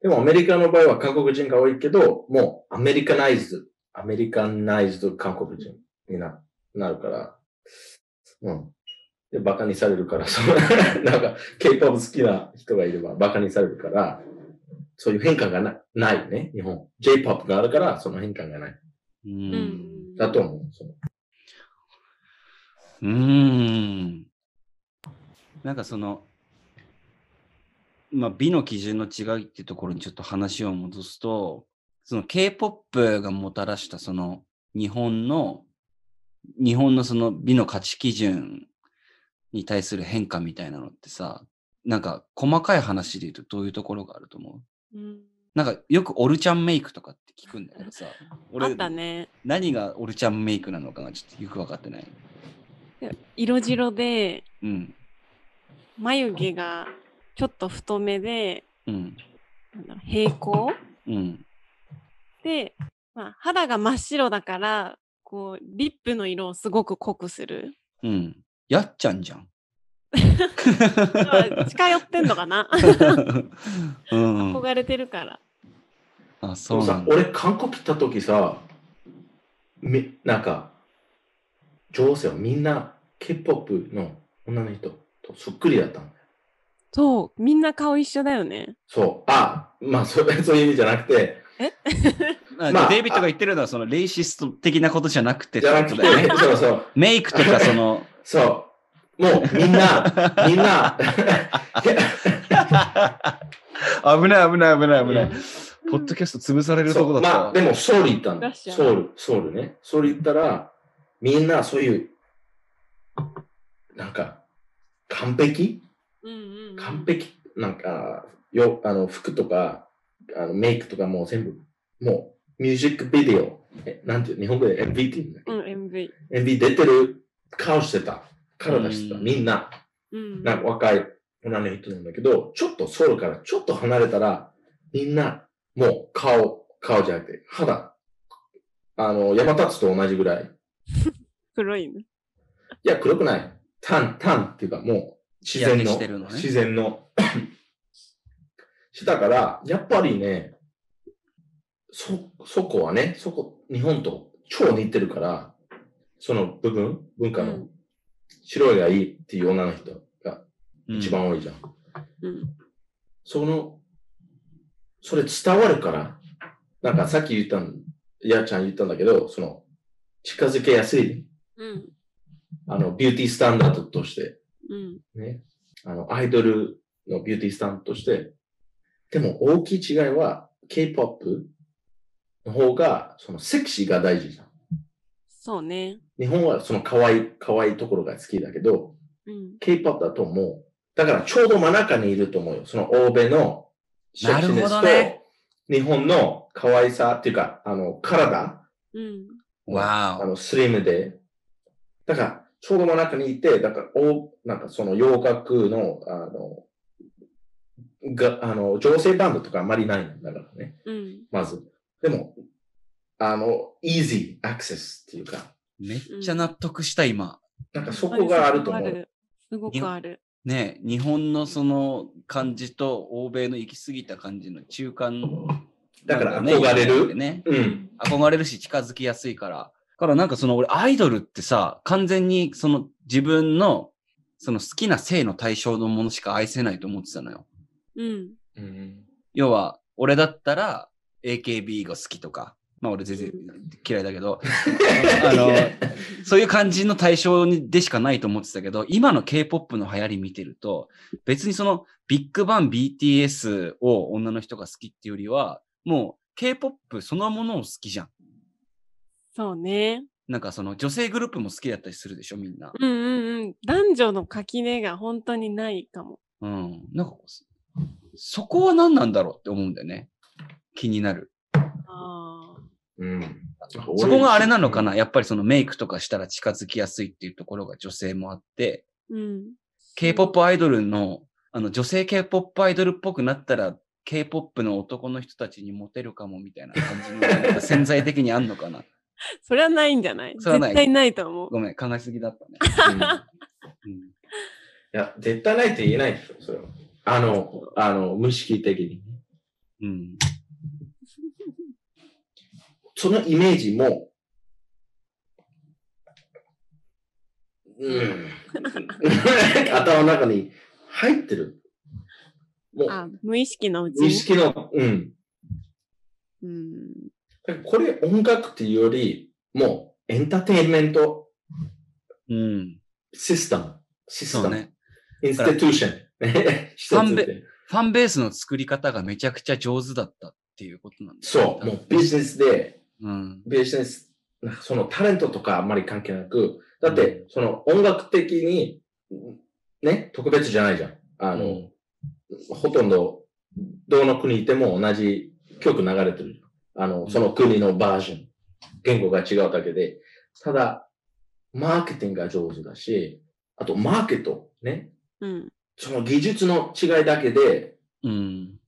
Speaker 2: でもアメリカの場合は韓国人が多いけど、もうアメリカナイズド、アメリカナイズド韓国人にななるから、うん。で、バカにされるから、その なんか、K-POP 好きな人がいればバカにされるから、そういう変化がなないね、日本。J-POP があるから、その変化がない。
Speaker 1: う。
Speaker 3: うんん。
Speaker 2: だと思う。その
Speaker 1: うーん。なんかその、まあ、美の基準の違いってところにちょっと話を戻すと、その K-POP がもたらしたその日本の、日本のその美の価値基準に対する変化みたいなのってさ、なんか細かい話で言うとどういうところがあると思う
Speaker 3: うん。
Speaker 1: なんかよくオルちゃんメイクとかって聞くんだけどさ、
Speaker 3: あ
Speaker 1: 俺
Speaker 3: ったね。
Speaker 1: 何がオルちゃんメイクなのかがちょっとよく分かってない。
Speaker 3: 色白で、
Speaker 1: うん。
Speaker 3: 眉毛がちょっと太めで、
Speaker 1: うん。
Speaker 3: なんだろう平行
Speaker 1: うん。
Speaker 3: で、まあ、肌が真っ白だから、こう、リップの色をすごく濃く する。
Speaker 1: うん。やっちゃんじゃん。
Speaker 3: まあ近寄ってんのかな
Speaker 1: うん。
Speaker 3: 憧れてるから。
Speaker 1: あ、
Speaker 2: で
Speaker 1: そ
Speaker 2: も
Speaker 1: うな
Speaker 2: さ
Speaker 1: ん、だ。
Speaker 2: 俺韓国行った時さ、み、なんか、女性はみんな K-POP の女の人とそっくりだったの。
Speaker 3: そう、みんな顔一緒だよね。
Speaker 2: そう。あ、まあ、そ れ、そういう意味じゃなくて、
Speaker 1: あ
Speaker 2: まあ
Speaker 1: デイビッドが言ってるのは、そのレイシスト的なことじゃなくてっ
Speaker 2: じ
Speaker 1: て
Speaker 2: ゃな
Speaker 1: こと
Speaker 2: く
Speaker 1: だ
Speaker 2: て、
Speaker 1: よね。
Speaker 2: そうそう、
Speaker 1: メイクとか、その、
Speaker 2: そう。もう、みんな、みんな、
Speaker 1: 危ない危ない危ない危ない。
Speaker 3: ポッド
Speaker 1: キャスト潰され
Speaker 2: そうまあ、でも、ソウル行ったん
Speaker 3: ラ
Speaker 2: だ。
Speaker 3: ッシャー
Speaker 2: ソウル、ソウルね。ソウル行ったら、みんな、そういう、なんか、完璧
Speaker 3: うんうんうん
Speaker 2: 完璧なんか、よ、あの、服とか、あのメイクとかもう全部、もう、ミュージックビデオ、えなんていう、日本語で MV って言うんだっけ
Speaker 3: うん、MV。
Speaker 2: MV 出てる顔してた。体してた。
Speaker 1: うん
Speaker 2: みんな。
Speaker 3: うん。
Speaker 2: なんか若い女の人なんだけど、ちょっとソウルからちょっと離れたら、みんな、もう顔、顔じゃなくて、肌。あの、山立つと同じぐらい。
Speaker 3: 黒いね。
Speaker 2: いや、黒くない。タン、タンっていうかもう、自然
Speaker 1: 日
Speaker 2: の。
Speaker 1: 焼けしてるのね
Speaker 2: 自然の。 したから、やっぱりね、そ、そこはね、そこ、日本と超似てるから、その部分、文化の、
Speaker 3: うん
Speaker 2: 白いがいいっていう女の人が一番多いじゃん。
Speaker 3: うん。
Speaker 2: その、それ伝わるから、なんかさっき言ったん、やーちゃん言ったんだけど、その、近づけやすい、
Speaker 3: うん。
Speaker 2: あの、ビューティースタンダードとして、
Speaker 3: うん。
Speaker 2: ね、あの、アイドルのビューティースタンドとして、でも大きい違いは、K-POP の方が、そのセクシーが大事じゃん。
Speaker 3: そうね。
Speaker 2: 日本はその可愛い、可愛いところが好きだけど、
Speaker 3: うん。
Speaker 2: K-POP だともう、だからちょうど真ん中にいると思うよ。その欧米のセク
Speaker 1: な
Speaker 2: シネ
Speaker 1: るほ
Speaker 2: ス
Speaker 1: ど
Speaker 2: と
Speaker 1: ね、
Speaker 2: 日本の可愛さっていうか、あの、体、
Speaker 3: うん。
Speaker 1: わ
Speaker 2: あ
Speaker 1: ー
Speaker 2: の、スリムで。だから、ちょうど真ん中にいて、だから、お、なんかその洋楽の、あの、が、あの、女性バンドとかあんまりないんだからね、
Speaker 3: うん。
Speaker 2: まず。でも、あの、イージーアクセスっていうか、
Speaker 1: お。めっちゃ納得した、今。
Speaker 2: なんかそこがあると思
Speaker 3: あ
Speaker 2: う。
Speaker 3: る。すごくある。
Speaker 1: ね日本のその感じと欧米の行き過ぎた感じの中間
Speaker 2: だから
Speaker 1: なんね
Speaker 2: 憧れる
Speaker 1: 今ってね。
Speaker 2: うん。
Speaker 1: 憧れるし近づきやすいから。だからなんかその俺アイドルってさ、完全にその自分のその好きな性の対象のものしか愛せないと思ってたのよ。
Speaker 3: うん。
Speaker 2: うん。
Speaker 1: 要は、俺だったら AKB が好きとか、まあ俺全然嫌いだけど、 あの、 そういう感じの対象にでしかないと思ってたけど、今の K-POP の流行り見てると、別にそのビッグバン BTS を女の人が好きっていうよりは、もう K-POP そのものを好きじゃん。
Speaker 3: そうね。
Speaker 1: なんかその女性グループも好きだったりするでしょ、みんな。
Speaker 3: うんうんうん。男女の垣根が本当にないかも。
Speaker 1: うん。なんかこう、そこは何なんだろうって思うんだよね。気になる。
Speaker 3: ああ。
Speaker 2: うん。
Speaker 1: そこがあれなのかなやっぱりそのメイクとかしたら近づきやすいっていうところが女性もあって、
Speaker 3: うん。
Speaker 1: K-POP アイドルの、あの女性 K-POP アイドルっぽくなったら、K-POP の男の人たちにモテるかもみたいな感じのなんか潜在的にあんのかな
Speaker 3: それはないんじゃない
Speaker 1: それはない
Speaker 3: 絶対ないと思う。
Speaker 1: ごめん、考えすぎだったね。
Speaker 2: うんいや、絶対ないって言えないでしょ、それは。あの、あの、無意識的に。
Speaker 1: うん。うん、
Speaker 2: そのイメージも、うん。 頭の中に入ってる。もう、
Speaker 3: あ無意識のうち
Speaker 2: 無
Speaker 3: に
Speaker 2: 意。識の、うん。
Speaker 3: うん。
Speaker 2: だからこれ音楽っていうより、もうエンターテインメント
Speaker 1: うん。
Speaker 2: システム。シス
Speaker 1: そ
Speaker 2: テ
Speaker 1: う
Speaker 2: ム。
Speaker 1: ね。
Speaker 2: インスティテューション。 ね施設
Speaker 1: 三
Speaker 2: っ
Speaker 1: べ
Speaker 2: て
Speaker 1: ファンベースの作り方がめちゃくちゃ上手だったっていうことなんだよね
Speaker 2: そう、もうビジネスで、
Speaker 1: うん。
Speaker 2: ビジネス、なんかそのタレントとかあんまり関係なく、だって、その音楽的に、ね、特別じゃないじゃん。あの、
Speaker 1: うん
Speaker 2: ほとんど、どの国いても同じ曲流れてる。あの、その国のバージョン。言語が違うだけで。ただ、マーケティングが上手だし、あとマーケット、ね。
Speaker 3: うん。
Speaker 2: その技術の違いだけで、
Speaker 1: うん。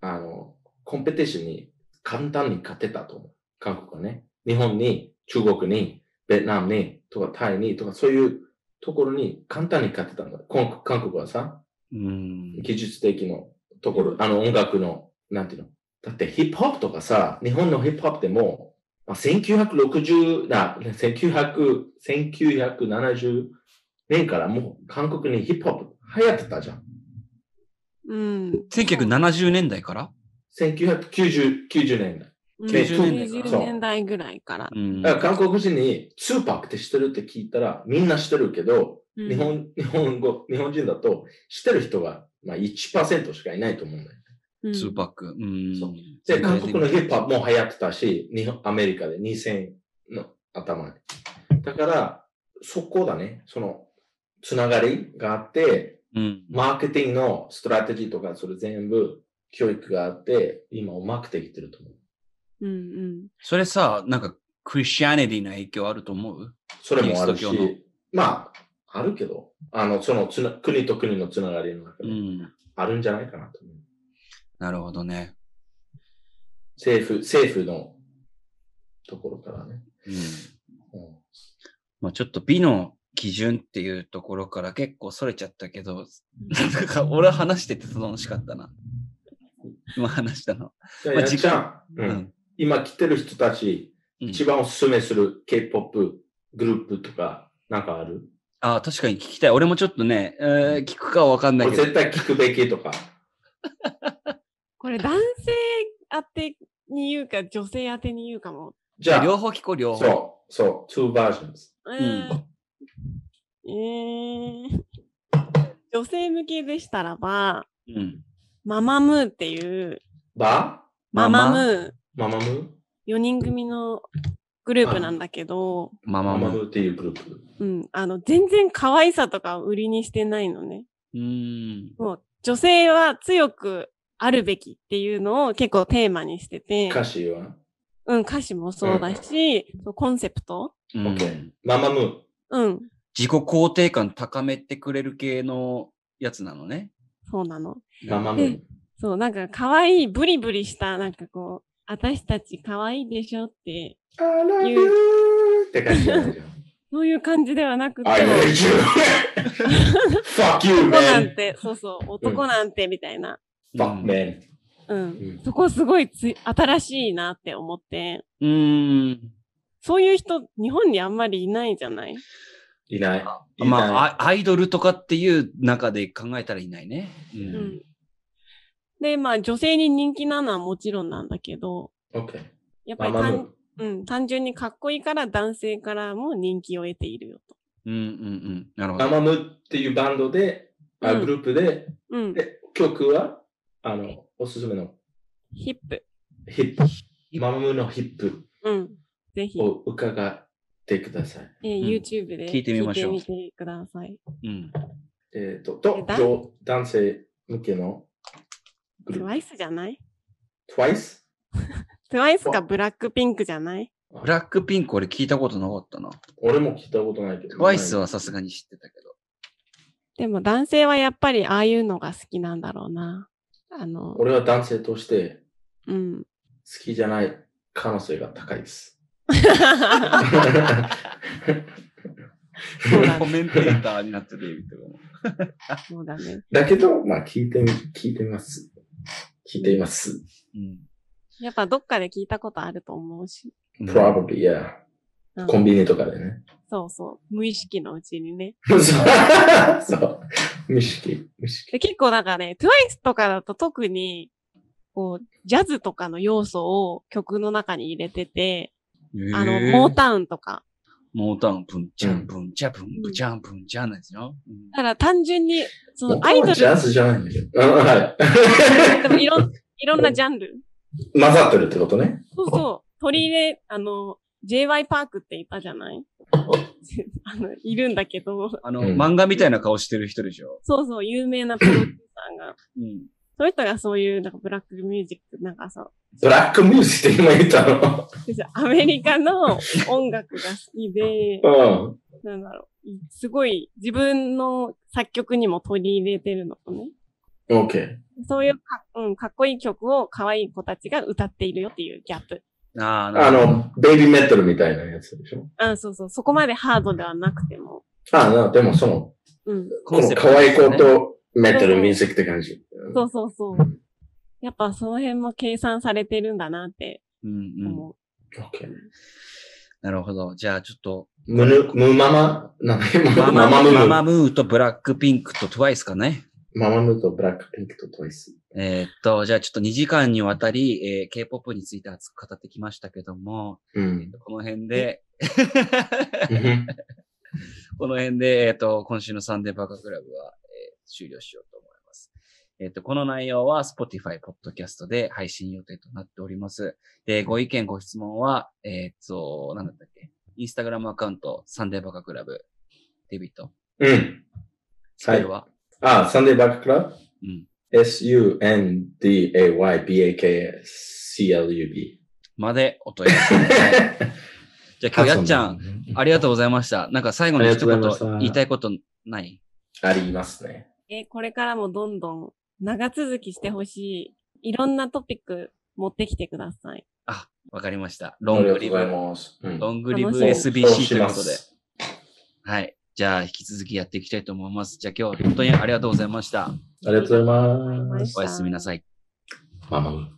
Speaker 2: あの、コンペティションに簡単に勝てたと思う。韓国はね。日本に、中国に、ベトナムに、とかタイに、とかそういうところに簡単に勝てたんだ。こん韓国はさ、
Speaker 1: うん。
Speaker 2: 技術的のところ、あの音楽の、なんていうの。だってヒップホップとかさ、日本のヒップホップでも、まあ、1960な、1900、1970年からもう韓国にヒップホップ流行ってたじゃん。
Speaker 3: うん。
Speaker 1: 1970年代から
Speaker 2: 1990、90年代。
Speaker 1: 90
Speaker 2: 年代から
Speaker 3: 90年代ぐらいから。
Speaker 1: うん
Speaker 2: だから韓国人にツーパックって知ってるって聞いたら、みんな知ってるけど、
Speaker 3: うん
Speaker 2: 日本、 日本語、日本人だと知ってる人が、まあ、1%しかいないと思うんだよ。
Speaker 3: うん
Speaker 1: ツーパック。うん。
Speaker 2: そうで、韓国のヒップホップも流行ってたし、日本、アメリカで2000の頭に。だから、そこだね、その、つながりがあって、
Speaker 1: うん。
Speaker 2: マーケティングのストラテジーとか、それ全部、教育があって、今うまくできてると思う。
Speaker 3: うんうん。
Speaker 1: それさ、なんか、クリスチャニティの影響あると思う
Speaker 2: それもある
Speaker 1: キリスト教の
Speaker 2: し、まあ、あるけど、あの、そのつな、国と国のつながりの中
Speaker 1: う
Speaker 2: で、
Speaker 1: ん。
Speaker 2: あるんじゃないかなと思う。
Speaker 1: なるほどね。
Speaker 2: 政府、政府のところからね。
Speaker 1: うん。
Speaker 2: うん
Speaker 1: まあちょっと美の基準っていうところから結構それちゃったけど、なんか俺は話してて楽しかったな。今話したの。
Speaker 2: じゃあ、
Speaker 1: まあ
Speaker 2: やっちゃん、
Speaker 1: う
Speaker 2: うん。今来てる人たち、
Speaker 1: うん
Speaker 2: 一番おすすめする K-POP グループとか、なんかある
Speaker 1: ああ、確かに聞きたい。俺もちょっとね、えー聞くかはわかんな
Speaker 2: こ
Speaker 1: い
Speaker 2: れ
Speaker 1: けど。
Speaker 2: 絶対聞くべきとか。
Speaker 3: これ男性宛てに言うか、女性宛てに言うかも。
Speaker 2: じゃあ、
Speaker 1: 両方聞こう、両方。
Speaker 2: そう、そう、two versions。
Speaker 3: うんん。えー、女性向けでしたらば、
Speaker 1: うん。
Speaker 3: ママムーっていう、
Speaker 2: バ
Speaker 1: マ
Speaker 3: マ
Speaker 1: マ
Speaker 3: マムー、
Speaker 2: ーママムー
Speaker 3: 4人組のグループなんだけど、
Speaker 1: マ
Speaker 2: マ
Speaker 1: マ
Speaker 2: マ
Speaker 1: も。
Speaker 2: ムーっていうグループ。
Speaker 3: うん、あの、全然可愛さとかを売りにしてないのね。
Speaker 1: うーん。
Speaker 3: もう、女性は強くあるべきっていうのを結構テーマにしてて、
Speaker 2: 歌詞は
Speaker 3: うん、歌詞もそうだし、そうコンセプト
Speaker 1: うん
Speaker 2: OK ママムー。
Speaker 3: うん、
Speaker 1: 自己肯定感高めてくれる系のやつなのね。
Speaker 3: そうなの。
Speaker 2: ママムー。
Speaker 3: そう、なんか可愛い、ブリブリした、なんかこう、私たち可愛いでしょって、
Speaker 2: I love you って感じじゃないじゃん。
Speaker 3: そういう感じではなくて、
Speaker 2: I hate you! Fuck you,
Speaker 3: 男なん
Speaker 2: man!
Speaker 3: て、そうそう、男なんてみたいな。
Speaker 2: Fuck, man!
Speaker 3: う。
Speaker 2: うんん
Speaker 3: そこすごいつい新しいなって思って、
Speaker 1: うーん。
Speaker 3: そういう人、日本にあんまりいないじゃない
Speaker 2: いない。い
Speaker 1: ま
Speaker 2: ない
Speaker 1: あ、アアイドルとかっていう中で考えたらいないね。う。
Speaker 3: うんん。で、まあ女性に人気なのはもちろんなんだけど、
Speaker 2: OK。
Speaker 3: やっぱ
Speaker 2: マ
Speaker 3: り
Speaker 2: マム
Speaker 3: 単,、うん、単純にかっこいいから男性からも人気を得ているよと。
Speaker 1: うんうんうん。なる
Speaker 2: ー。
Speaker 1: ほ
Speaker 2: マ
Speaker 1: ど。
Speaker 2: マムーっていうバンドで、あ
Speaker 3: うん
Speaker 2: グループで、
Speaker 3: うん。
Speaker 2: で曲は、あの、おすすめの
Speaker 3: ヒップ。
Speaker 2: ヒップ。ママムーのヒップ
Speaker 3: うん。ぜひ、
Speaker 2: を伺ってください。
Speaker 3: えー YouTube で
Speaker 1: 聞いてみましょう
Speaker 3: 聞いてみてください。
Speaker 1: うん。
Speaker 2: えっと、
Speaker 3: え
Speaker 2: と
Speaker 3: だ、
Speaker 2: 女男性向けのグルー
Speaker 3: TWICE じゃない
Speaker 2: プ。Twice?
Speaker 3: ?TWICE かブラックピンクじゃない
Speaker 1: ブラックピンク俺聞いたことなかったな。
Speaker 2: 俺も聞いたことないけど。
Speaker 1: トワイスはさすがに知ってたけど。
Speaker 3: でも男性はやっぱりああいうのが好きなんだろうな。あの、
Speaker 2: 俺は男性として
Speaker 3: うん。
Speaker 2: 好きじゃない可能性が高いです。
Speaker 3: そうだ
Speaker 1: コ
Speaker 3: ね。
Speaker 1: メンテーターになっててるけど。
Speaker 3: そうだね。
Speaker 2: だけど、まあ聞いてみ、聞いてみます。聞いてみます。
Speaker 1: うん。
Speaker 3: やっぱどっかで聞いたことあると思うし。
Speaker 2: probably, yeah.
Speaker 3: うん
Speaker 2: コンビニとかでね。
Speaker 3: そうそう。無意識のうちにね。
Speaker 2: そう。そう無意識、無意識。
Speaker 3: で結構なんかね、TWICE とかだと特に、こう、ジャズとかの要素を曲の中に入れてて、あの、モー
Speaker 1: ー
Speaker 3: タウンとか。
Speaker 1: モータウン、プンチャ
Speaker 2: う
Speaker 1: ン、
Speaker 2: ん
Speaker 1: プンチャ、プン、プチャン、プンチャンなんですよ。うん
Speaker 3: だから単純に、その
Speaker 2: 僕
Speaker 3: アイ
Speaker 2: は
Speaker 3: ドル
Speaker 2: ジャズじゃないんだけど。うんは
Speaker 3: でもいろん、いろんなジャンル。
Speaker 2: い。混ざってるってことね。
Speaker 3: そうそう。取り入れ、あの、JY パークっていたじゃないあの、いるんだけど、
Speaker 1: あの、
Speaker 2: うん
Speaker 1: 漫画みたいな顔してる人でしょ。
Speaker 3: そうそう、有名なプロデューサーが。
Speaker 1: うん。
Speaker 3: その人がそういう、なんかブラックミュージック、なんかさ、
Speaker 2: ブラックミュージックって今言ったの。
Speaker 3: アメリカの音楽が好きで、
Speaker 2: うん。
Speaker 3: なんだろう、すごい自分の作曲にも取り入れてるのね。
Speaker 2: OK。
Speaker 3: そういうか、うん、かっこいい曲を可愛い子たちが歌っているよっていうギャップ。
Speaker 1: ああ、な
Speaker 2: あ
Speaker 1: るほど
Speaker 2: の、ベイビーメタルみたいなやつでしょ。
Speaker 3: あそうそう、そこまでハードではなくても。
Speaker 2: ああ、なでもその、
Speaker 3: うん。
Speaker 1: コ
Speaker 2: こ
Speaker 1: ン
Speaker 2: の
Speaker 1: セプト
Speaker 2: 可愛い子
Speaker 1: ですね
Speaker 2: とメタルミュージックって感じ。
Speaker 3: そうそうそう。やっぱその辺も計算されてるんだなって
Speaker 1: うんうん。
Speaker 3: 思う。
Speaker 2: OK。
Speaker 1: なるほど。じゃあ、ちょっと、
Speaker 2: ムヌ、ムママ、なんだっけ
Speaker 1: ママ
Speaker 2: ママ
Speaker 1: ム
Speaker 2: ム
Speaker 1: マ
Speaker 2: マ
Speaker 1: マ
Speaker 2: マ
Speaker 1: ムーとブラックピンクとトワイスかね。
Speaker 2: マムとブラックピンクとトイス。
Speaker 1: えーっと、じゃあちょっと2時間にわたり、えー K-POP について熱く語ってきましたけども、
Speaker 2: うん。
Speaker 1: この辺で、
Speaker 2: うん
Speaker 1: この辺で、えーっと、今週のサンデーバカクラブは、えー終了しようと思います。えーっと、この内容は Spotify、Podcast で配信予定となっております。で、ご意見、ご質問は、えーっと、なんだったっけ、インスタグラムアカウント、サンデーバカクラブ、デビット、
Speaker 2: うん。
Speaker 1: スペルは、
Speaker 2: あ、サンデーバッククラブ
Speaker 1: うん。
Speaker 2: ?sundaybakclub?
Speaker 1: までお問い合わせ ください。じゃあ今日、やっちゃん、
Speaker 2: ん
Speaker 1: ありがとうございました。なんか最後に一
Speaker 2: ありがとうございました
Speaker 1: 言言いたいことない
Speaker 2: ありますね。
Speaker 3: えーこれからもどんどん長続きしてほしい。いろんなトピック持ってきてください。
Speaker 1: あ、わかりました。ロングリブ
Speaker 2: ありがとう、ございます。うん
Speaker 1: ロングリブ
Speaker 3: 楽し
Speaker 1: SBC ということで。。はい。じゃあ、引き続きやっていきたいと思います。じゃあ今日は本当にありがとうございました。
Speaker 2: ありがとうござい
Speaker 3: ありがとうござい
Speaker 2: ま。
Speaker 3: ますす
Speaker 1: おやすみなさい。
Speaker 2: ママ。